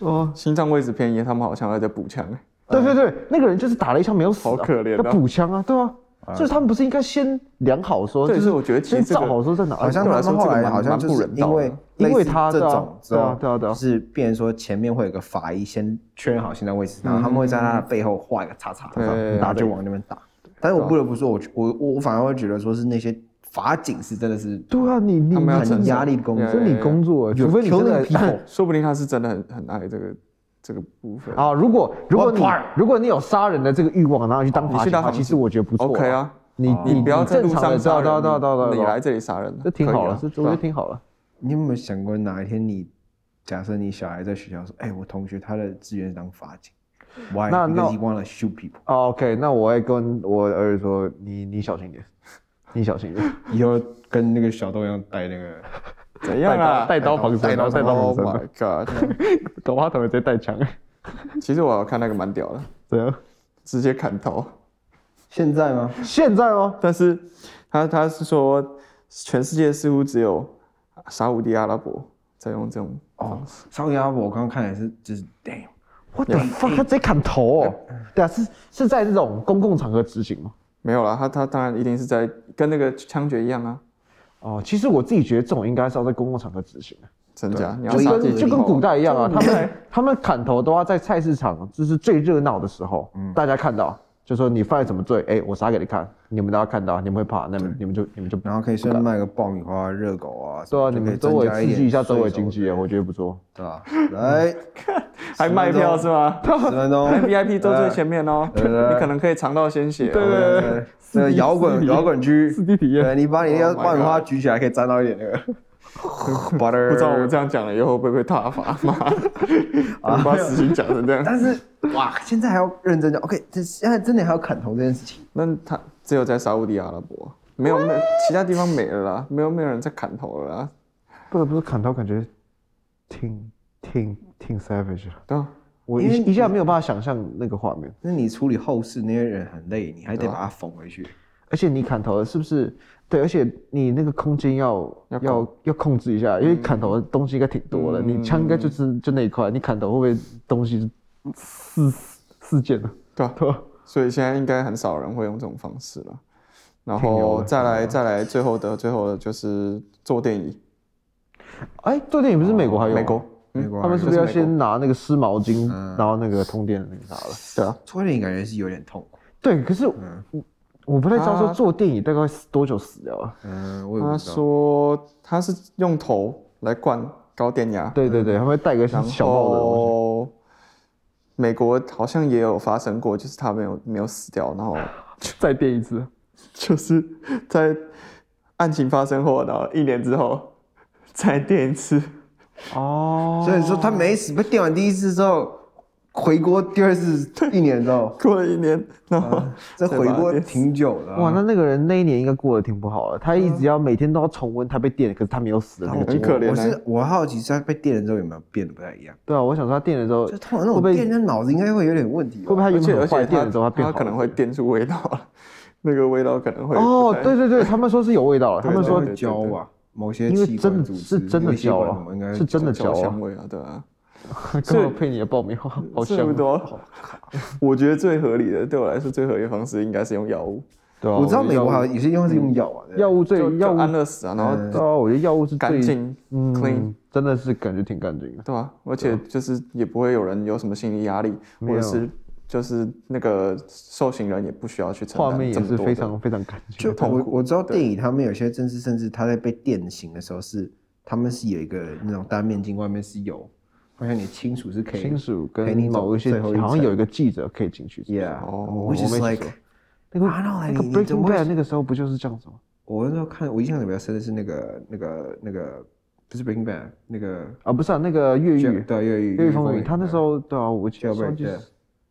[SPEAKER 4] 哦，
[SPEAKER 2] 心脏位置偏移，他们好像还在补枪。
[SPEAKER 4] 对对对，那个人就是打了一枪没有死啊，
[SPEAKER 2] 好可怜啊
[SPEAKER 4] 要补枪啊，对啊。就是他们不是应该先量好说，
[SPEAKER 2] 对
[SPEAKER 4] 就是
[SPEAKER 2] 所以我觉得其实
[SPEAKER 4] 先
[SPEAKER 2] 这个
[SPEAKER 4] 照好说在哪，啊
[SPEAKER 3] 好像
[SPEAKER 2] 对我
[SPEAKER 3] 他
[SPEAKER 2] 来说
[SPEAKER 3] 们后
[SPEAKER 2] 这个
[SPEAKER 3] 来
[SPEAKER 2] 蛮
[SPEAKER 3] 好像
[SPEAKER 2] 蛮
[SPEAKER 3] 就
[SPEAKER 2] 不
[SPEAKER 3] 是
[SPEAKER 2] 人道
[SPEAKER 3] 因
[SPEAKER 2] 的
[SPEAKER 3] 为
[SPEAKER 4] 因为
[SPEAKER 3] 类似
[SPEAKER 4] 他
[SPEAKER 3] 这
[SPEAKER 4] 对啊
[SPEAKER 3] 种之
[SPEAKER 4] 对啊
[SPEAKER 3] 后，
[SPEAKER 4] 对啊对啊
[SPEAKER 3] 就是变成说前面会有个法医先确认好心脏位置，然后他们会
[SPEAKER 4] 嗯
[SPEAKER 3] 在他的背后画一个叉叉，
[SPEAKER 2] 对对对
[SPEAKER 3] 然后就往那边打。
[SPEAKER 4] 啊
[SPEAKER 3] 但是我不得不说，我我我我反而会觉得说是那些法警是真的是
[SPEAKER 4] 对啊，你你
[SPEAKER 2] 他们要
[SPEAKER 4] 你
[SPEAKER 2] 承
[SPEAKER 3] 很
[SPEAKER 2] 受
[SPEAKER 3] 压力的工作，
[SPEAKER 4] 是你工作，啊除非你真的
[SPEAKER 3] killing people
[SPEAKER 2] 说不定他是真的很很爱这个这个部分。
[SPEAKER 4] 啊，如果如果你
[SPEAKER 3] One part
[SPEAKER 4] 如果你有杀人的这个欲望，然后去当
[SPEAKER 2] 你
[SPEAKER 4] 法
[SPEAKER 2] 去
[SPEAKER 4] 警
[SPEAKER 2] 当
[SPEAKER 4] 的话，
[SPEAKER 2] 法警
[SPEAKER 4] 其实我觉得不错。
[SPEAKER 2] OK 啊，
[SPEAKER 4] 你
[SPEAKER 2] 你不要在
[SPEAKER 4] 正
[SPEAKER 2] 路
[SPEAKER 4] 常
[SPEAKER 2] 上
[SPEAKER 4] 的，对
[SPEAKER 2] 杀
[SPEAKER 4] 啊
[SPEAKER 2] 人，
[SPEAKER 4] 对啊对啊对啊对啊
[SPEAKER 2] 你
[SPEAKER 4] 对啊
[SPEAKER 2] 来，这里杀人，
[SPEAKER 4] 这挺好
[SPEAKER 2] 可以
[SPEAKER 4] 了
[SPEAKER 2] 啊，
[SPEAKER 4] 这
[SPEAKER 2] 对
[SPEAKER 4] 我觉
[SPEAKER 2] 啊
[SPEAKER 4] 得挺好了。
[SPEAKER 3] 你有没有想过哪一天你，假设你小孩在学校说，哎、我同学他的志愿是当法警，Why?
[SPEAKER 4] 那那
[SPEAKER 3] Because he wanna shoot people.
[SPEAKER 4] 哦 OK，那我会跟我儿子说，你你小 心点，你小心点。
[SPEAKER 3] 以后跟那个小豆一样带那个，
[SPEAKER 2] 怎样啊？
[SPEAKER 4] 带刀防身，然后带刀
[SPEAKER 2] Oh
[SPEAKER 4] 防身，啊
[SPEAKER 2] my god！
[SPEAKER 4] 搞不好他们直接带枪，
[SPEAKER 2] 其实我有看那个蛮屌的，
[SPEAKER 4] 怎样？
[SPEAKER 2] 直接砍头。
[SPEAKER 3] 现在吗？
[SPEAKER 4] 现在哦吗？
[SPEAKER 2] 但是他他是说，全世界似乎只有沙乌地阿拉伯在用这种
[SPEAKER 3] 哦， 烧鸭我刚刚看也是，就是 damn，
[SPEAKER 4] 我的 fuck，他直接砍头哦！对啊，是是在那种公共场合执行吗？
[SPEAKER 2] 没有啦，他他当然一定是在跟那个枪决一样啊，
[SPEAKER 4] 哦，其实我自己觉得这种应该是要在公共场合执行的，
[SPEAKER 3] 啊
[SPEAKER 2] 真假？你要
[SPEAKER 4] 就
[SPEAKER 2] 杀自
[SPEAKER 4] 跟
[SPEAKER 2] 己
[SPEAKER 4] 就
[SPEAKER 2] 的
[SPEAKER 4] 跟
[SPEAKER 2] 头
[SPEAKER 4] 古代一
[SPEAKER 3] 嗯
[SPEAKER 4] 样啊，他们他们砍头都要在菜市场，就是最热闹的时候，大家看到，就说你犯了什么罪，哎，我杀给你看，你们大家看到，你们会怕，那么你们就你们就
[SPEAKER 3] 然后可以先卖个爆米花、热狗啊，
[SPEAKER 4] 对啊，
[SPEAKER 3] 什
[SPEAKER 4] 你
[SPEAKER 3] 么
[SPEAKER 4] 们
[SPEAKER 3] 就
[SPEAKER 4] 周
[SPEAKER 3] 可以增加
[SPEAKER 4] 围刺
[SPEAKER 3] 点
[SPEAKER 4] 激一下周围
[SPEAKER 3] 税收
[SPEAKER 4] 经济耶，我觉得不错。
[SPEAKER 3] 对吧？来，
[SPEAKER 2] 还卖票 是吗？
[SPEAKER 3] 十分钟
[SPEAKER 2] VIP 坐最前面哦，你
[SPEAKER 3] 对对
[SPEAKER 2] 可能可以尝到鲜血哦。
[SPEAKER 3] 对对对，那个摇滚摇滚区，四 D 体验。对你把你那个
[SPEAKER 2] Oh my
[SPEAKER 3] 爆米花举起来，可以沾到一点那个 butter。
[SPEAKER 2] 不知道我这样讲了以后会不会被踏罚？ 妈，我们
[SPEAKER 3] 啊
[SPEAKER 2] 把死刑讲成这样。
[SPEAKER 3] 但是哇，现在还要认真讲，OK，这现在真的还要砍头这件事情。
[SPEAKER 2] 那他只有在沙烏地阿拉伯，没有没有其他地方没了啦，没有没有人在砍头了啦。
[SPEAKER 4] 不得不是砍头，感觉挺挺挺 savage 的。
[SPEAKER 2] 对啊，
[SPEAKER 4] 我
[SPEAKER 3] 因为
[SPEAKER 4] 一一下没有办法想象那个画面，
[SPEAKER 3] 那你处理后事那些人很累，你还得把他缝回去。
[SPEAKER 4] 而且你砍头是不是？对，而且你那个空间要
[SPEAKER 2] 要
[SPEAKER 4] 要要控嗯制一下，因为砍头的东西应该挺多的，你枪应该就是就那一块，你砍头会不会东西四四件呢？
[SPEAKER 2] 对啊，
[SPEAKER 4] 对吧？
[SPEAKER 2] 所以现在应该很少人会用这种方式了。然
[SPEAKER 4] 挺牛
[SPEAKER 2] 后
[SPEAKER 4] 的
[SPEAKER 2] 再来再来，最后的最后的就是坐电椅，
[SPEAKER 4] 哎，坐电影不是美国还有吗
[SPEAKER 2] 美国，
[SPEAKER 3] 美国
[SPEAKER 4] 他们是不是要先拿那个湿毛巾，
[SPEAKER 3] 嗯
[SPEAKER 4] 然后那个通电的那个啥了？
[SPEAKER 2] 对啊，
[SPEAKER 3] 搓脸感觉是有点痛。
[SPEAKER 4] 对，可是我我不太知道说
[SPEAKER 2] 他
[SPEAKER 4] 坐电影大概多久死掉啊？
[SPEAKER 3] 嗯，我也
[SPEAKER 2] 他
[SPEAKER 3] 不知道。
[SPEAKER 2] 说他是用头来灌高电压，
[SPEAKER 4] 对对对，他们会带个
[SPEAKER 2] 然
[SPEAKER 4] 小帽的东西。
[SPEAKER 2] 后美国好像也有发生过，就是他没有没有死 掉，然后
[SPEAKER 4] 再变一次，
[SPEAKER 2] 就是在案情发生后，然后一年之后再电一次，
[SPEAKER 4] 哦，
[SPEAKER 3] 所以说他没死，被电完第一次之后，回锅第二次一年之 后，
[SPEAKER 2] 过了一年，然后
[SPEAKER 4] 啊
[SPEAKER 3] 这
[SPEAKER 2] 再
[SPEAKER 3] 回
[SPEAKER 2] 把它
[SPEAKER 3] 锅
[SPEAKER 2] 电
[SPEAKER 3] 挺久的啊。
[SPEAKER 4] 哇，那那个人那一年应该过得挺不好的，他一直要每天都要重温他被电，可是他没有死的那个
[SPEAKER 2] 很
[SPEAKER 4] 经历。
[SPEAKER 2] 可怜
[SPEAKER 3] 我
[SPEAKER 2] 啊
[SPEAKER 3] 是我好奇，是他被电了之后有没有变得不太一样？
[SPEAKER 4] 对啊，我想说他电的时候，
[SPEAKER 3] 就
[SPEAKER 4] 会
[SPEAKER 3] 通常那
[SPEAKER 4] 会
[SPEAKER 3] 种
[SPEAKER 4] 不会
[SPEAKER 3] 电，那脑子应该会有点问题吧。
[SPEAKER 4] 不会他
[SPEAKER 2] 而
[SPEAKER 4] 原
[SPEAKER 2] 且
[SPEAKER 4] 本
[SPEAKER 2] 而
[SPEAKER 4] 很坏
[SPEAKER 2] 且
[SPEAKER 4] 电
[SPEAKER 2] 它
[SPEAKER 4] 的时候变
[SPEAKER 2] 它
[SPEAKER 4] 好了？
[SPEAKER 2] 可能会电出味道了，那个味道可能会不
[SPEAKER 4] 哦
[SPEAKER 2] 太，
[SPEAKER 4] 对对对，他们说是有味道了，他们
[SPEAKER 3] 那
[SPEAKER 4] 说
[SPEAKER 3] 会焦吧，某些
[SPEAKER 4] 因为
[SPEAKER 3] 器官
[SPEAKER 4] 真的
[SPEAKER 3] 组织
[SPEAKER 4] 是真的焦
[SPEAKER 3] 有
[SPEAKER 4] 啊
[SPEAKER 3] 一些管我应该
[SPEAKER 4] 了，是真的焦
[SPEAKER 2] 焦
[SPEAKER 4] 啊
[SPEAKER 2] 香，味啊，对啊，
[SPEAKER 4] 刚好配你的爆米花，好
[SPEAKER 2] 差不
[SPEAKER 4] 香，
[SPEAKER 2] 多。我觉得最合理的，对我来说最合理的方式应该是用药物，
[SPEAKER 4] 对啊，
[SPEAKER 3] 我知道美国好
[SPEAKER 4] 药物
[SPEAKER 3] 像也是用是用药啊，对
[SPEAKER 4] 药物最
[SPEAKER 2] 就就
[SPEAKER 4] 药物，
[SPEAKER 2] 安乐死啊，然后
[SPEAKER 4] 对啊，我觉得药物是
[SPEAKER 2] 干
[SPEAKER 4] 最
[SPEAKER 2] 净
[SPEAKER 4] 嗯
[SPEAKER 2] clean，
[SPEAKER 4] 真的是感觉挺干净的。
[SPEAKER 2] 对啊，而且就是也不会有人有什么心理压力，或
[SPEAKER 4] 有
[SPEAKER 2] 者是就是那个受刑人也不需要去承
[SPEAKER 4] 画
[SPEAKER 2] 担
[SPEAKER 4] 面
[SPEAKER 2] 这
[SPEAKER 4] 也
[SPEAKER 2] 么
[SPEAKER 4] 是
[SPEAKER 2] 多的
[SPEAKER 4] 非常非常干净
[SPEAKER 3] 就
[SPEAKER 4] 的，
[SPEAKER 3] 我我知道电影他们有些真是甚至他在被电刑的时候是他们是有一个那种单面镜，外面是有好像你亲属是可以
[SPEAKER 4] 亲属
[SPEAKER 3] 陪
[SPEAKER 4] 跟
[SPEAKER 3] 你走
[SPEAKER 4] 某一些
[SPEAKER 3] 最后一
[SPEAKER 4] 好像
[SPEAKER 3] 层
[SPEAKER 4] 有一个记者可以进去
[SPEAKER 3] ，Yeah，
[SPEAKER 2] 哦
[SPEAKER 3] which
[SPEAKER 4] 我
[SPEAKER 3] is
[SPEAKER 4] 没
[SPEAKER 3] like
[SPEAKER 4] 听那个
[SPEAKER 3] 啊那我来
[SPEAKER 4] 那个
[SPEAKER 3] 你你怎
[SPEAKER 4] Breaking
[SPEAKER 3] 么会
[SPEAKER 4] Bad 那个时候不就是这样子吗？
[SPEAKER 3] 我那时候看我印象里比较深的是那个那个那个不是 Breaking Bad 那个
[SPEAKER 4] 啊，不是啊，那个越狱，
[SPEAKER 3] 对越狱
[SPEAKER 4] 越狱风云，他那时候对啊，我
[SPEAKER 3] 对 Jailbreak，
[SPEAKER 4] 忘记是
[SPEAKER 3] 对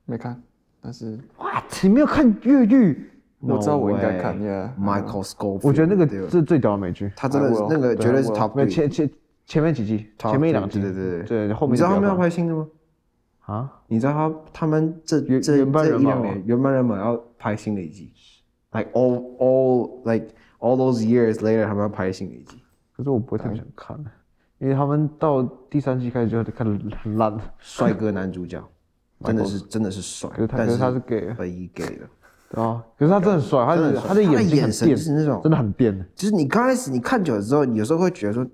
[SPEAKER 2] 没看，但是
[SPEAKER 4] what 你没有看越狱？
[SPEAKER 2] 我知道我应该看
[SPEAKER 3] No way
[SPEAKER 2] yeah 嗯
[SPEAKER 3] Michael Scofield，
[SPEAKER 4] 我觉得那
[SPEAKER 3] 对啊
[SPEAKER 4] 个是最屌的美剧，
[SPEAKER 3] 他真的
[SPEAKER 2] I will，
[SPEAKER 3] 那个绝对是
[SPEAKER 2] I will
[SPEAKER 3] top
[SPEAKER 4] 没
[SPEAKER 3] three
[SPEAKER 4] 前前前面几季，
[SPEAKER 3] Top
[SPEAKER 4] 前面一两季，
[SPEAKER 3] three，对对对
[SPEAKER 4] 对，后面
[SPEAKER 3] 你知道
[SPEAKER 4] 就
[SPEAKER 3] 他
[SPEAKER 4] 不
[SPEAKER 3] 们
[SPEAKER 4] 要
[SPEAKER 3] 要拍新的吗？
[SPEAKER 4] 看啊？
[SPEAKER 3] 你知道他他们这
[SPEAKER 4] 原
[SPEAKER 3] 这
[SPEAKER 4] 原班
[SPEAKER 3] 这
[SPEAKER 4] 人
[SPEAKER 3] 一
[SPEAKER 4] 马
[SPEAKER 3] 两
[SPEAKER 4] 吗
[SPEAKER 3] 年原班人马要拍新的一季，like all all like all those years later 他们要拍新的一季，
[SPEAKER 4] 可是我不会特别想看，因为他们到第三季开始就看很烂，
[SPEAKER 3] 帅哥男主角，真的是真的是帅
[SPEAKER 4] 可是，他
[SPEAKER 3] 但
[SPEAKER 4] 可是他是 gay
[SPEAKER 3] 唯一 gay 的，
[SPEAKER 4] 对啊，可是他真的很帅，他
[SPEAKER 3] 真的
[SPEAKER 4] 的
[SPEAKER 3] 很帅
[SPEAKER 4] 他的
[SPEAKER 3] 他的
[SPEAKER 4] 眼睛
[SPEAKER 3] 眼
[SPEAKER 4] 很
[SPEAKER 3] 神
[SPEAKER 4] 电，
[SPEAKER 3] 就是那种
[SPEAKER 4] 真的很电，
[SPEAKER 3] 就是你刚开始你看久了之后，你有时候会觉得说，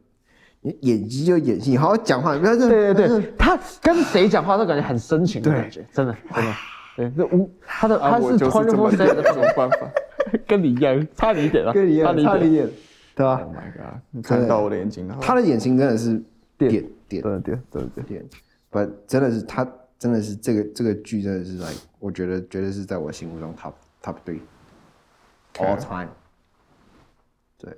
[SPEAKER 3] 你演技就演戏，你好好讲话，你不要这
[SPEAKER 4] 对对对，他跟谁讲话都感觉很深情的感觉，真的真的。对，这无他的
[SPEAKER 2] 啊，
[SPEAKER 4] 他
[SPEAKER 2] 我
[SPEAKER 4] 是
[SPEAKER 2] 就是
[SPEAKER 4] 穿
[SPEAKER 2] 这
[SPEAKER 4] 着
[SPEAKER 2] 么
[SPEAKER 4] 风
[SPEAKER 2] 厉
[SPEAKER 4] 衫
[SPEAKER 2] 害
[SPEAKER 4] 的
[SPEAKER 2] 有什么办法 oh
[SPEAKER 4] 跟你一样，差你一点啊，
[SPEAKER 3] 跟你一
[SPEAKER 4] 差
[SPEAKER 3] 样
[SPEAKER 4] 你一
[SPEAKER 3] 差
[SPEAKER 4] 点，
[SPEAKER 3] 你演，对吧？
[SPEAKER 2] ？Oh my god！你看到我的眼睛了，
[SPEAKER 3] 他的眼睛真的是点点
[SPEAKER 4] 真的点，真的点。
[SPEAKER 3] 点，不真的是他真的是这个这个剧真的是 like 我觉得绝对是在我心目中 top top three all time，对，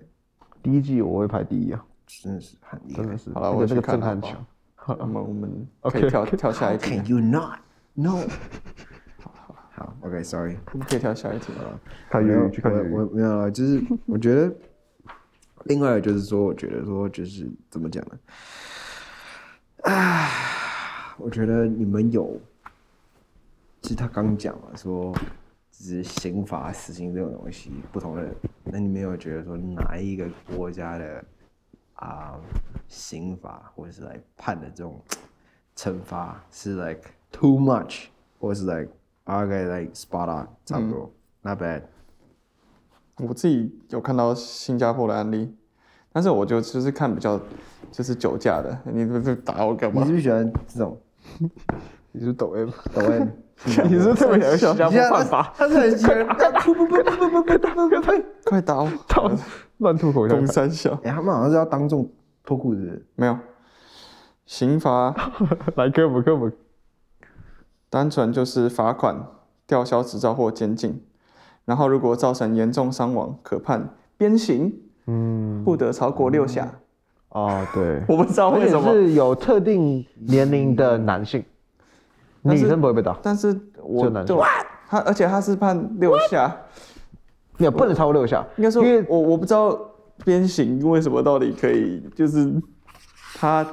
[SPEAKER 4] 第一季我会排第一啊，
[SPEAKER 3] 真的是很厉
[SPEAKER 4] 真的
[SPEAKER 3] 害。
[SPEAKER 4] 是。
[SPEAKER 2] 好了
[SPEAKER 4] 那个
[SPEAKER 2] 我去
[SPEAKER 4] 那个
[SPEAKER 2] 看
[SPEAKER 4] 震
[SPEAKER 2] 了
[SPEAKER 4] 撼
[SPEAKER 2] 好不
[SPEAKER 4] 球
[SPEAKER 2] 好， 我们我们可以
[SPEAKER 4] OK，
[SPEAKER 2] 跳跳下一题
[SPEAKER 3] Can，you not? No. 好，OK，sorry。
[SPEAKER 2] 我们可以跳下一题了。
[SPEAKER 4] 看
[SPEAKER 3] 没
[SPEAKER 4] 粤
[SPEAKER 3] 有
[SPEAKER 4] 语去看粤语
[SPEAKER 3] 我。我没有啊，就是我觉 得，另外就是说，我觉得说就是怎么讲呢？啊，我觉得你们有，其实他刚讲了说，就是刑法、死刑这种东西，不同的，那你们有觉得说哪一个国家的啊、刑法或者是来判的这种惩罚是 like too much，或是 like OK like spot on 差不
[SPEAKER 4] 嗯
[SPEAKER 3] 多、not bad。
[SPEAKER 2] 我自己有看到新加坡的案例，但是我就就是看比较就是酒驾的，你这这打我干
[SPEAKER 3] 你
[SPEAKER 2] 嘛
[SPEAKER 3] 是？不是喜欢这种？
[SPEAKER 2] 你是抖 M，
[SPEAKER 3] 抖 M，
[SPEAKER 2] 你是 特别想想办法，
[SPEAKER 3] 他是很喜 欢，他突不不不不不不不不 不，
[SPEAKER 2] 快打我！
[SPEAKER 4] 乱吐口香
[SPEAKER 2] 东
[SPEAKER 4] 糖。
[SPEAKER 2] 三小
[SPEAKER 3] 哎，他们好像是要当众脱裤子，
[SPEAKER 2] 没有刑罚。
[SPEAKER 4] 来，科普科普，
[SPEAKER 2] 单纯就是罚款、吊销执照或监禁。然后如果造成严重伤亡，可判鞭刑，嗯，不得超过六下。
[SPEAKER 4] 哦，对，
[SPEAKER 2] 嗯我不知道
[SPEAKER 4] 而
[SPEAKER 2] 为什
[SPEAKER 4] 且
[SPEAKER 2] 么，
[SPEAKER 4] 是有特定年龄的男性，
[SPEAKER 2] 但
[SPEAKER 4] 女
[SPEAKER 2] 是
[SPEAKER 4] 生不会被打，
[SPEAKER 2] 但是我
[SPEAKER 4] 这男
[SPEAKER 2] 对他，而且他是判六下，
[SPEAKER 4] 没有不能超过六下，
[SPEAKER 2] 应该说
[SPEAKER 4] 因为
[SPEAKER 2] 我我不知道鞭刑为什么到底可以，就是他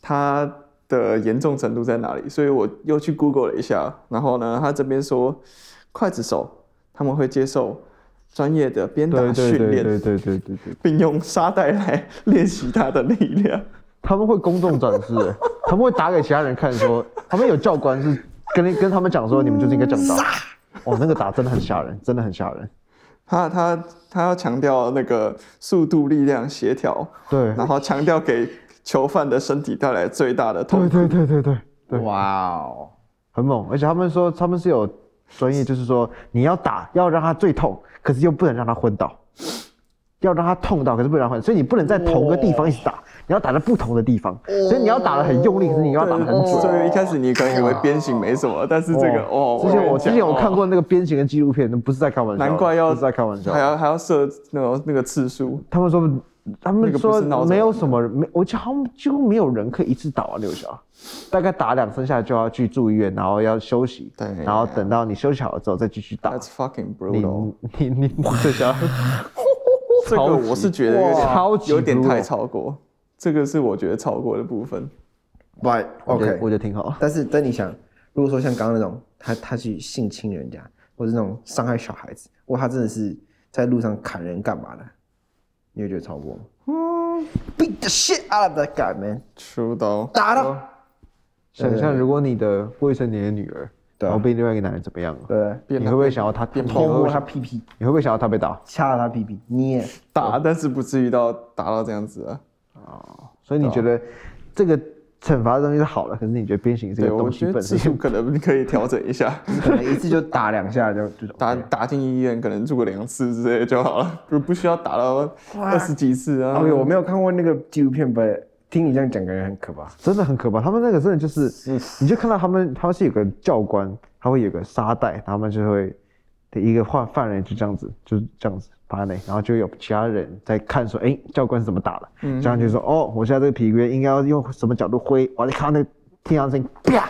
[SPEAKER 2] 他的严重程度在哪里，所以我又去 Google 了一下，然后呢，他这边说刽子手他们会接受专业的鞭打
[SPEAKER 4] 对对
[SPEAKER 2] 训
[SPEAKER 4] 对
[SPEAKER 2] 练，
[SPEAKER 4] 对对对对对，
[SPEAKER 2] 并用沙袋来练习他的力量。
[SPEAKER 4] 他们会公众展示，欸他们会打给其他人看，说他们有教官是跟跟他们讲说，你们就是应该讲到，哦，那个打真的很吓人，真的很吓人，
[SPEAKER 2] 他他他要强调那个速度、力量、协调，
[SPEAKER 4] 对
[SPEAKER 2] 然后强调给囚犯的身体带来最大的痛
[SPEAKER 4] 对
[SPEAKER 2] 苦。
[SPEAKER 4] 对对对对对，
[SPEAKER 3] 哇哦，
[SPEAKER 4] 很猛，而且他们说他们是有专业，就是说你要打要让他最痛，可是又不能让他昏倒，要让他痛到，可是不能让他昏，所以你不能在同个地方一直打，你要打在不同的地方，所以你要打得很用力，可是你又要打得很准。
[SPEAKER 2] 所以一开始你可能以为鞭刑没什么，但是这个哦，
[SPEAKER 4] 之前我之
[SPEAKER 2] 跟
[SPEAKER 4] 前
[SPEAKER 2] 你讲
[SPEAKER 4] 有看，
[SPEAKER 2] 哦
[SPEAKER 4] 过那个鞭刑的纪录片，那不是在开玩笑的，
[SPEAKER 2] 难怪要
[SPEAKER 4] 不是在开玩笑的
[SPEAKER 2] 还。要还要设那个那个次数，
[SPEAKER 4] 他们说，他
[SPEAKER 2] 那
[SPEAKER 4] 们
[SPEAKER 2] 个不是
[SPEAKER 4] 说
[SPEAKER 2] 闹着玩的
[SPEAKER 4] 没有什么人，没，我记得好像几乎没有人可以一次打完六下，大概打两三下就要去住医院，然后要休息，
[SPEAKER 2] 对
[SPEAKER 4] 然后等到你休息好了之后再继续打。
[SPEAKER 2] That's fucking
[SPEAKER 4] 你
[SPEAKER 2] brutal。
[SPEAKER 4] 你你你这下
[SPEAKER 2] 这个我是觉得有点
[SPEAKER 4] 超级
[SPEAKER 2] 有点
[SPEAKER 4] brutal
[SPEAKER 2] 太超过，这个是我觉得超过的部分。
[SPEAKER 3] But
[SPEAKER 4] 我觉得
[SPEAKER 3] OK，
[SPEAKER 4] 我觉得挺好。
[SPEAKER 3] 但是但你想，如果说像刚刚那种，他他去性侵人家，或是那种伤害小孩子，或他真的是在路上砍人干嘛的，你会觉得超过吗？嗯，beat the shit out of that guy man，
[SPEAKER 2] 出刀，
[SPEAKER 3] 打
[SPEAKER 2] 哦
[SPEAKER 3] 他，
[SPEAKER 4] 想象如果你的未成年的女儿，
[SPEAKER 3] 对啊
[SPEAKER 4] 然后被另外一个男人怎么样了，
[SPEAKER 3] 对不
[SPEAKER 4] 你会不会想要他？
[SPEAKER 2] 变
[SPEAKER 4] 你
[SPEAKER 3] 对，偷
[SPEAKER 4] 会不
[SPEAKER 3] 摸
[SPEAKER 4] 会
[SPEAKER 3] 他
[SPEAKER 4] 想？
[SPEAKER 3] 屁屁，
[SPEAKER 4] 你会不会想要他被打？
[SPEAKER 3] 掐他屁屁，捏，
[SPEAKER 2] 打，但是不至于到打到这样子啊。
[SPEAKER 4] 所以你觉得这个惩罚的东西是好的，可是你觉得鞭刑这个
[SPEAKER 2] 对，我
[SPEAKER 4] 东西
[SPEAKER 2] 觉得
[SPEAKER 4] 本
[SPEAKER 2] 次
[SPEAKER 4] 身
[SPEAKER 2] 数可能可以调整 一下，
[SPEAKER 3] 你可能一次就打两下就就
[SPEAKER 2] 打
[SPEAKER 4] 啊
[SPEAKER 2] 打进医院可能住个两次之类的就好了，不不需要打到二十几次啊。
[SPEAKER 4] 哎
[SPEAKER 3] OK，我没有看过那个纪录片，不，听你这样讲感觉很可怕。
[SPEAKER 4] 真的很可怕。他们那个真的就是，你就看到他们，他们是有个教官，他会有个沙袋，他们就会的一个犯犯人就这样子，就是这样子把他那，然后就有其他人在看说，哎、教官是怎么打的？这样就说，哦，我现在这个皮约应该要用什么角度挥？哇，你看到那个听到声音，啪，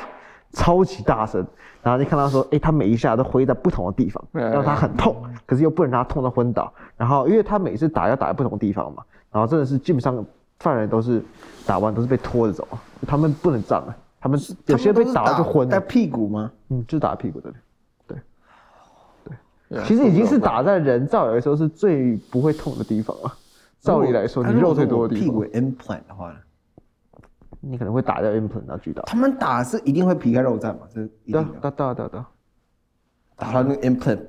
[SPEAKER 4] 超级大声，然后就看到说，哎、他每一下都挥在不同的地方，
[SPEAKER 2] 哎
[SPEAKER 4] 让他很痛，可是又不能让他痛到昏倒。然后因为他每次打要打在不同地方嘛，然后真的是基本上犯人都是打完都是被拖着走，他们不能站了，他们有些被打了就昏
[SPEAKER 3] 在
[SPEAKER 4] 了，
[SPEAKER 3] 屁股吗？
[SPEAKER 4] 嗯，就是打屁股的，对，对，
[SPEAKER 3] 啊
[SPEAKER 4] 其实已经是打在人照理来说是最不会痛的地方了。照理来说，你肉最多的地
[SPEAKER 3] 屁
[SPEAKER 4] 方
[SPEAKER 3] 股，implant 的话呢？
[SPEAKER 4] 你可能会打掉 implant 然后巨大。
[SPEAKER 3] 他们打是一定会皮开肉绽嘛，这是一
[SPEAKER 4] 对啊
[SPEAKER 3] 定的。
[SPEAKER 4] 对啊对啊对啊对啊，
[SPEAKER 3] 打到那个 implant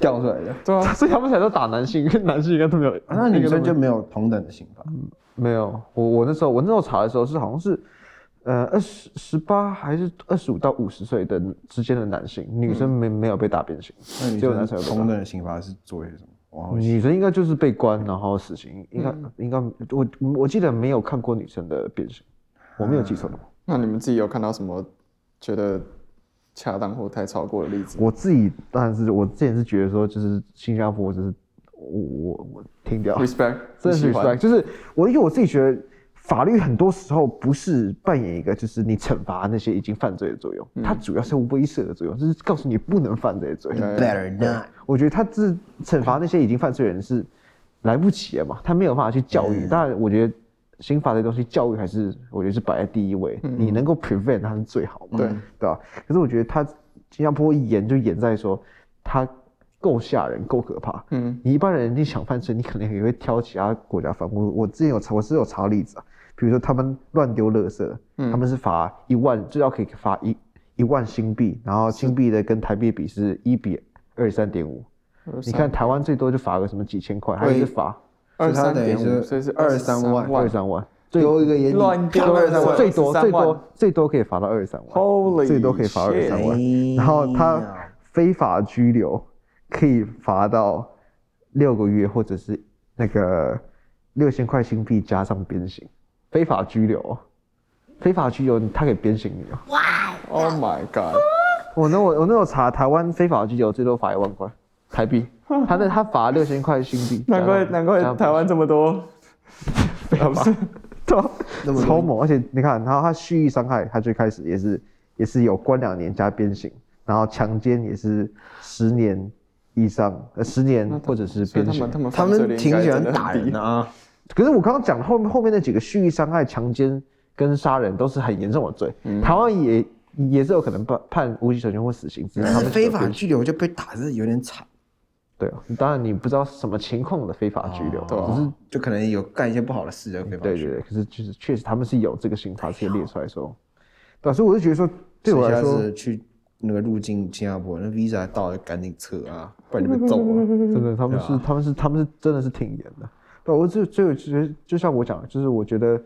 [SPEAKER 3] 掉出来的，
[SPEAKER 2] 对啊，
[SPEAKER 4] 所以他们才说打男性，因为男性应该都没有。
[SPEAKER 3] 啊那女生就没有同等的刑罚。
[SPEAKER 4] 没有，我我那时候我那时候查的时候是好像是，呃，二十十八还是二十五到五十岁的之间的男性，女生
[SPEAKER 3] 嗯
[SPEAKER 4] 没、没有被打变形，
[SPEAKER 3] 那女
[SPEAKER 4] 只有男
[SPEAKER 3] 生
[SPEAKER 4] 生有被
[SPEAKER 3] 同
[SPEAKER 4] 打。
[SPEAKER 3] 等的刑罚是做些什么？哇，
[SPEAKER 4] 哦女生应该就是被关，然后死刑，应该、
[SPEAKER 2] 嗯
[SPEAKER 4] 应该我我记得没有看过女生的变形，我没有记错的话。
[SPEAKER 2] 那你们自己有看到什么觉得恰当或太超过的例子？
[SPEAKER 4] 我自己当然是我之前是觉得说，就是新加坡就是我我我听掉，
[SPEAKER 2] respect，
[SPEAKER 4] 真的
[SPEAKER 2] 你
[SPEAKER 4] 是
[SPEAKER 2] 喜欢
[SPEAKER 4] respect，就是我因为我自己觉得，法律很多时候不是扮演一个就是你惩罚那些已经犯罪的作
[SPEAKER 2] 嗯
[SPEAKER 4] 用，它主要是威慑的作用，就是告诉你不能犯这些
[SPEAKER 3] 哎
[SPEAKER 4] 罪。
[SPEAKER 3] better not。
[SPEAKER 4] 我觉得他是惩罚那些已经犯罪的人是来不及了嘛，他没有办法去教
[SPEAKER 2] 嗯
[SPEAKER 4] 育。当然，我觉得刑法这东西教育还是我觉得是摆在第一位，你能够 prevent 它是最好嘛，
[SPEAKER 2] 嗯对
[SPEAKER 4] 对吧？可是我觉得他新加坡严就严在说他够吓人，够可怕。
[SPEAKER 2] 嗯，
[SPEAKER 4] 你一般人你想犯罪，你可能也会挑其他国家犯。我我之前有查，我是有查例子啊，比如说他们乱丢垃圾，
[SPEAKER 2] 嗯
[SPEAKER 4] 他们是罚一万，最高可以罚一一万新币，然后新币的跟台币比是一比二三点五。你看台湾最多就罚个什么几千块，还是罚
[SPEAKER 2] 二
[SPEAKER 3] 所以他
[SPEAKER 2] 三
[SPEAKER 3] 等于
[SPEAKER 2] 点五，
[SPEAKER 3] 是
[SPEAKER 2] 所以是
[SPEAKER 3] 23
[SPEAKER 2] 23
[SPEAKER 3] 万
[SPEAKER 4] 二三万。最
[SPEAKER 3] 丢一个眼
[SPEAKER 2] 乱
[SPEAKER 3] 底，
[SPEAKER 2] 丢
[SPEAKER 3] 二十三万
[SPEAKER 2] 万
[SPEAKER 4] 最多最
[SPEAKER 2] 23万
[SPEAKER 4] 多最多可以罚到二十三万
[SPEAKER 2] Holy
[SPEAKER 4] 最多可以罚二
[SPEAKER 3] 哎
[SPEAKER 4] 十三万。
[SPEAKER 3] shit
[SPEAKER 4] 然后他
[SPEAKER 3] 哎呀
[SPEAKER 4] 非法拘留可以罚到六个月，或者是那个六千块新币加上鞭刑。非法拘留哦，非法拘留他可以鞭刑你哦。
[SPEAKER 2] Oh my god！
[SPEAKER 4] 我那我我那有查，台湾非法拘留最多罚一万块台 币，他那他罚六千块新币，
[SPEAKER 2] 难怪
[SPEAKER 4] 加上
[SPEAKER 2] 难怪台湾这么多，啊不是，
[SPEAKER 4] 对啊
[SPEAKER 3] 那么多
[SPEAKER 4] 超猛！而且你看，然后他蓄意伤害，他最开始也是也是有关两年加鞭刑，然后强奸也是十年以上，呃，十年或者是
[SPEAKER 2] 所以
[SPEAKER 4] 鞭
[SPEAKER 2] 他
[SPEAKER 4] 刑
[SPEAKER 2] 们。他们
[SPEAKER 3] 他
[SPEAKER 2] 犯罪率
[SPEAKER 3] 们
[SPEAKER 2] 应该
[SPEAKER 3] 挺喜欢
[SPEAKER 2] 真的很
[SPEAKER 3] 打
[SPEAKER 2] 低
[SPEAKER 3] 人的 啊，
[SPEAKER 4] 可是我刚刚讲的后面后面那几个蓄意伤害、强奸跟杀人都是很严重的罪，
[SPEAKER 2] 嗯
[SPEAKER 4] 台湾也也是有可能判判无期徒刑或死刑，只是
[SPEAKER 3] 但
[SPEAKER 4] 他
[SPEAKER 3] 是
[SPEAKER 4] 们
[SPEAKER 3] 非法拘留就被打，是有点惨，
[SPEAKER 4] 对啊，当然你不知道什么情况的非法拘留，
[SPEAKER 2] 对啊
[SPEAKER 4] 只是
[SPEAKER 3] 哦就可能有干一些不好的事就非法
[SPEAKER 4] 对
[SPEAKER 3] 拘
[SPEAKER 4] 对
[SPEAKER 3] 留。
[SPEAKER 4] 对，可是就是确实他们是有这个刑罚是可以
[SPEAKER 2] 哎
[SPEAKER 4] 列出来说，对啊，所以我就觉得说，对我来
[SPEAKER 3] 所以下
[SPEAKER 4] 说
[SPEAKER 3] 次去那个入境新加坡，那 visa 到了赶紧撤啊，不然就被揍啊了。
[SPEAKER 4] 真的，他们是、
[SPEAKER 2] 啊
[SPEAKER 4] 他们是他们是真的是挺严的。对，啊我就就其实就像我讲的，就是我觉得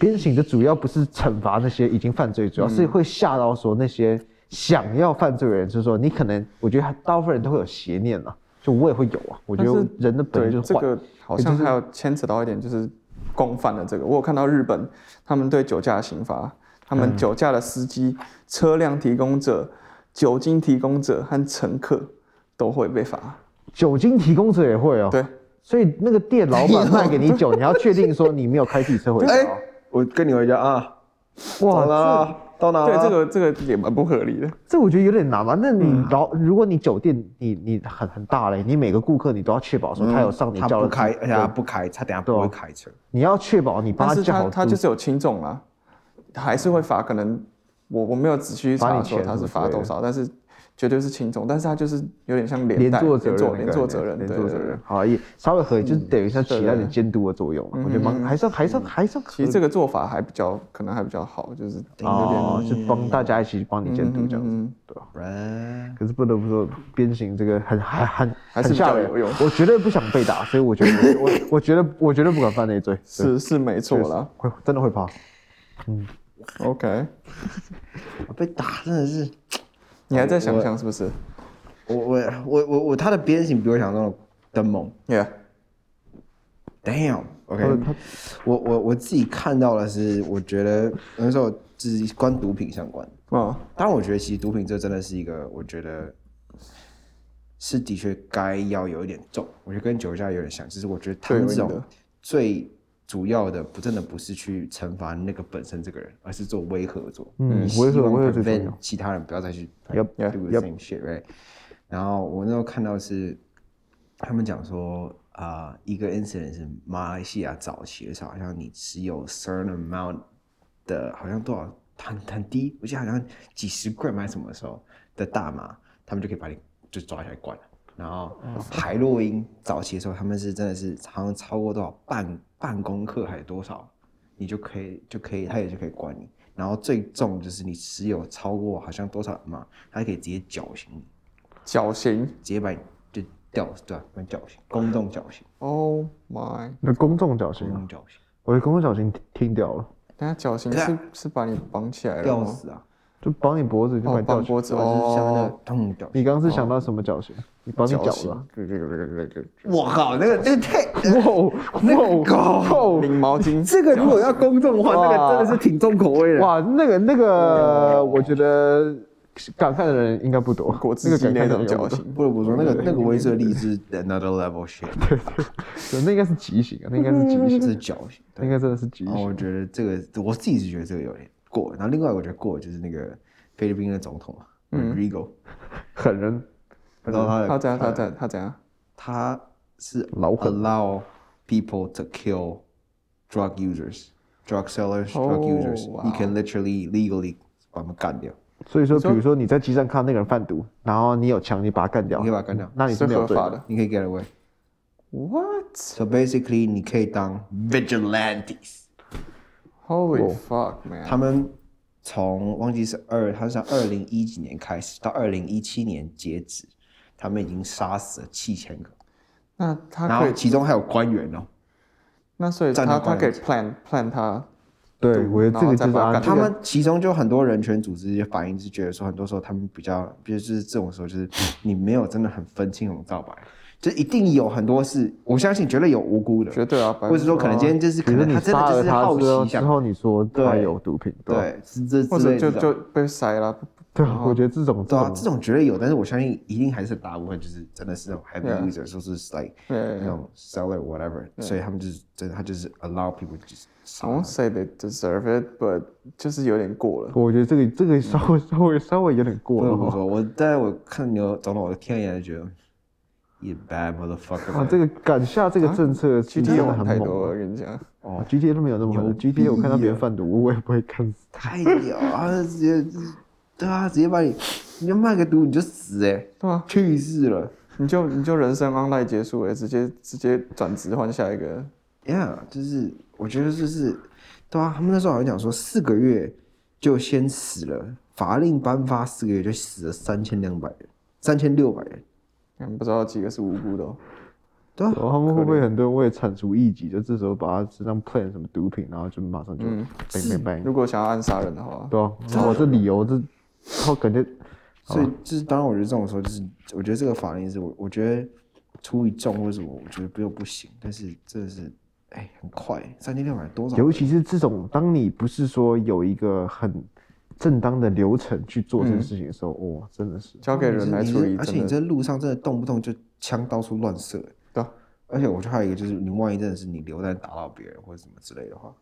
[SPEAKER 4] 鞭刑的主要不是惩罚那些已经犯罪，主要是
[SPEAKER 2] 嗯
[SPEAKER 4] 会吓到说那些想要犯罪的人，就是说你可能，我觉得大部分人都会有邪念啊，就我也会有啊，我觉
[SPEAKER 2] 但
[SPEAKER 4] 得
[SPEAKER 2] 是
[SPEAKER 4] 人的本
[SPEAKER 2] 对
[SPEAKER 4] 性就是
[SPEAKER 2] 这
[SPEAKER 4] 坏。
[SPEAKER 2] 个好像还有牵扯到一点，就是共犯的这个。我有看到日本他们对酒驾的刑罚，他们酒驾的司机、车辆提供者、酒精提供者和乘客都会被罚。
[SPEAKER 4] 酒精提供者也会哦，
[SPEAKER 2] 对，
[SPEAKER 4] 所以那个店老板卖给你 酒，你要确定说你没有开自己车回家
[SPEAKER 3] 哎
[SPEAKER 4] 哦。，
[SPEAKER 3] 我跟你回家啊，
[SPEAKER 4] 哇，
[SPEAKER 3] 好
[SPEAKER 4] 这
[SPEAKER 3] 啦，到哪了？
[SPEAKER 2] 对，这个这个也蛮不合理的。
[SPEAKER 4] 这我觉得有点难吧？那
[SPEAKER 2] 嗯
[SPEAKER 4] 你老、如果你酒店你你很很大嘞，你每个顾客你都要确保说他有上
[SPEAKER 2] 嗯
[SPEAKER 4] 你
[SPEAKER 3] 他
[SPEAKER 4] 叫
[SPEAKER 3] 不
[SPEAKER 4] 的，
[SPEAKER 3] 开，
[SPEAKER 2] 哎
[SPEAKER 3] 而且他不开，他等下不会开车。
[SPEAKER 4] 你要确保你帮
[SPEAKER 2] 但是
[SPEAKER 4] 叫
[SPEAKER 2] 他
[SPEAKER 4] 好
[SPEAKER 2] 他
[SPEAKER 4] 住
[SPEAKER 2] 就是有轻重啊，还是会罚。可能我我没有仔细
[SPEAKER 4] 罚
[SPEAKER 2] 查
[SPEAKER 4] 你
[SPEAKER 2] 说
[SPEAKER 4] 钱
[SPEAKER 2] 他
[SPEAKER 4] 什
[SPEAKER 2] 是
[SPEAKER 4] 么
[SPEAKER 2] 罚
[SPEAKER 4] 之类
[SPEAKER 2] 多
[SPEAKER 4] 的
[SPEAKER 2] 少，但是绝对是轻重。但是他就是有点像连
[SPEAKER 4] 连
[SPEAKER 2] 带
[SPEAKER 4] 坐责任
[SPEAKER 2] 连坐
[SPEAKER 4] 的概念，
[SPEAKER 2] 连坐责任，嗯
[SPEAKER 4] 连
[SPEAKER 2] 对
[SPEAKER 4] 坐
[SPEAKER 2] 对
[SPEAKER 4] 责
[SPEAKER 2] 对
[SPEAKER 4] 任，好，也稍微合理，就是等于像起到一
[SPEAKER 2] 对
[SPEAKER 4] 点
[SPEAKER 2] 对
[SPEAKER 4] 监督的作用啊嘛。我觉得蛮还算还算还算合
[SPEAKER 2] 嗯其
[SPEAKER 4] 理
[SPEAKER 2] 实这个做法还比较可能还比较好，就是
[SPEAKER 4] 哦，是帮大家一起帮你监督这样子
[SPEAKER 2] 嗯嗯嗯嗯，
[SPEAKER 4] 对吧？
[SPEAKER 3] Right
[SPEAKER 4] 可是不得不说，鞭刑这个很很很
[SPEAKER 2] 还是
[SPEAKER 4] 很
[SPEAKER 2] 比较
[SPEAKER 4] 吓人
[SPEAKER 2] 有用，
[SPEAKER 4] 我绝对不想被打，所以我觉得我我觉得我绝对不敢犯那罪，对
[SPEAKER 2] 是是没错啦。
[SPEAKER 4] 会真的会怕。
[SPEAKER 2] OK，
[SPEAKER 3] 我被打真的是，
[SPEAKER 2] 你还在想想是不是
[SPEAKER 3] 我我我我我他的鞭刑比我想象中的猛。
[SPEAKER 2] ？Yeah，
[SPEAKER 3] Damn，OK，、我我我自己看到的是，我觉得那时候是关毒品相关的。
[SPEAKER 2] 嗯
[SPEAKER 3] 当然，我觉得其实毒品这真的是一个，我觉得是的确该要有一点重。我觉得跟酒驾有点像，就是我觉得他们这
[SPEAKER 2] 对有
[SPEAKER 3] 种
[SPEAKER 2] 一点
[SPEAKER 3] 最主要的，不真的不是去惩罚那个本身这个人，而是做威吓作。
[SPEAKER 4] 嗯
[SPEAKER 3] 你希
[SPEAKER 4] 威吓
[SPEAKER 3] 望
[SPEAKER 4] 威吓最
[SPEAKER 3] prevent
[SPEAKER 4] 重要
[SPEAKER 3] 其他人不要再去
[SPEAKER 4] Yep,
[SPEAKER 3] like,
[SPEAKER 2] yeah,
[SPEAKER 3] do the same shit right。然后我那时候看到是他们讲说啊、一个 incident 是马来西亚早期的时候，好像你持有 certain amount 的，好像多少很很低，我记得好像几十 gram 还是什么时候的大麻，他们就可以把你就抓起来关了。然后海洛因早期的时候，他们是真的是好像超过多少半半公克还是多少，你就可以就可以，他也就可以关你。然后最重就是你持有超过好像多少嘛，他可以直接绞刑你，
[SPEAKER 2] 绞刑。
[SPEAKER 3] 直接把你就吊死对吧、把你绞刑，公众绞刑，
[SPEAKER 2] Oh my，
[SPEAKER 4] 那公众绞刑
[SPEAKER 3] 公
[SPEAKER 4] 啊，
[SPEAKER 3] 众绞刑，
[SPEAKER 4] 我的公众绞刑听听掉了，
[SPEAKER 2] 等下绞刑
[SPEAKER 3] 对啊
[SPEAKER 2] 是是把你绑起来了
[SPEAKER 3] 吊
[SPEAKER 2] 吗？
[SPEAKER 3] 死啊！
[SPEAKER 4] 就绑你脖子就把
[SPEAKER 2] 哦，
[SPEAKER 4] 你吊
[SPEAKER 2] 绑
[SPEAKER 4] 起来。
[SPEAKER 2] 脖子
[SPEAKER 3] 或者是像那
[SPEAKER 2] 哦
[SPEAKER 3] 个。痛绞
[SPEAKER 4] 你
[SPEAKER 3] 刑。
[SPEAKER 4] 刚刚是想到什么绞刑？你绑你脚
[SPEAKER 2] 绞
[SPEAKER 4] 了啊
[SPEAKER 2] 刑？，
[SPEAKER 3] 我靠，那个那个太，
[SPEAKER 2] 哦，领毛巾，
[SPEAKER 3] 这个如果要公众的话，那个真的是挺重口味的。
[SPEAKER 4] 哇，那个那个，我觉得感慨的人应该不多。
[SPEAKER 2] 果
[SPEAKER 4] 那
[SPEAKER 2] 汁
[SPEAKER 4] 个
[SPEAKER 2] 机
[SPEAKER 4] 感
[SPEAKER 2] 那
[SPEAKER 4] 慨的
[SPEAKER 2] 种
[SPEAKER 4] 人应该不
[SPEAKER 2] 绞
[SPEAKER 4] 多，
[SPEAKER 2] 刑，
[SPEAKER 3] 不得不说，那 个那个威慑力是 another level shit，
[SPEAKER 4] 对那应该是极刑啊，那应该是极
[SPEAKER 3] 这
[SPEAKER 4] 刑，
[SPEAKER 3] 是绞刑。
[SPEAKER 4] 那应该真的是极
[SPEAKER 3] 然后嗯
[SPEAKER 4] 刑。
[SPEAKER 3] 哦我觉得这个，我自己是觉得这个有点过。然后另外我觉得过就是那个菲律宾的总统啊，Rigo，
[SPEAKER 4] 狠人
[SPEAKER 3] 然后他的
[SPEAKER 2] 他怎样？他怎样？他怎样？
[SPEAKER 3] 他是
[SPEAKER 4] 老虎
[SPEAKER 3] allow people to kill drug users, drug sellers, drug
[SPEAKER 2] 哦
[SPEAKER 3] users. You can literally legally 把他们干掉，
[SPEAKER 4] 所以说，比如说你在机上看到那个人贩毒，然后你有枪，你把他干掉
[SPEAKER 3] 你可以，把他干掉，
[SPEAKER 4] 那你
[SPEAKER 2] 是
[SPEAKER 4] 是没有
[SPEAKER 2] 合
[SPEAKER 4] 罪
[SPEAKER 2] 法。的。
[SPEAKER 3] 你可以 get away.
[SPEAKER 2] What?
[SPEAKER 3] So basically，你可以当 vigilantes。
[SPEAKER 2] Holy fuck, man！
[SPEAKER 3] 他们从忘记是二，他是二零一几年开始，到二零一七年截止，他们已经杀死了七千个，
[SPEAKER 2] 那他
[SPEAKER 3] 然
[SPEAKER 2] 可
[SPEAKER 3] 后
[SPEAKER 2] 以，
[SPEAKER 3] 其中还有官员哦。
[SPEAKER 2] 那所以
[SPEAKER 3] 站到
[SPEAKER 2] 他他
[SPEAKER 3] 关
[SPEAKER 2] 可以
[SPEAKER 3] 键
[SPEAKER 2] plan plan 他，
[SPEAKER 4] 对，我觉得这
[SPEAKER 2] 然后
[SPEAKER 4] 个
[SPEAKER 2] 再
[SPEAKER 4] 就是
[SPEAKER 2] 把它
[SPEAKER 4] 安
[SPEAKER 2] 干
[SPEAKER 4] 全
[SPEAKER 2] 掉
[SPEAKER 3] 啊他们其中就很多人权组织也反映是觉得说，很多时候他们比较，比如就是这种时候，就是你没有真的很分青红皂白，就一定有很多是我相信绝对有无辜的，
[SPEAKER 2] 绝对啊，百分
[SPEAKER 3] 或者
[SPEAKER 2] 之
[SPEAKER 3] 说可能今天就是可
[SPEAKER 4] 比如
[SPEAKER 3] 能
[SPEAKER 4] 啊你
[SPEAKER 3] 他真的
[SPEAKER 4] 杀
[SPEAKER 3] 就
[SPEAKER 4] 了
[SPEAKER 3] 是
[SPEAKER 4] 他
[SPEAKER 3] 好
[SPEAKER 4] 之后
[SPEAKER 3] 奇
[SPEAKER 4] 之
[SPEAKER 3] 想，
[SPEAKER 4] 后，你说他
[SPEAKER 3] 对
[SPEAKER 4] 有毒品，吧
[SPEAKER 3] 对，是这
[SPEAKER 2] 或
[SPEAKER 3] 之
[SPEAKER 2] 者
[SPEAKER 3] 类
[SPEAKER 2] 就
[SPEAKER 3] 的。
[SPEAKER 2] 就被塞了，
[SPEAKER 4] 对啊，我觉得这种
[SPEAKER 3] 对啊，这种绝对有，但是我相信一定还是很大部分就是真的是那种 heavy
[SPEAKER 2] Yeah.
[SPEAKER 3] user，说是 like
[SPEAKER 2] 对
[SPEAKER 3] 那，种 seller whatever，所以他们就是真的他就是 allow people to just
[SPEAKER 2] I won't say they deserve it, but 就是有点过了。
[SPEAKER 4] 我觉得这个这个稍微稍微稍微有点过
[SPEAKER 3] 不
[SPEAKER 4] 了
[SPEAKER 3] 得不
[SPEAKER 4] 哦。
[SPEAKER 3] 说，我但我看牛总统，我天眼就觉得，you bad motherfucker，
[SPEAKER 4] 啊，这个敢下这个政策是真
[SPEAKER 2] GTA
[SPEAKER 4] 的
[SPEAKER 2] 玩
[SPEAKER 4] 很
[SPEAKER 2] 太
[SPEAKER 4] 猛
[SPEAKER 2] 多了，
[SPEAKER 4] 啊。
[SPEAKER 2] 我跟你讲，
[SPEAKER 4] 哦，GTA 都没有那么狠
[SPEAKER 3] 牛
[SPEAKER 4] ，GTA 我看到
[SPEAKER 3] 逼
[SPEAKER 4] 别人
[SPEAKER 3] 啊
[SPEAKER 4] 贩毒，我也不会看死。
[SPEAKER 3] 太屌啊！直接，对啊，直接把你，你要卖个毒你就死哎、
[SPEAKER 2] 对啊，
[SPEAKER 3] 去世了
[SPEAKER 2] 你就你就人生 online 结束了，直接直接转职换下一个。
[SPEAKER 3] ，yeah，就是我觉得就是，对啊，他们那时候好像讲说四个月就先死了，法令颁发四个月就死了三千两百人，三千六百人，
[SPEAKER 2] 嗯，不知道几个是无辜的、哦，
[SPEAKER 3] 对啊
[SPEAKER 4] 然，后他们会不会很多人为了铲除异己，就这时候把他身上 plan 什么毒品，然后就马上就 bang bang bang，
[SPEAKER 2] 如果想要暗杀人的话，
[SPEAKER 4] 对啊，哇，这理由这，他感觉
[SPEAKER 3] 所以就是，当然，我觉得这种时候就是，我觉得这个法令是我，我觉得出于重或者什么，我觉得不又不行。但是真的是，哎，很快，三千六百多少？
[SPEAKER 4] 尤其是这种，当你不是说有一个很正当的流程去做这件事情的时候，哇、真的是
[SPEAKER 2] 交给人来
[SPEAKER 3] 你是
[SPEAKER 2] 处理，
[SPEAKER 3] 而且
[SPEAKER 2] 真
[SPEAKER 3] 你
[SPEAKER 2] 的
[SPEAKER 3] 在路上真的动不动就枪到处乱射，欸
[SPEAKER 2] 对啊
[SPEAKER 3] 而且我觉得还有一个就是，你万一真的是你流弹打到别人或者什么之类的话，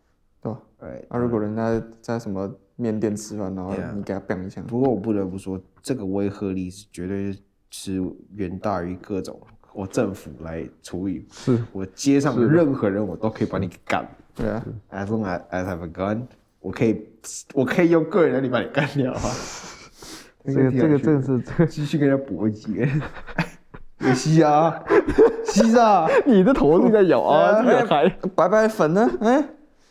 [SPEAKER 2] 对吧？
[SPEAKER 3] 哎，
[SPEAKER 2] 啊，
[SPEAKER 4] 嗯
[SPEAKER 2] 如果人家在什么面店吃饭，然后
[SPEAKER 3] Yeah
[SPEAKER 2] 你给他 bang 一下，
[SPEAKER 3] 不过我不得不说，这个威慑力是绝对是远大于各种我政府来处理，
[SPEAKER 4] 是
[SPEAKER 3] 我街上的任何人我都可以把你给干。
[SPEAKER 2] 对啊，
[SPEAKER 3] As long as I have a gun，我可以，我可以用个人能力把你干 掉啊！
[SPEAKER 4] 这个这个真的是这个
[SPEAKER 3] 继续跟人家搏击， 有西啊，西啊，
[SPEAKER 4] 你的头是在咬啊，这个还
[SPEAKER 2] 白白粉呢？哎、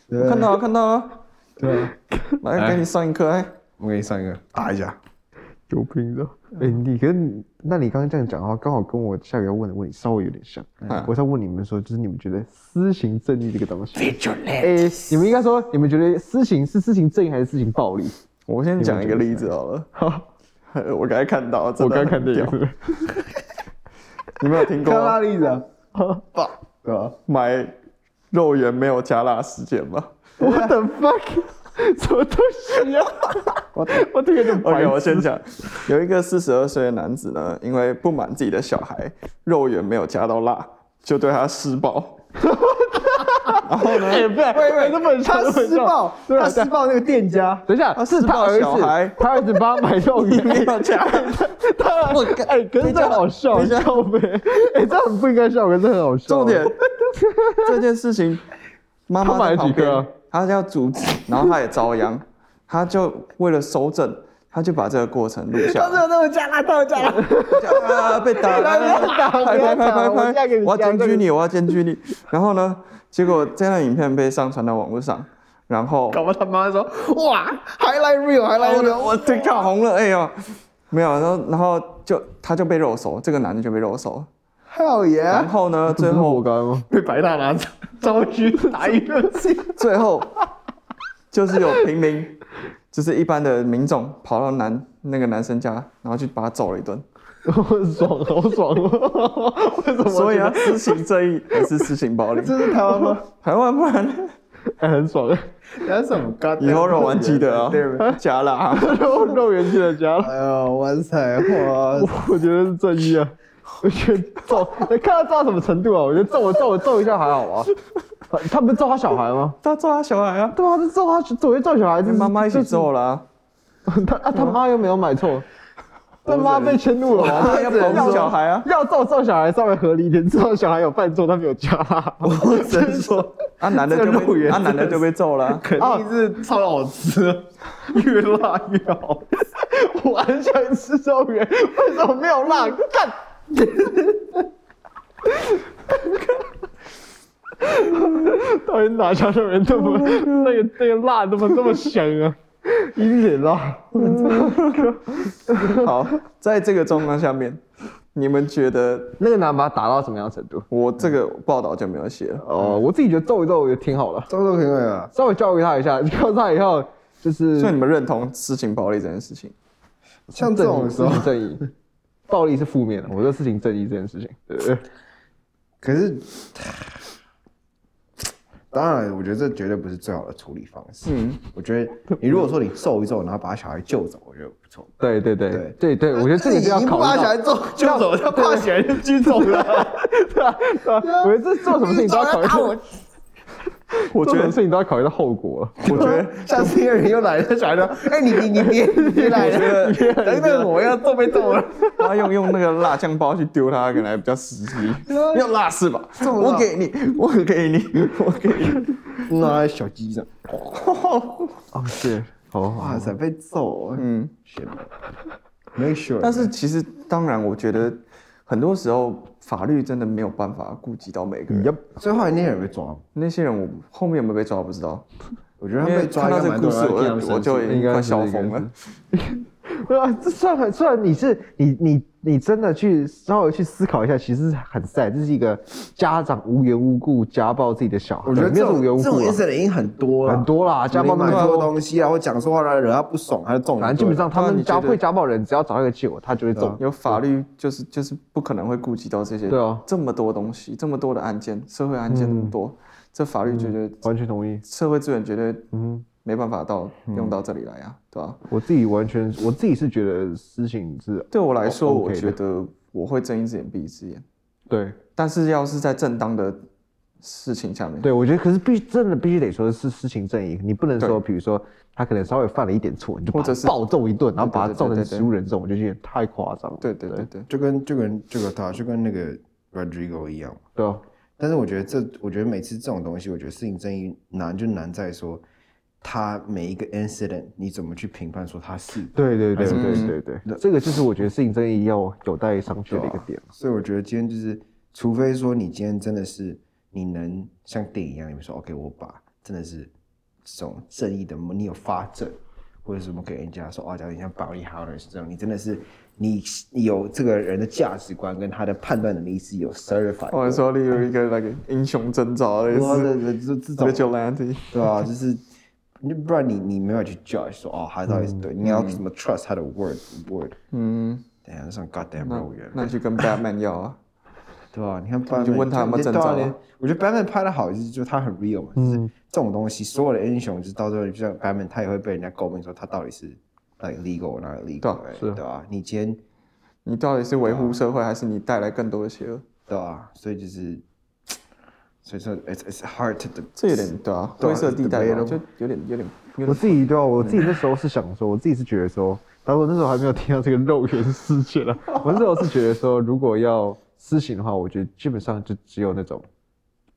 [SPEAKER 2] 我看到了，看到了，
[SPEAKER 3] 对啊，
[SPEAKER 2] 来给你上一课，哎、
[SPEAKER 3] 我给你上一个，打一下，
[SPEAKER 4] 有病的。哎、你跟那你刚刚这样讲的话，刚好跟我下一个要问的问题稍微有点像。哎我在问你们说，就是你们觉得私刑正义这个东西，哎、你们应该说，你们觉得私刑是私刑正义还是私刑暴力？
[SPEAKER 2] 我先讲一个例子好 了。我刚才看到，
[SPEAKER 4] 哎我
[SPEAKER 2] 真的
[SPEAKER 4] 刚
[SPEAKER 2] 很
[SPEAKER 4] 看电
[SPEAKER 2] 屌
[SPEAKER 4] 影，是不是
[SPEAKER 2] 你没有听过
[SPEAKER 3] 看拉力的，对吧？
[SPEAKER 2] 买肉圆没有加辣事件吗？
[SPEAKER 4] What the fuck？什么东西啊？我 我这个就
[SPEAKER 2] OK，
[SPEAKER 4] 白
[SPEAKER 2] 我
[SPEAKER 4] 痴
[SPEAKER 2] 先讲，有一个四十二岁的男子呢，因为不满自己的小孩肉圆没有加到辣，就对他 施暴。然后呢？
[SPEAKER 4] 哎，不对，喂喂，这么他施暴，对啊，
[SPEAKER 3] 施暴那个店家，
[SPEAKER 4] 等一下，是
[SPEAKER 2] 施
[SPEAKER 4] 他
[SPEAKER 2] 暴
[SPEAKER 4] 儿
[SPEAKER 2] 小孩
[SPEAKER 4] 子，他儿子帮他买肉
[SPEAKER 2] 你 没
[SPEAKER 4] 圆，
[SPEAKER 2] 有加，
[SPEAKER 4] 他我哎，可是这好笑，笑呗， 哎，这很不应该笑，可是很好笑。
[SPEAKER 2] 重点， 这件事情，妈妈
[SPEAKER 4] 他买了
[SPEAKER 2] 在旁
[SPEAKER 4] 几颗啊
[SPEAKER 2] 边，他要阻止，然后他也遭殃，他就为了收证，他就把这个过程录下来。
[SPEAKER 4] 那我加辣，那我加辣，
[SPEAKER 2] 啊！被打，了，拍拍拍拍拍，我要检举你，我要检举你。然后呢，结果这段影片被上传到网络上，然后
[SPEAKER 3] 搞不好他妈说，哇，highlight real，还来
[SPEAKER 2] 我
[SPEAKER 3] real，
[SPEAKER 2] 的我对卡红了，哎呦，没有，然后然后就他就被肉手，这个男的就被肉手。
[SPEAKER 3] ，hell yeah，
[SPEAKER 2] 然后呢，最后
[SPEAKER 4] 我干吗？
[SPEAKER 3] 被白大拿走，招狙打一个，
[SPEAKER 2] 最后就是有平民，就是一般的民众跑到男那个男生家，然后去把他揍了一顿。
[SPEAKER 4] 我爽，好爽 哦！为什么？
[SPEAKER 2] 所以啊，施行正义还是施行暴力？
[SPEAKER 3] 这是台湾吗？
[SPEAKER 2] 台湾不然呢
[SPEAKER 4] 哎，很爽哎，
[SPEAKER 3] 那什么干？
[SPEAKER 2] 以后肉丸记得啊，加了 啊。
[SPEAKER 4] 肉肉圆进了家了。
[SPEAKER 3] 哎呦，玩彩啊花，
[SPEAKER 4] 我我觉得是正义啊，我觉得揍，看他揍到什么程度啊？我觉得揍我揍我揍一下还好啊。啊他不是揍他小孩吗？
[SPEAKER 2] 他揍他小孩啊，
[SPEAKER 4] 对啊，他揍他，总会揍小孩，这
[SPEAKER 2] 跟
[SPEAKER 4] 是
[SPEAKER 2] 妈妈一起。揍了、啊，
[SPEAKER 4] 这是他啊，他妈又没有买错，他妈被迁 怒了啊。
[SPEAKER 2] 他要保护小孩啊。
[SPEAKER 4] 要揍揍小孩稍微合理一点，知道小孩有犯错，他没有加。
[SPEAKER 3] 我只 能说，
[SPEAKER 2] 啊，男的
[SPEAKER 3] 这个
[SPEAKER 2] 就
[SPEAKER 3] 肉
[SPEAKER 2] 被
[SPEAKER 3] 圆
[SPEAKER 2] 啊，男的就被揍了啊、
[SPEAKER 3] 肯定是超好吃，越辣越好。
[SPEAKER 4] 我很想吃肉圆，为什么没有辣？ 干！到底哪家肉圆这么那个那个辣怎么这么香啊？ 一定得辣。
[SPEAKER 2] 好，在这个状况下面，你们觉得
[SPEAKER 4] 那个男把他打到什么样的程度？
[SPEAKER 2] 我这个报道就没有写了？
[SPEAKER 4] 哦，我自己觉得揍一揍也挺好的，
[SPEAKER 3] 这都可以啊。
[SPEAKER 4] 稍微教育他一下， 教育他以后就是
[SPEAKER 2] 所以你们认同施情暴力这件事情？
[SPEAKER 3] 像这种的时
[SPEAKER 4] 正
[SPEAKER 3] 候，
[SPEAKER 4] 义，正义，暴力是负面的，我说事情正义这件事情，对不对？
[SPEAKER 3] 可是，当然，我觉得这绝对不是最好的处理方式。
[SPEAKER 2] 嗯，
[SPEAKER 3] 我觉得你如果说你揍一揍，然后把小孩救走，我觉得不错。
[SPEAKER 4] 对对
[SPEAKER 3] 对
[SPEAKER 4] 对对对，我觉得这个是要
[SPEAKER 3] 你不
[SPEAKER 4] 考虑
[SPEAKER 3] 把小
[SPEAKER 4] 到
[SPEAKER 3] 孩，揍救走，他跨起来就拘走了。
[SPEAKER 4] 对啊对啊， 我觉得这做什么事情都要考虑到，
[SPEAKER 2] 我
[SPEAKER 4] 做什
[SPEAKER 2] 觉
[SPEAKER 4] 么
[SPEAKER 2] 得
[SPEAKER 4] 事情都要考虑到后果 了。
[SPEAKER 2] 我觉得
[SPEAKER 3] 下次那个人又来了，小孩说：“哎，你你你别你别来了，等等，我要揍被揍了。
[SPEAKER 2] 他用用那个辣酱包去丢他，可能还比较实际。要辣是吧？
[SPEAKER 3] 啊辣
[SPEAKER 2] 我给你， 我给你，我给你。”
[SPEAKER 3] 那小鸡这样，
[SPEAKER 4] 哦，是，哦，
[SPEAKER 3] 哇塞，被揍了。
[SPEAKER 2] 嗯，
[SPEAKER 3] Shit. Make sure，
[SPEAKER 2] 但是其实当然，我觉得很多时候法律真的没有办法顾及到每个人。
[SPEAKER 3] 最后来那些人被抓吗，
[SPEAKER 2] 那些人我后面有没有被抓不知道，
[SPEAKER 3] 我觉得他
[SPEAKER 2] 因为
[SPEAKER 3] 被抓
[SPEAKER 2] 看到
[SPEAKER 3] 应
[SPEAKER 2] 这
[SPEAKER 3] 该
[SPEAKER 2] 个
[SPEAKER 3] 蛮
[SPEAKER 2] 故
[SPEAKER 3] 多
[SPEAKER 2] 事
[SPEAKER 3] 人要
[SPEAKER 2] 我
[SPEAKER 3] 替他们
[SPEAKER 2] 就我
[SPEAKER 3] 申诉
[SPEAKER 2] 就
[SPEAKER 3] 的
[SPEAKER 2] 已经快笑疯
[SPEAKER 4] 应该
[SPEAKER 2] 了
[SPEAKER 4] 是。对啊，这算很虽然你是你你你真的去稍微去思考一下，其实是很 sad，这是一个家长无缘无故家暴自己的小孩，
[SPEAKER 3] 我觉得
[SPEAKER 4] 没
[SPEAKER 3] 这
[SPEAKER 4] 有
[SPEAKER 3] 种
[SPEAKER 4] 无缘无
[SPEAKER 3] 这种
[SPEAKER 4] 故啊
[SPEAKER 3] incident 已经很多了，
[SPEAKER 4] 很多啊啦家暴
[SPEAKER 3] 买
[SPEAKER 4] 那么
[SPEAKER 3] 错
[SPEAKER 4] 多
[SPEAKER 3] 东西啊，或讲错话让人家不爽，他就中。
[SPEAKER 4] 反正基本上他
[SPEAKER 2] 对啊
[SPEAKER 4] 们
[SPEAKER 2] 你觉
[SPEAKER 4] 家
[SPEAKER 2] 得
[SPEAKER 4] 会家暴人，只要找到一个借口，他就会揍。
[SPEAKER 2] 有法律就是就是不可能会顾及到这些，
[SPEAKER 4] 对啊
[SPEAKER 2] 这么多东西，这么多的案件，社会案件那么多，
[SPEAKER 3] 嗯
[SPEAKER 2] 这法律绝对
[SPEAKER 4] 完全同意。
[SPEAKER 2] 社会资源绝对
[SPEAKER 4] 嗯，
[SPEAKER 2] 没办法到
[SPEAKER 3] 嗯
[SPEAKER 2] 用到这里来啊，对吧、
[SPEAKER 4] 我自己完全，我自己是觉得事情是
[SPEAKER 2] 对我来说，
[SPEAKER 4] 哦
[SPEAKER 2] 我
[SPEAKER 4] ，OK 的
[SPEAKER 2] 觉得我会睁一只眼闭一只眼，
[SPEAKER 4] 对
[SPEAKER 2] 但是要是在正当的事情下面，
[SPEAKER 4] 对，我觉得可是必真的必须得说是事情正义，你不能说
[SPEAKER 2] 对
[SPEAKER 4] 比如说他可能稍微犯了一点错，你就把
[SPEAKER 2] 或者
[SPEAKER 4] 他
[SPEAKER 2] 是
[SPEAKER 4] 暴揍一顿，然后把他
[SPEAKER 2] 对对
[SPEAKER 4] 造
[SPEAKER 2] 对
[SPEAKER 4] 成
[SPEAKER 2] 对对
[SPEAKER 4] 植物人这种，我就觉得太夸张了。
[SPEAKER 2] 对对对对，
[SPEAKER 3] 就跟就跟这个他就跟那个 Rodrigo 一样嘛。
[SPEAKER 4] 对啊，
[SPEAKER 3] 但是我觉得这，我觉得每次这种东西，我觉得事情正义难就难在说，他每一个 incident 你怎么去评判说他是。
[SPEAKER 4] 对对
[SPEAKER 3] 还
[SPEAKER 4] 对
[SPEAKER 3] 是
[SPEAKER 2] 不
[SPEAKER 4] 对
[SPEAKER 2] 是
[SPEAKER 4] 对对，对这个就是我觉得事情正义要有待商榷的一个点。
[SPEAKER 3] 所以我觉得今天就是，除非说你今天真的是你能像电影一样，你们说 OK，我把真的是这种正义的，你有发证或者什么给人家说哦，假如你像保利哈人是这种，你真的是你你有这个人的价值观跟他的判断能力是有 certified，
[SPEAKER 2] 或者说例如一个那个英雄征兆类
[SPEAKER 3] 哇
[SPEAKER 2] 似
[SPEAKER 3] 这这这这种
[SPEAKER 2] vigilante，
[SPEAKER 3] 对啊，就是你不然你你没有去 judge 说哦，他到底是对，你要怎么 trust 他的 word word？
[SPEAKER 2] 嗯，
[SPEAKER 3] 等一下上 goddamn
[SPEAKER 2] 那
[SPEAKER 3] 肉圆。
[SPEAKER 2] 那去跟 Batman 要啊，
[SPEAKER 3] 对吧、你看班
[SPEAKER 2] 就问他有没有征兆啊
[SPEAKER 3] 我觉得 Batman 拍的好，就是就他很 real 嘛，就是这种
[SPEAKER 2] 嗯
[SPEAKER 3] 东西，所有的英雄就是到最后，就像 Batman，他也会被人家诟病说他到底是 like legal 哪里 legal，
[SPEAKER 2] 对啊
[SPEAKER 3] right？
[SPEAKER 4] 是
[SPEAKER 3] 对吧、你今天
[SPEAKER 2] 你到底是维
[SPEAKER 4] 啊
[SPEAKER 2] 护社会，还是你带来更多的邪恶？
[SPEAKER 3] 对吧、啊所以就是，所以说 it's it's hard to
[SPEAKER 2] 这有点对啊，
[SPEAKER 3] 对啊
[SPEAKER 2] 灰色地带嘛
[SPEAKER 3] debatable
[SPEAKER 2] 就有点有点有
[SPEAKER 4] 我
[SPEAKER 2] 点
[SPEAKER 4] 自己对啊，我自己那时候是想说，我自己是觉得说，当时我那时候还没有听到这个肉圆事件啊，我那时候是觉得说，如果要私刑的话，我觉得基本上就只有那种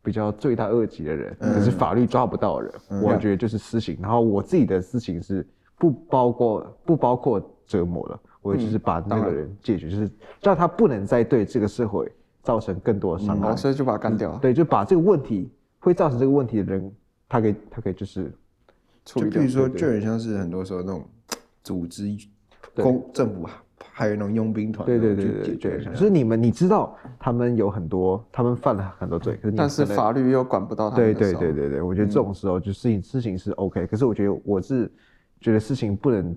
[SPEAKER 4] 比较罪大恶极的人，可是法律抓不到的人，我觉得就是私刑。然后我自己的私刑是不包括不包括折磨的，我就是把那个人解决，就是让他不能再对这个社会造成更多的伤害
[SPEAKER 2] 哦，。所以就把它干掉啊，
[SPEAKER 4] 对，就把这个问题会造成这个问题的人，他给他给就是
[SPEAKER 2] 处
[SPEAKER 3] 就
[SPEAKER 2] 理
[SPEAKER 3] 比
[SPEAKER 2] 掉
[SPEAKER 3] 如。说，就很像是很多时候那种组织公政府还有那种佣兵团，
[SPEAKER 4] 对对对
[SPEAKER 3] 去
[SPEAKER 4] 对
[SPEAKER 3] 解决
[SPEAKER 4] 对，
[SPEAKER 3] 一下
[SPEAKER 4] 就。是你们你知道他们有很多，他们犯了很多罪，可是你们
[SPEAKER 2] 但是
[SPEAKER 4] 可能
[SPEAKER 2] 法律又管不到他
[SPEAKER 4] 对
[SPEAKER 2] 们的
[SPEAKER 4] 对
[SPEAKER 2] 时候嗯
[SPEAKER 4] 对对对，我觉得这种时候就事情事情是 OK，可是我觉得我是觉得事情不能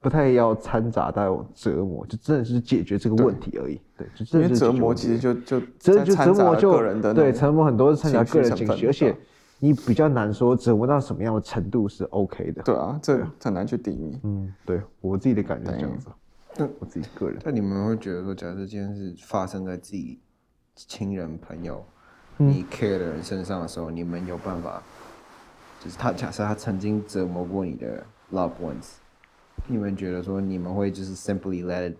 [SPEAKER 4] 不太要掺杂到折磨，就真的是解决这个问题而已。对，就
[SPEAKER 2] 因
[SPEAKER 4] 真
[SPEAKER 2] 为
[SPEAKER 4] 的是
[SPEAKER 2] 折
[SPEAKER 4] 解决
[SPEAKER 2] 磨
[SPEAKER 4] 问题
[SPEAKER 2] 其实就就
[SPEAKER 4] 折
[SPEAKER 2] 在
[SPEAKER 4] 就
[SPEAKER 2] 掺
[SPEAKER 4] 折
[SPEAKER 2] 杂
[SPEAKER 4] 磨
[SPEAKER 2] 了
[SPEAKER 4] 就
[SPEAKER 2] 个人的那
[SPEAKER 4] 对
[SPEAKER 2] 种
[SPEAKER 4] 折磨很多是掺杂
[SPEAKER 2] 情绪
[SPEAKER 4] 个人
[SPEAKER 2] 成
[SPEAKER 4] 情
[SPEAKER 2] 分
[SPEAKER 4] 绪，而且
[SPEAKER 2] 对
[SPEAKER 4] 你比较难说折磨到什么样的程度是 OK 的。
[SPEAKER 2] 对啊，这很难去定义。
[SPEAKER 4] 嗯，对我自己的感觉是这样子，我自己个人。
[SPEAKER 3] 但你们会觉得说，假设今天是发生在自己亲人、朋友、
[SPEAKER 4] 嗯
[SPEAKER 3] 你 care 的人身上的时候，你们有办法，就是他假设他曾经折磨过你的 loved ones，你们觉得说你们会就是 simply let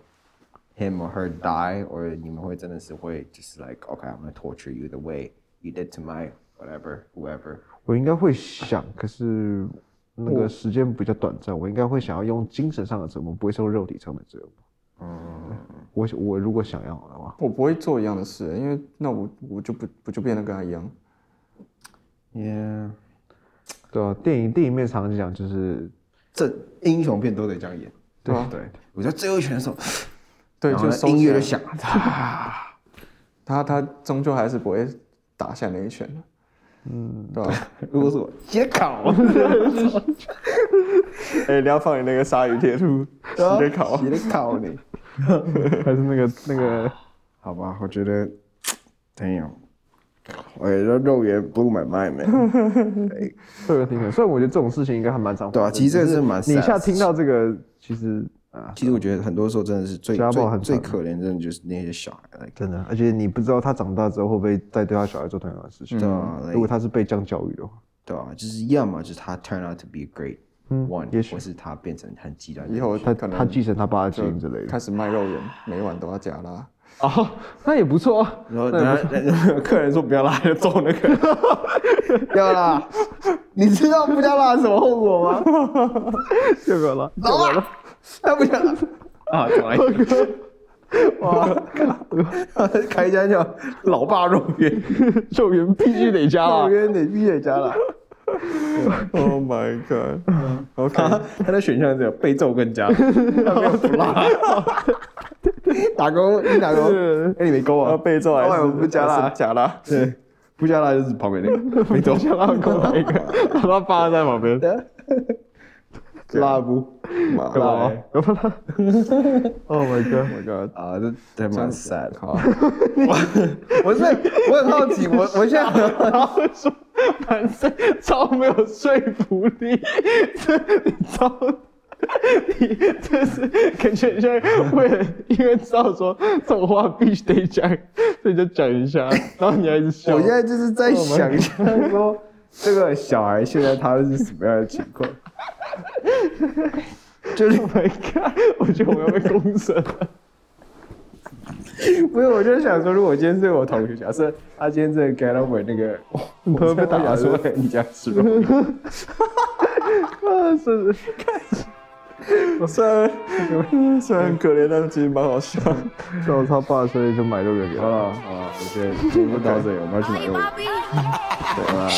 [SPEAKER 3] him or her die，或者你们会真的是会就是 like okay，I'm gonna torture you the way you did to my whatever whoever。
[SPEAKER 4] 我应该会想，可是那个时间比较短暂，我应该会想要用精神上的折磨，不会受肉体上的折磨。嗯，我我如果想要的话，
[SPEAKER 2] 我不会做一样的事，因为那我我就不不就变得跟他一样。
[SPEAKER 3] Yeah，
[SPEAKER 4] 对啊，电影电影面常常讲就是
[SPEAKER 3] 这英雄片都得这样演。
[SPEAKER 2] 对啊
[SPEAKER 3] 对，我在最后一拳的时候，
[SPEAKER 2] 对，
[SPEAKER 3] 然后
[SPEAKER 2] 就
[SPEAKER 3] 呢
[SPEAKER 2] 收
[SPEAKER 3] 音
[SPEAKER 2] 起
[SPEAKER 3] 乐
[SPEAKER 2] 来
[SPEAKER 3] 就响，
[SPEAKER 2] 他他终究还是不会打下那一拳的，嗯，对吧？
[SPEAKER 3] 如果是我接烤，
[SPEAKER 2] 哎、你要放你那个鲨鱼贴图，直接烤，
[SPEAKER 3] 接烤你，
[SPEAKER 4] 还是那个那个
[SPEAKER 3] 好吧，我觉得，damn，我觉得肉圆 blew my mind man，
[SPEAKER 4] 这个挺可，虽然我觉得这种事情应该还蛮常发生的。
[SPEAKER 3] 对啊其实这个是蛮
[SPEAKER 4] 只你一
[SPEAKER 3] sad
[SPEAKER 4] 下
[SPEAKER 3] 的
[SPEAKER 4] 听到这个，其实啊，
[SPEAKER 3] 其实我觉得很多时候真的是最
[SPEAKER 4] 家暴
[SPEAKER 3] 最
[SPEAKER 4] 很
[SPEAKER 3] 最
[SPEAKER 4] 惨
[SPEAKER 3] 可怜，真的就是那些小孩，like，
[SPEAKER 4] 真的，而且你不知道他长大之后会不会再对他小孩做同样的事情。
[SPEAKER 3] 对啊，like-
[SPEAKER 4] 如果他是被这样教育的话，
[SPEAKER 3] 对啊，就是要么就是他 turn out to be a great
[SPEAKER 4] 嗯
[SPEAKER 3] one，、
[SPEAKER 4] 也许
[SPEAKER 3] 或是他变成很极端的
[SPEAKER 2] 以后
[SPEAKER 4] 他
[SPEAKER 2] 可能
[SPEAKER 4] 他继承他爸的基因之类 的。
[SPEAKER 2] 开始卖肉圆，每晚都要加辣。
[SPEAKER 4] 哦，那也不错啊。
[SPEAKER 3] 然后然后然后 客人说不要辣，就揍那 个人。要辣，你知道不加辣什么后果吗？
[SPEAKER 4] 这个了，
[SPEAKER 3] 老辣，他不加辣啊，重来。 哇， 开一家叫老爸肉 圆，
[SPEAKER 4] 救援必须得加
[SPEAKER 3] 肉
[SPEAKER 4] 啊。
[SPEAKER 3] 圆得必须得加辣。
[SPEAKER 2] Oh my god！OK，、
[SPEAKER 3] 他 他的选项只有被揍跟 加，他没有不辣。 打勾，你打勾，哎，你没勾啊
[SPEAKER 2] 要？备注还
[SPEAKER 3] 老
[SPEAKER 2] 是
[SPEAKER 3] 板不加
[SPEAKER 2] 还
[SPEAKER 3] 辣
[SPEAKER 2] 是，加辣？
[SPEAKER 3] 对，不加辣就是旁边 那个，没走。
[SPEAKER 4] 然后过来一个，然后他爸在旁 边，
[SPEAKER 3] 辣不？
[SPEAKER 2] 妈
[SPEAKER 4] 干嘛？要不 他？Oh my god！
[SPEAKER 2] my god！
[SPEAKER 3] 啊，这这蛮 sad 的。
[SPEAKER 2] 好啊，
[SPEAKER 3] 我是我很好奇，我我现在
[SPEAKER 4] 然后说男生超没有说服力，这你超，你这是感觉像为了因为知道说这种话必须得讲，所以就讲一下，然后你还一直笑。
[SPEAKER 3] 我现在就是在想象说， 这个小孩现在他是什么样的情况？
[SPEAKER 4] 就是 my god！我觉得我要被公审了。
[SPEAKER 3] 不是，我就想说，如果今天是我同学，假设他今天这个 get over 那个，
[SPEAKER 4] 你
[SPEAKER 3] 我
[SPEAKER 4] 会被打
[SPEAKER 3] 我想说你家吃 肉圆，
[SPEAKER 4] 啊，是是
[SPEAKER 2] 虽然虽然很可怜，但是其实蛮好笑。
[SPEAKER 4] 照他爸所以就买肉圆给
[SPEAKER 3] 好
[SPEAKER 4] 他。
[SPEAKER 3] 了好了，我觉得节目到这里，我们要去买肉圆。
[SPEAKER 5] Bobby.
[SPEAKER 3] 拜拜。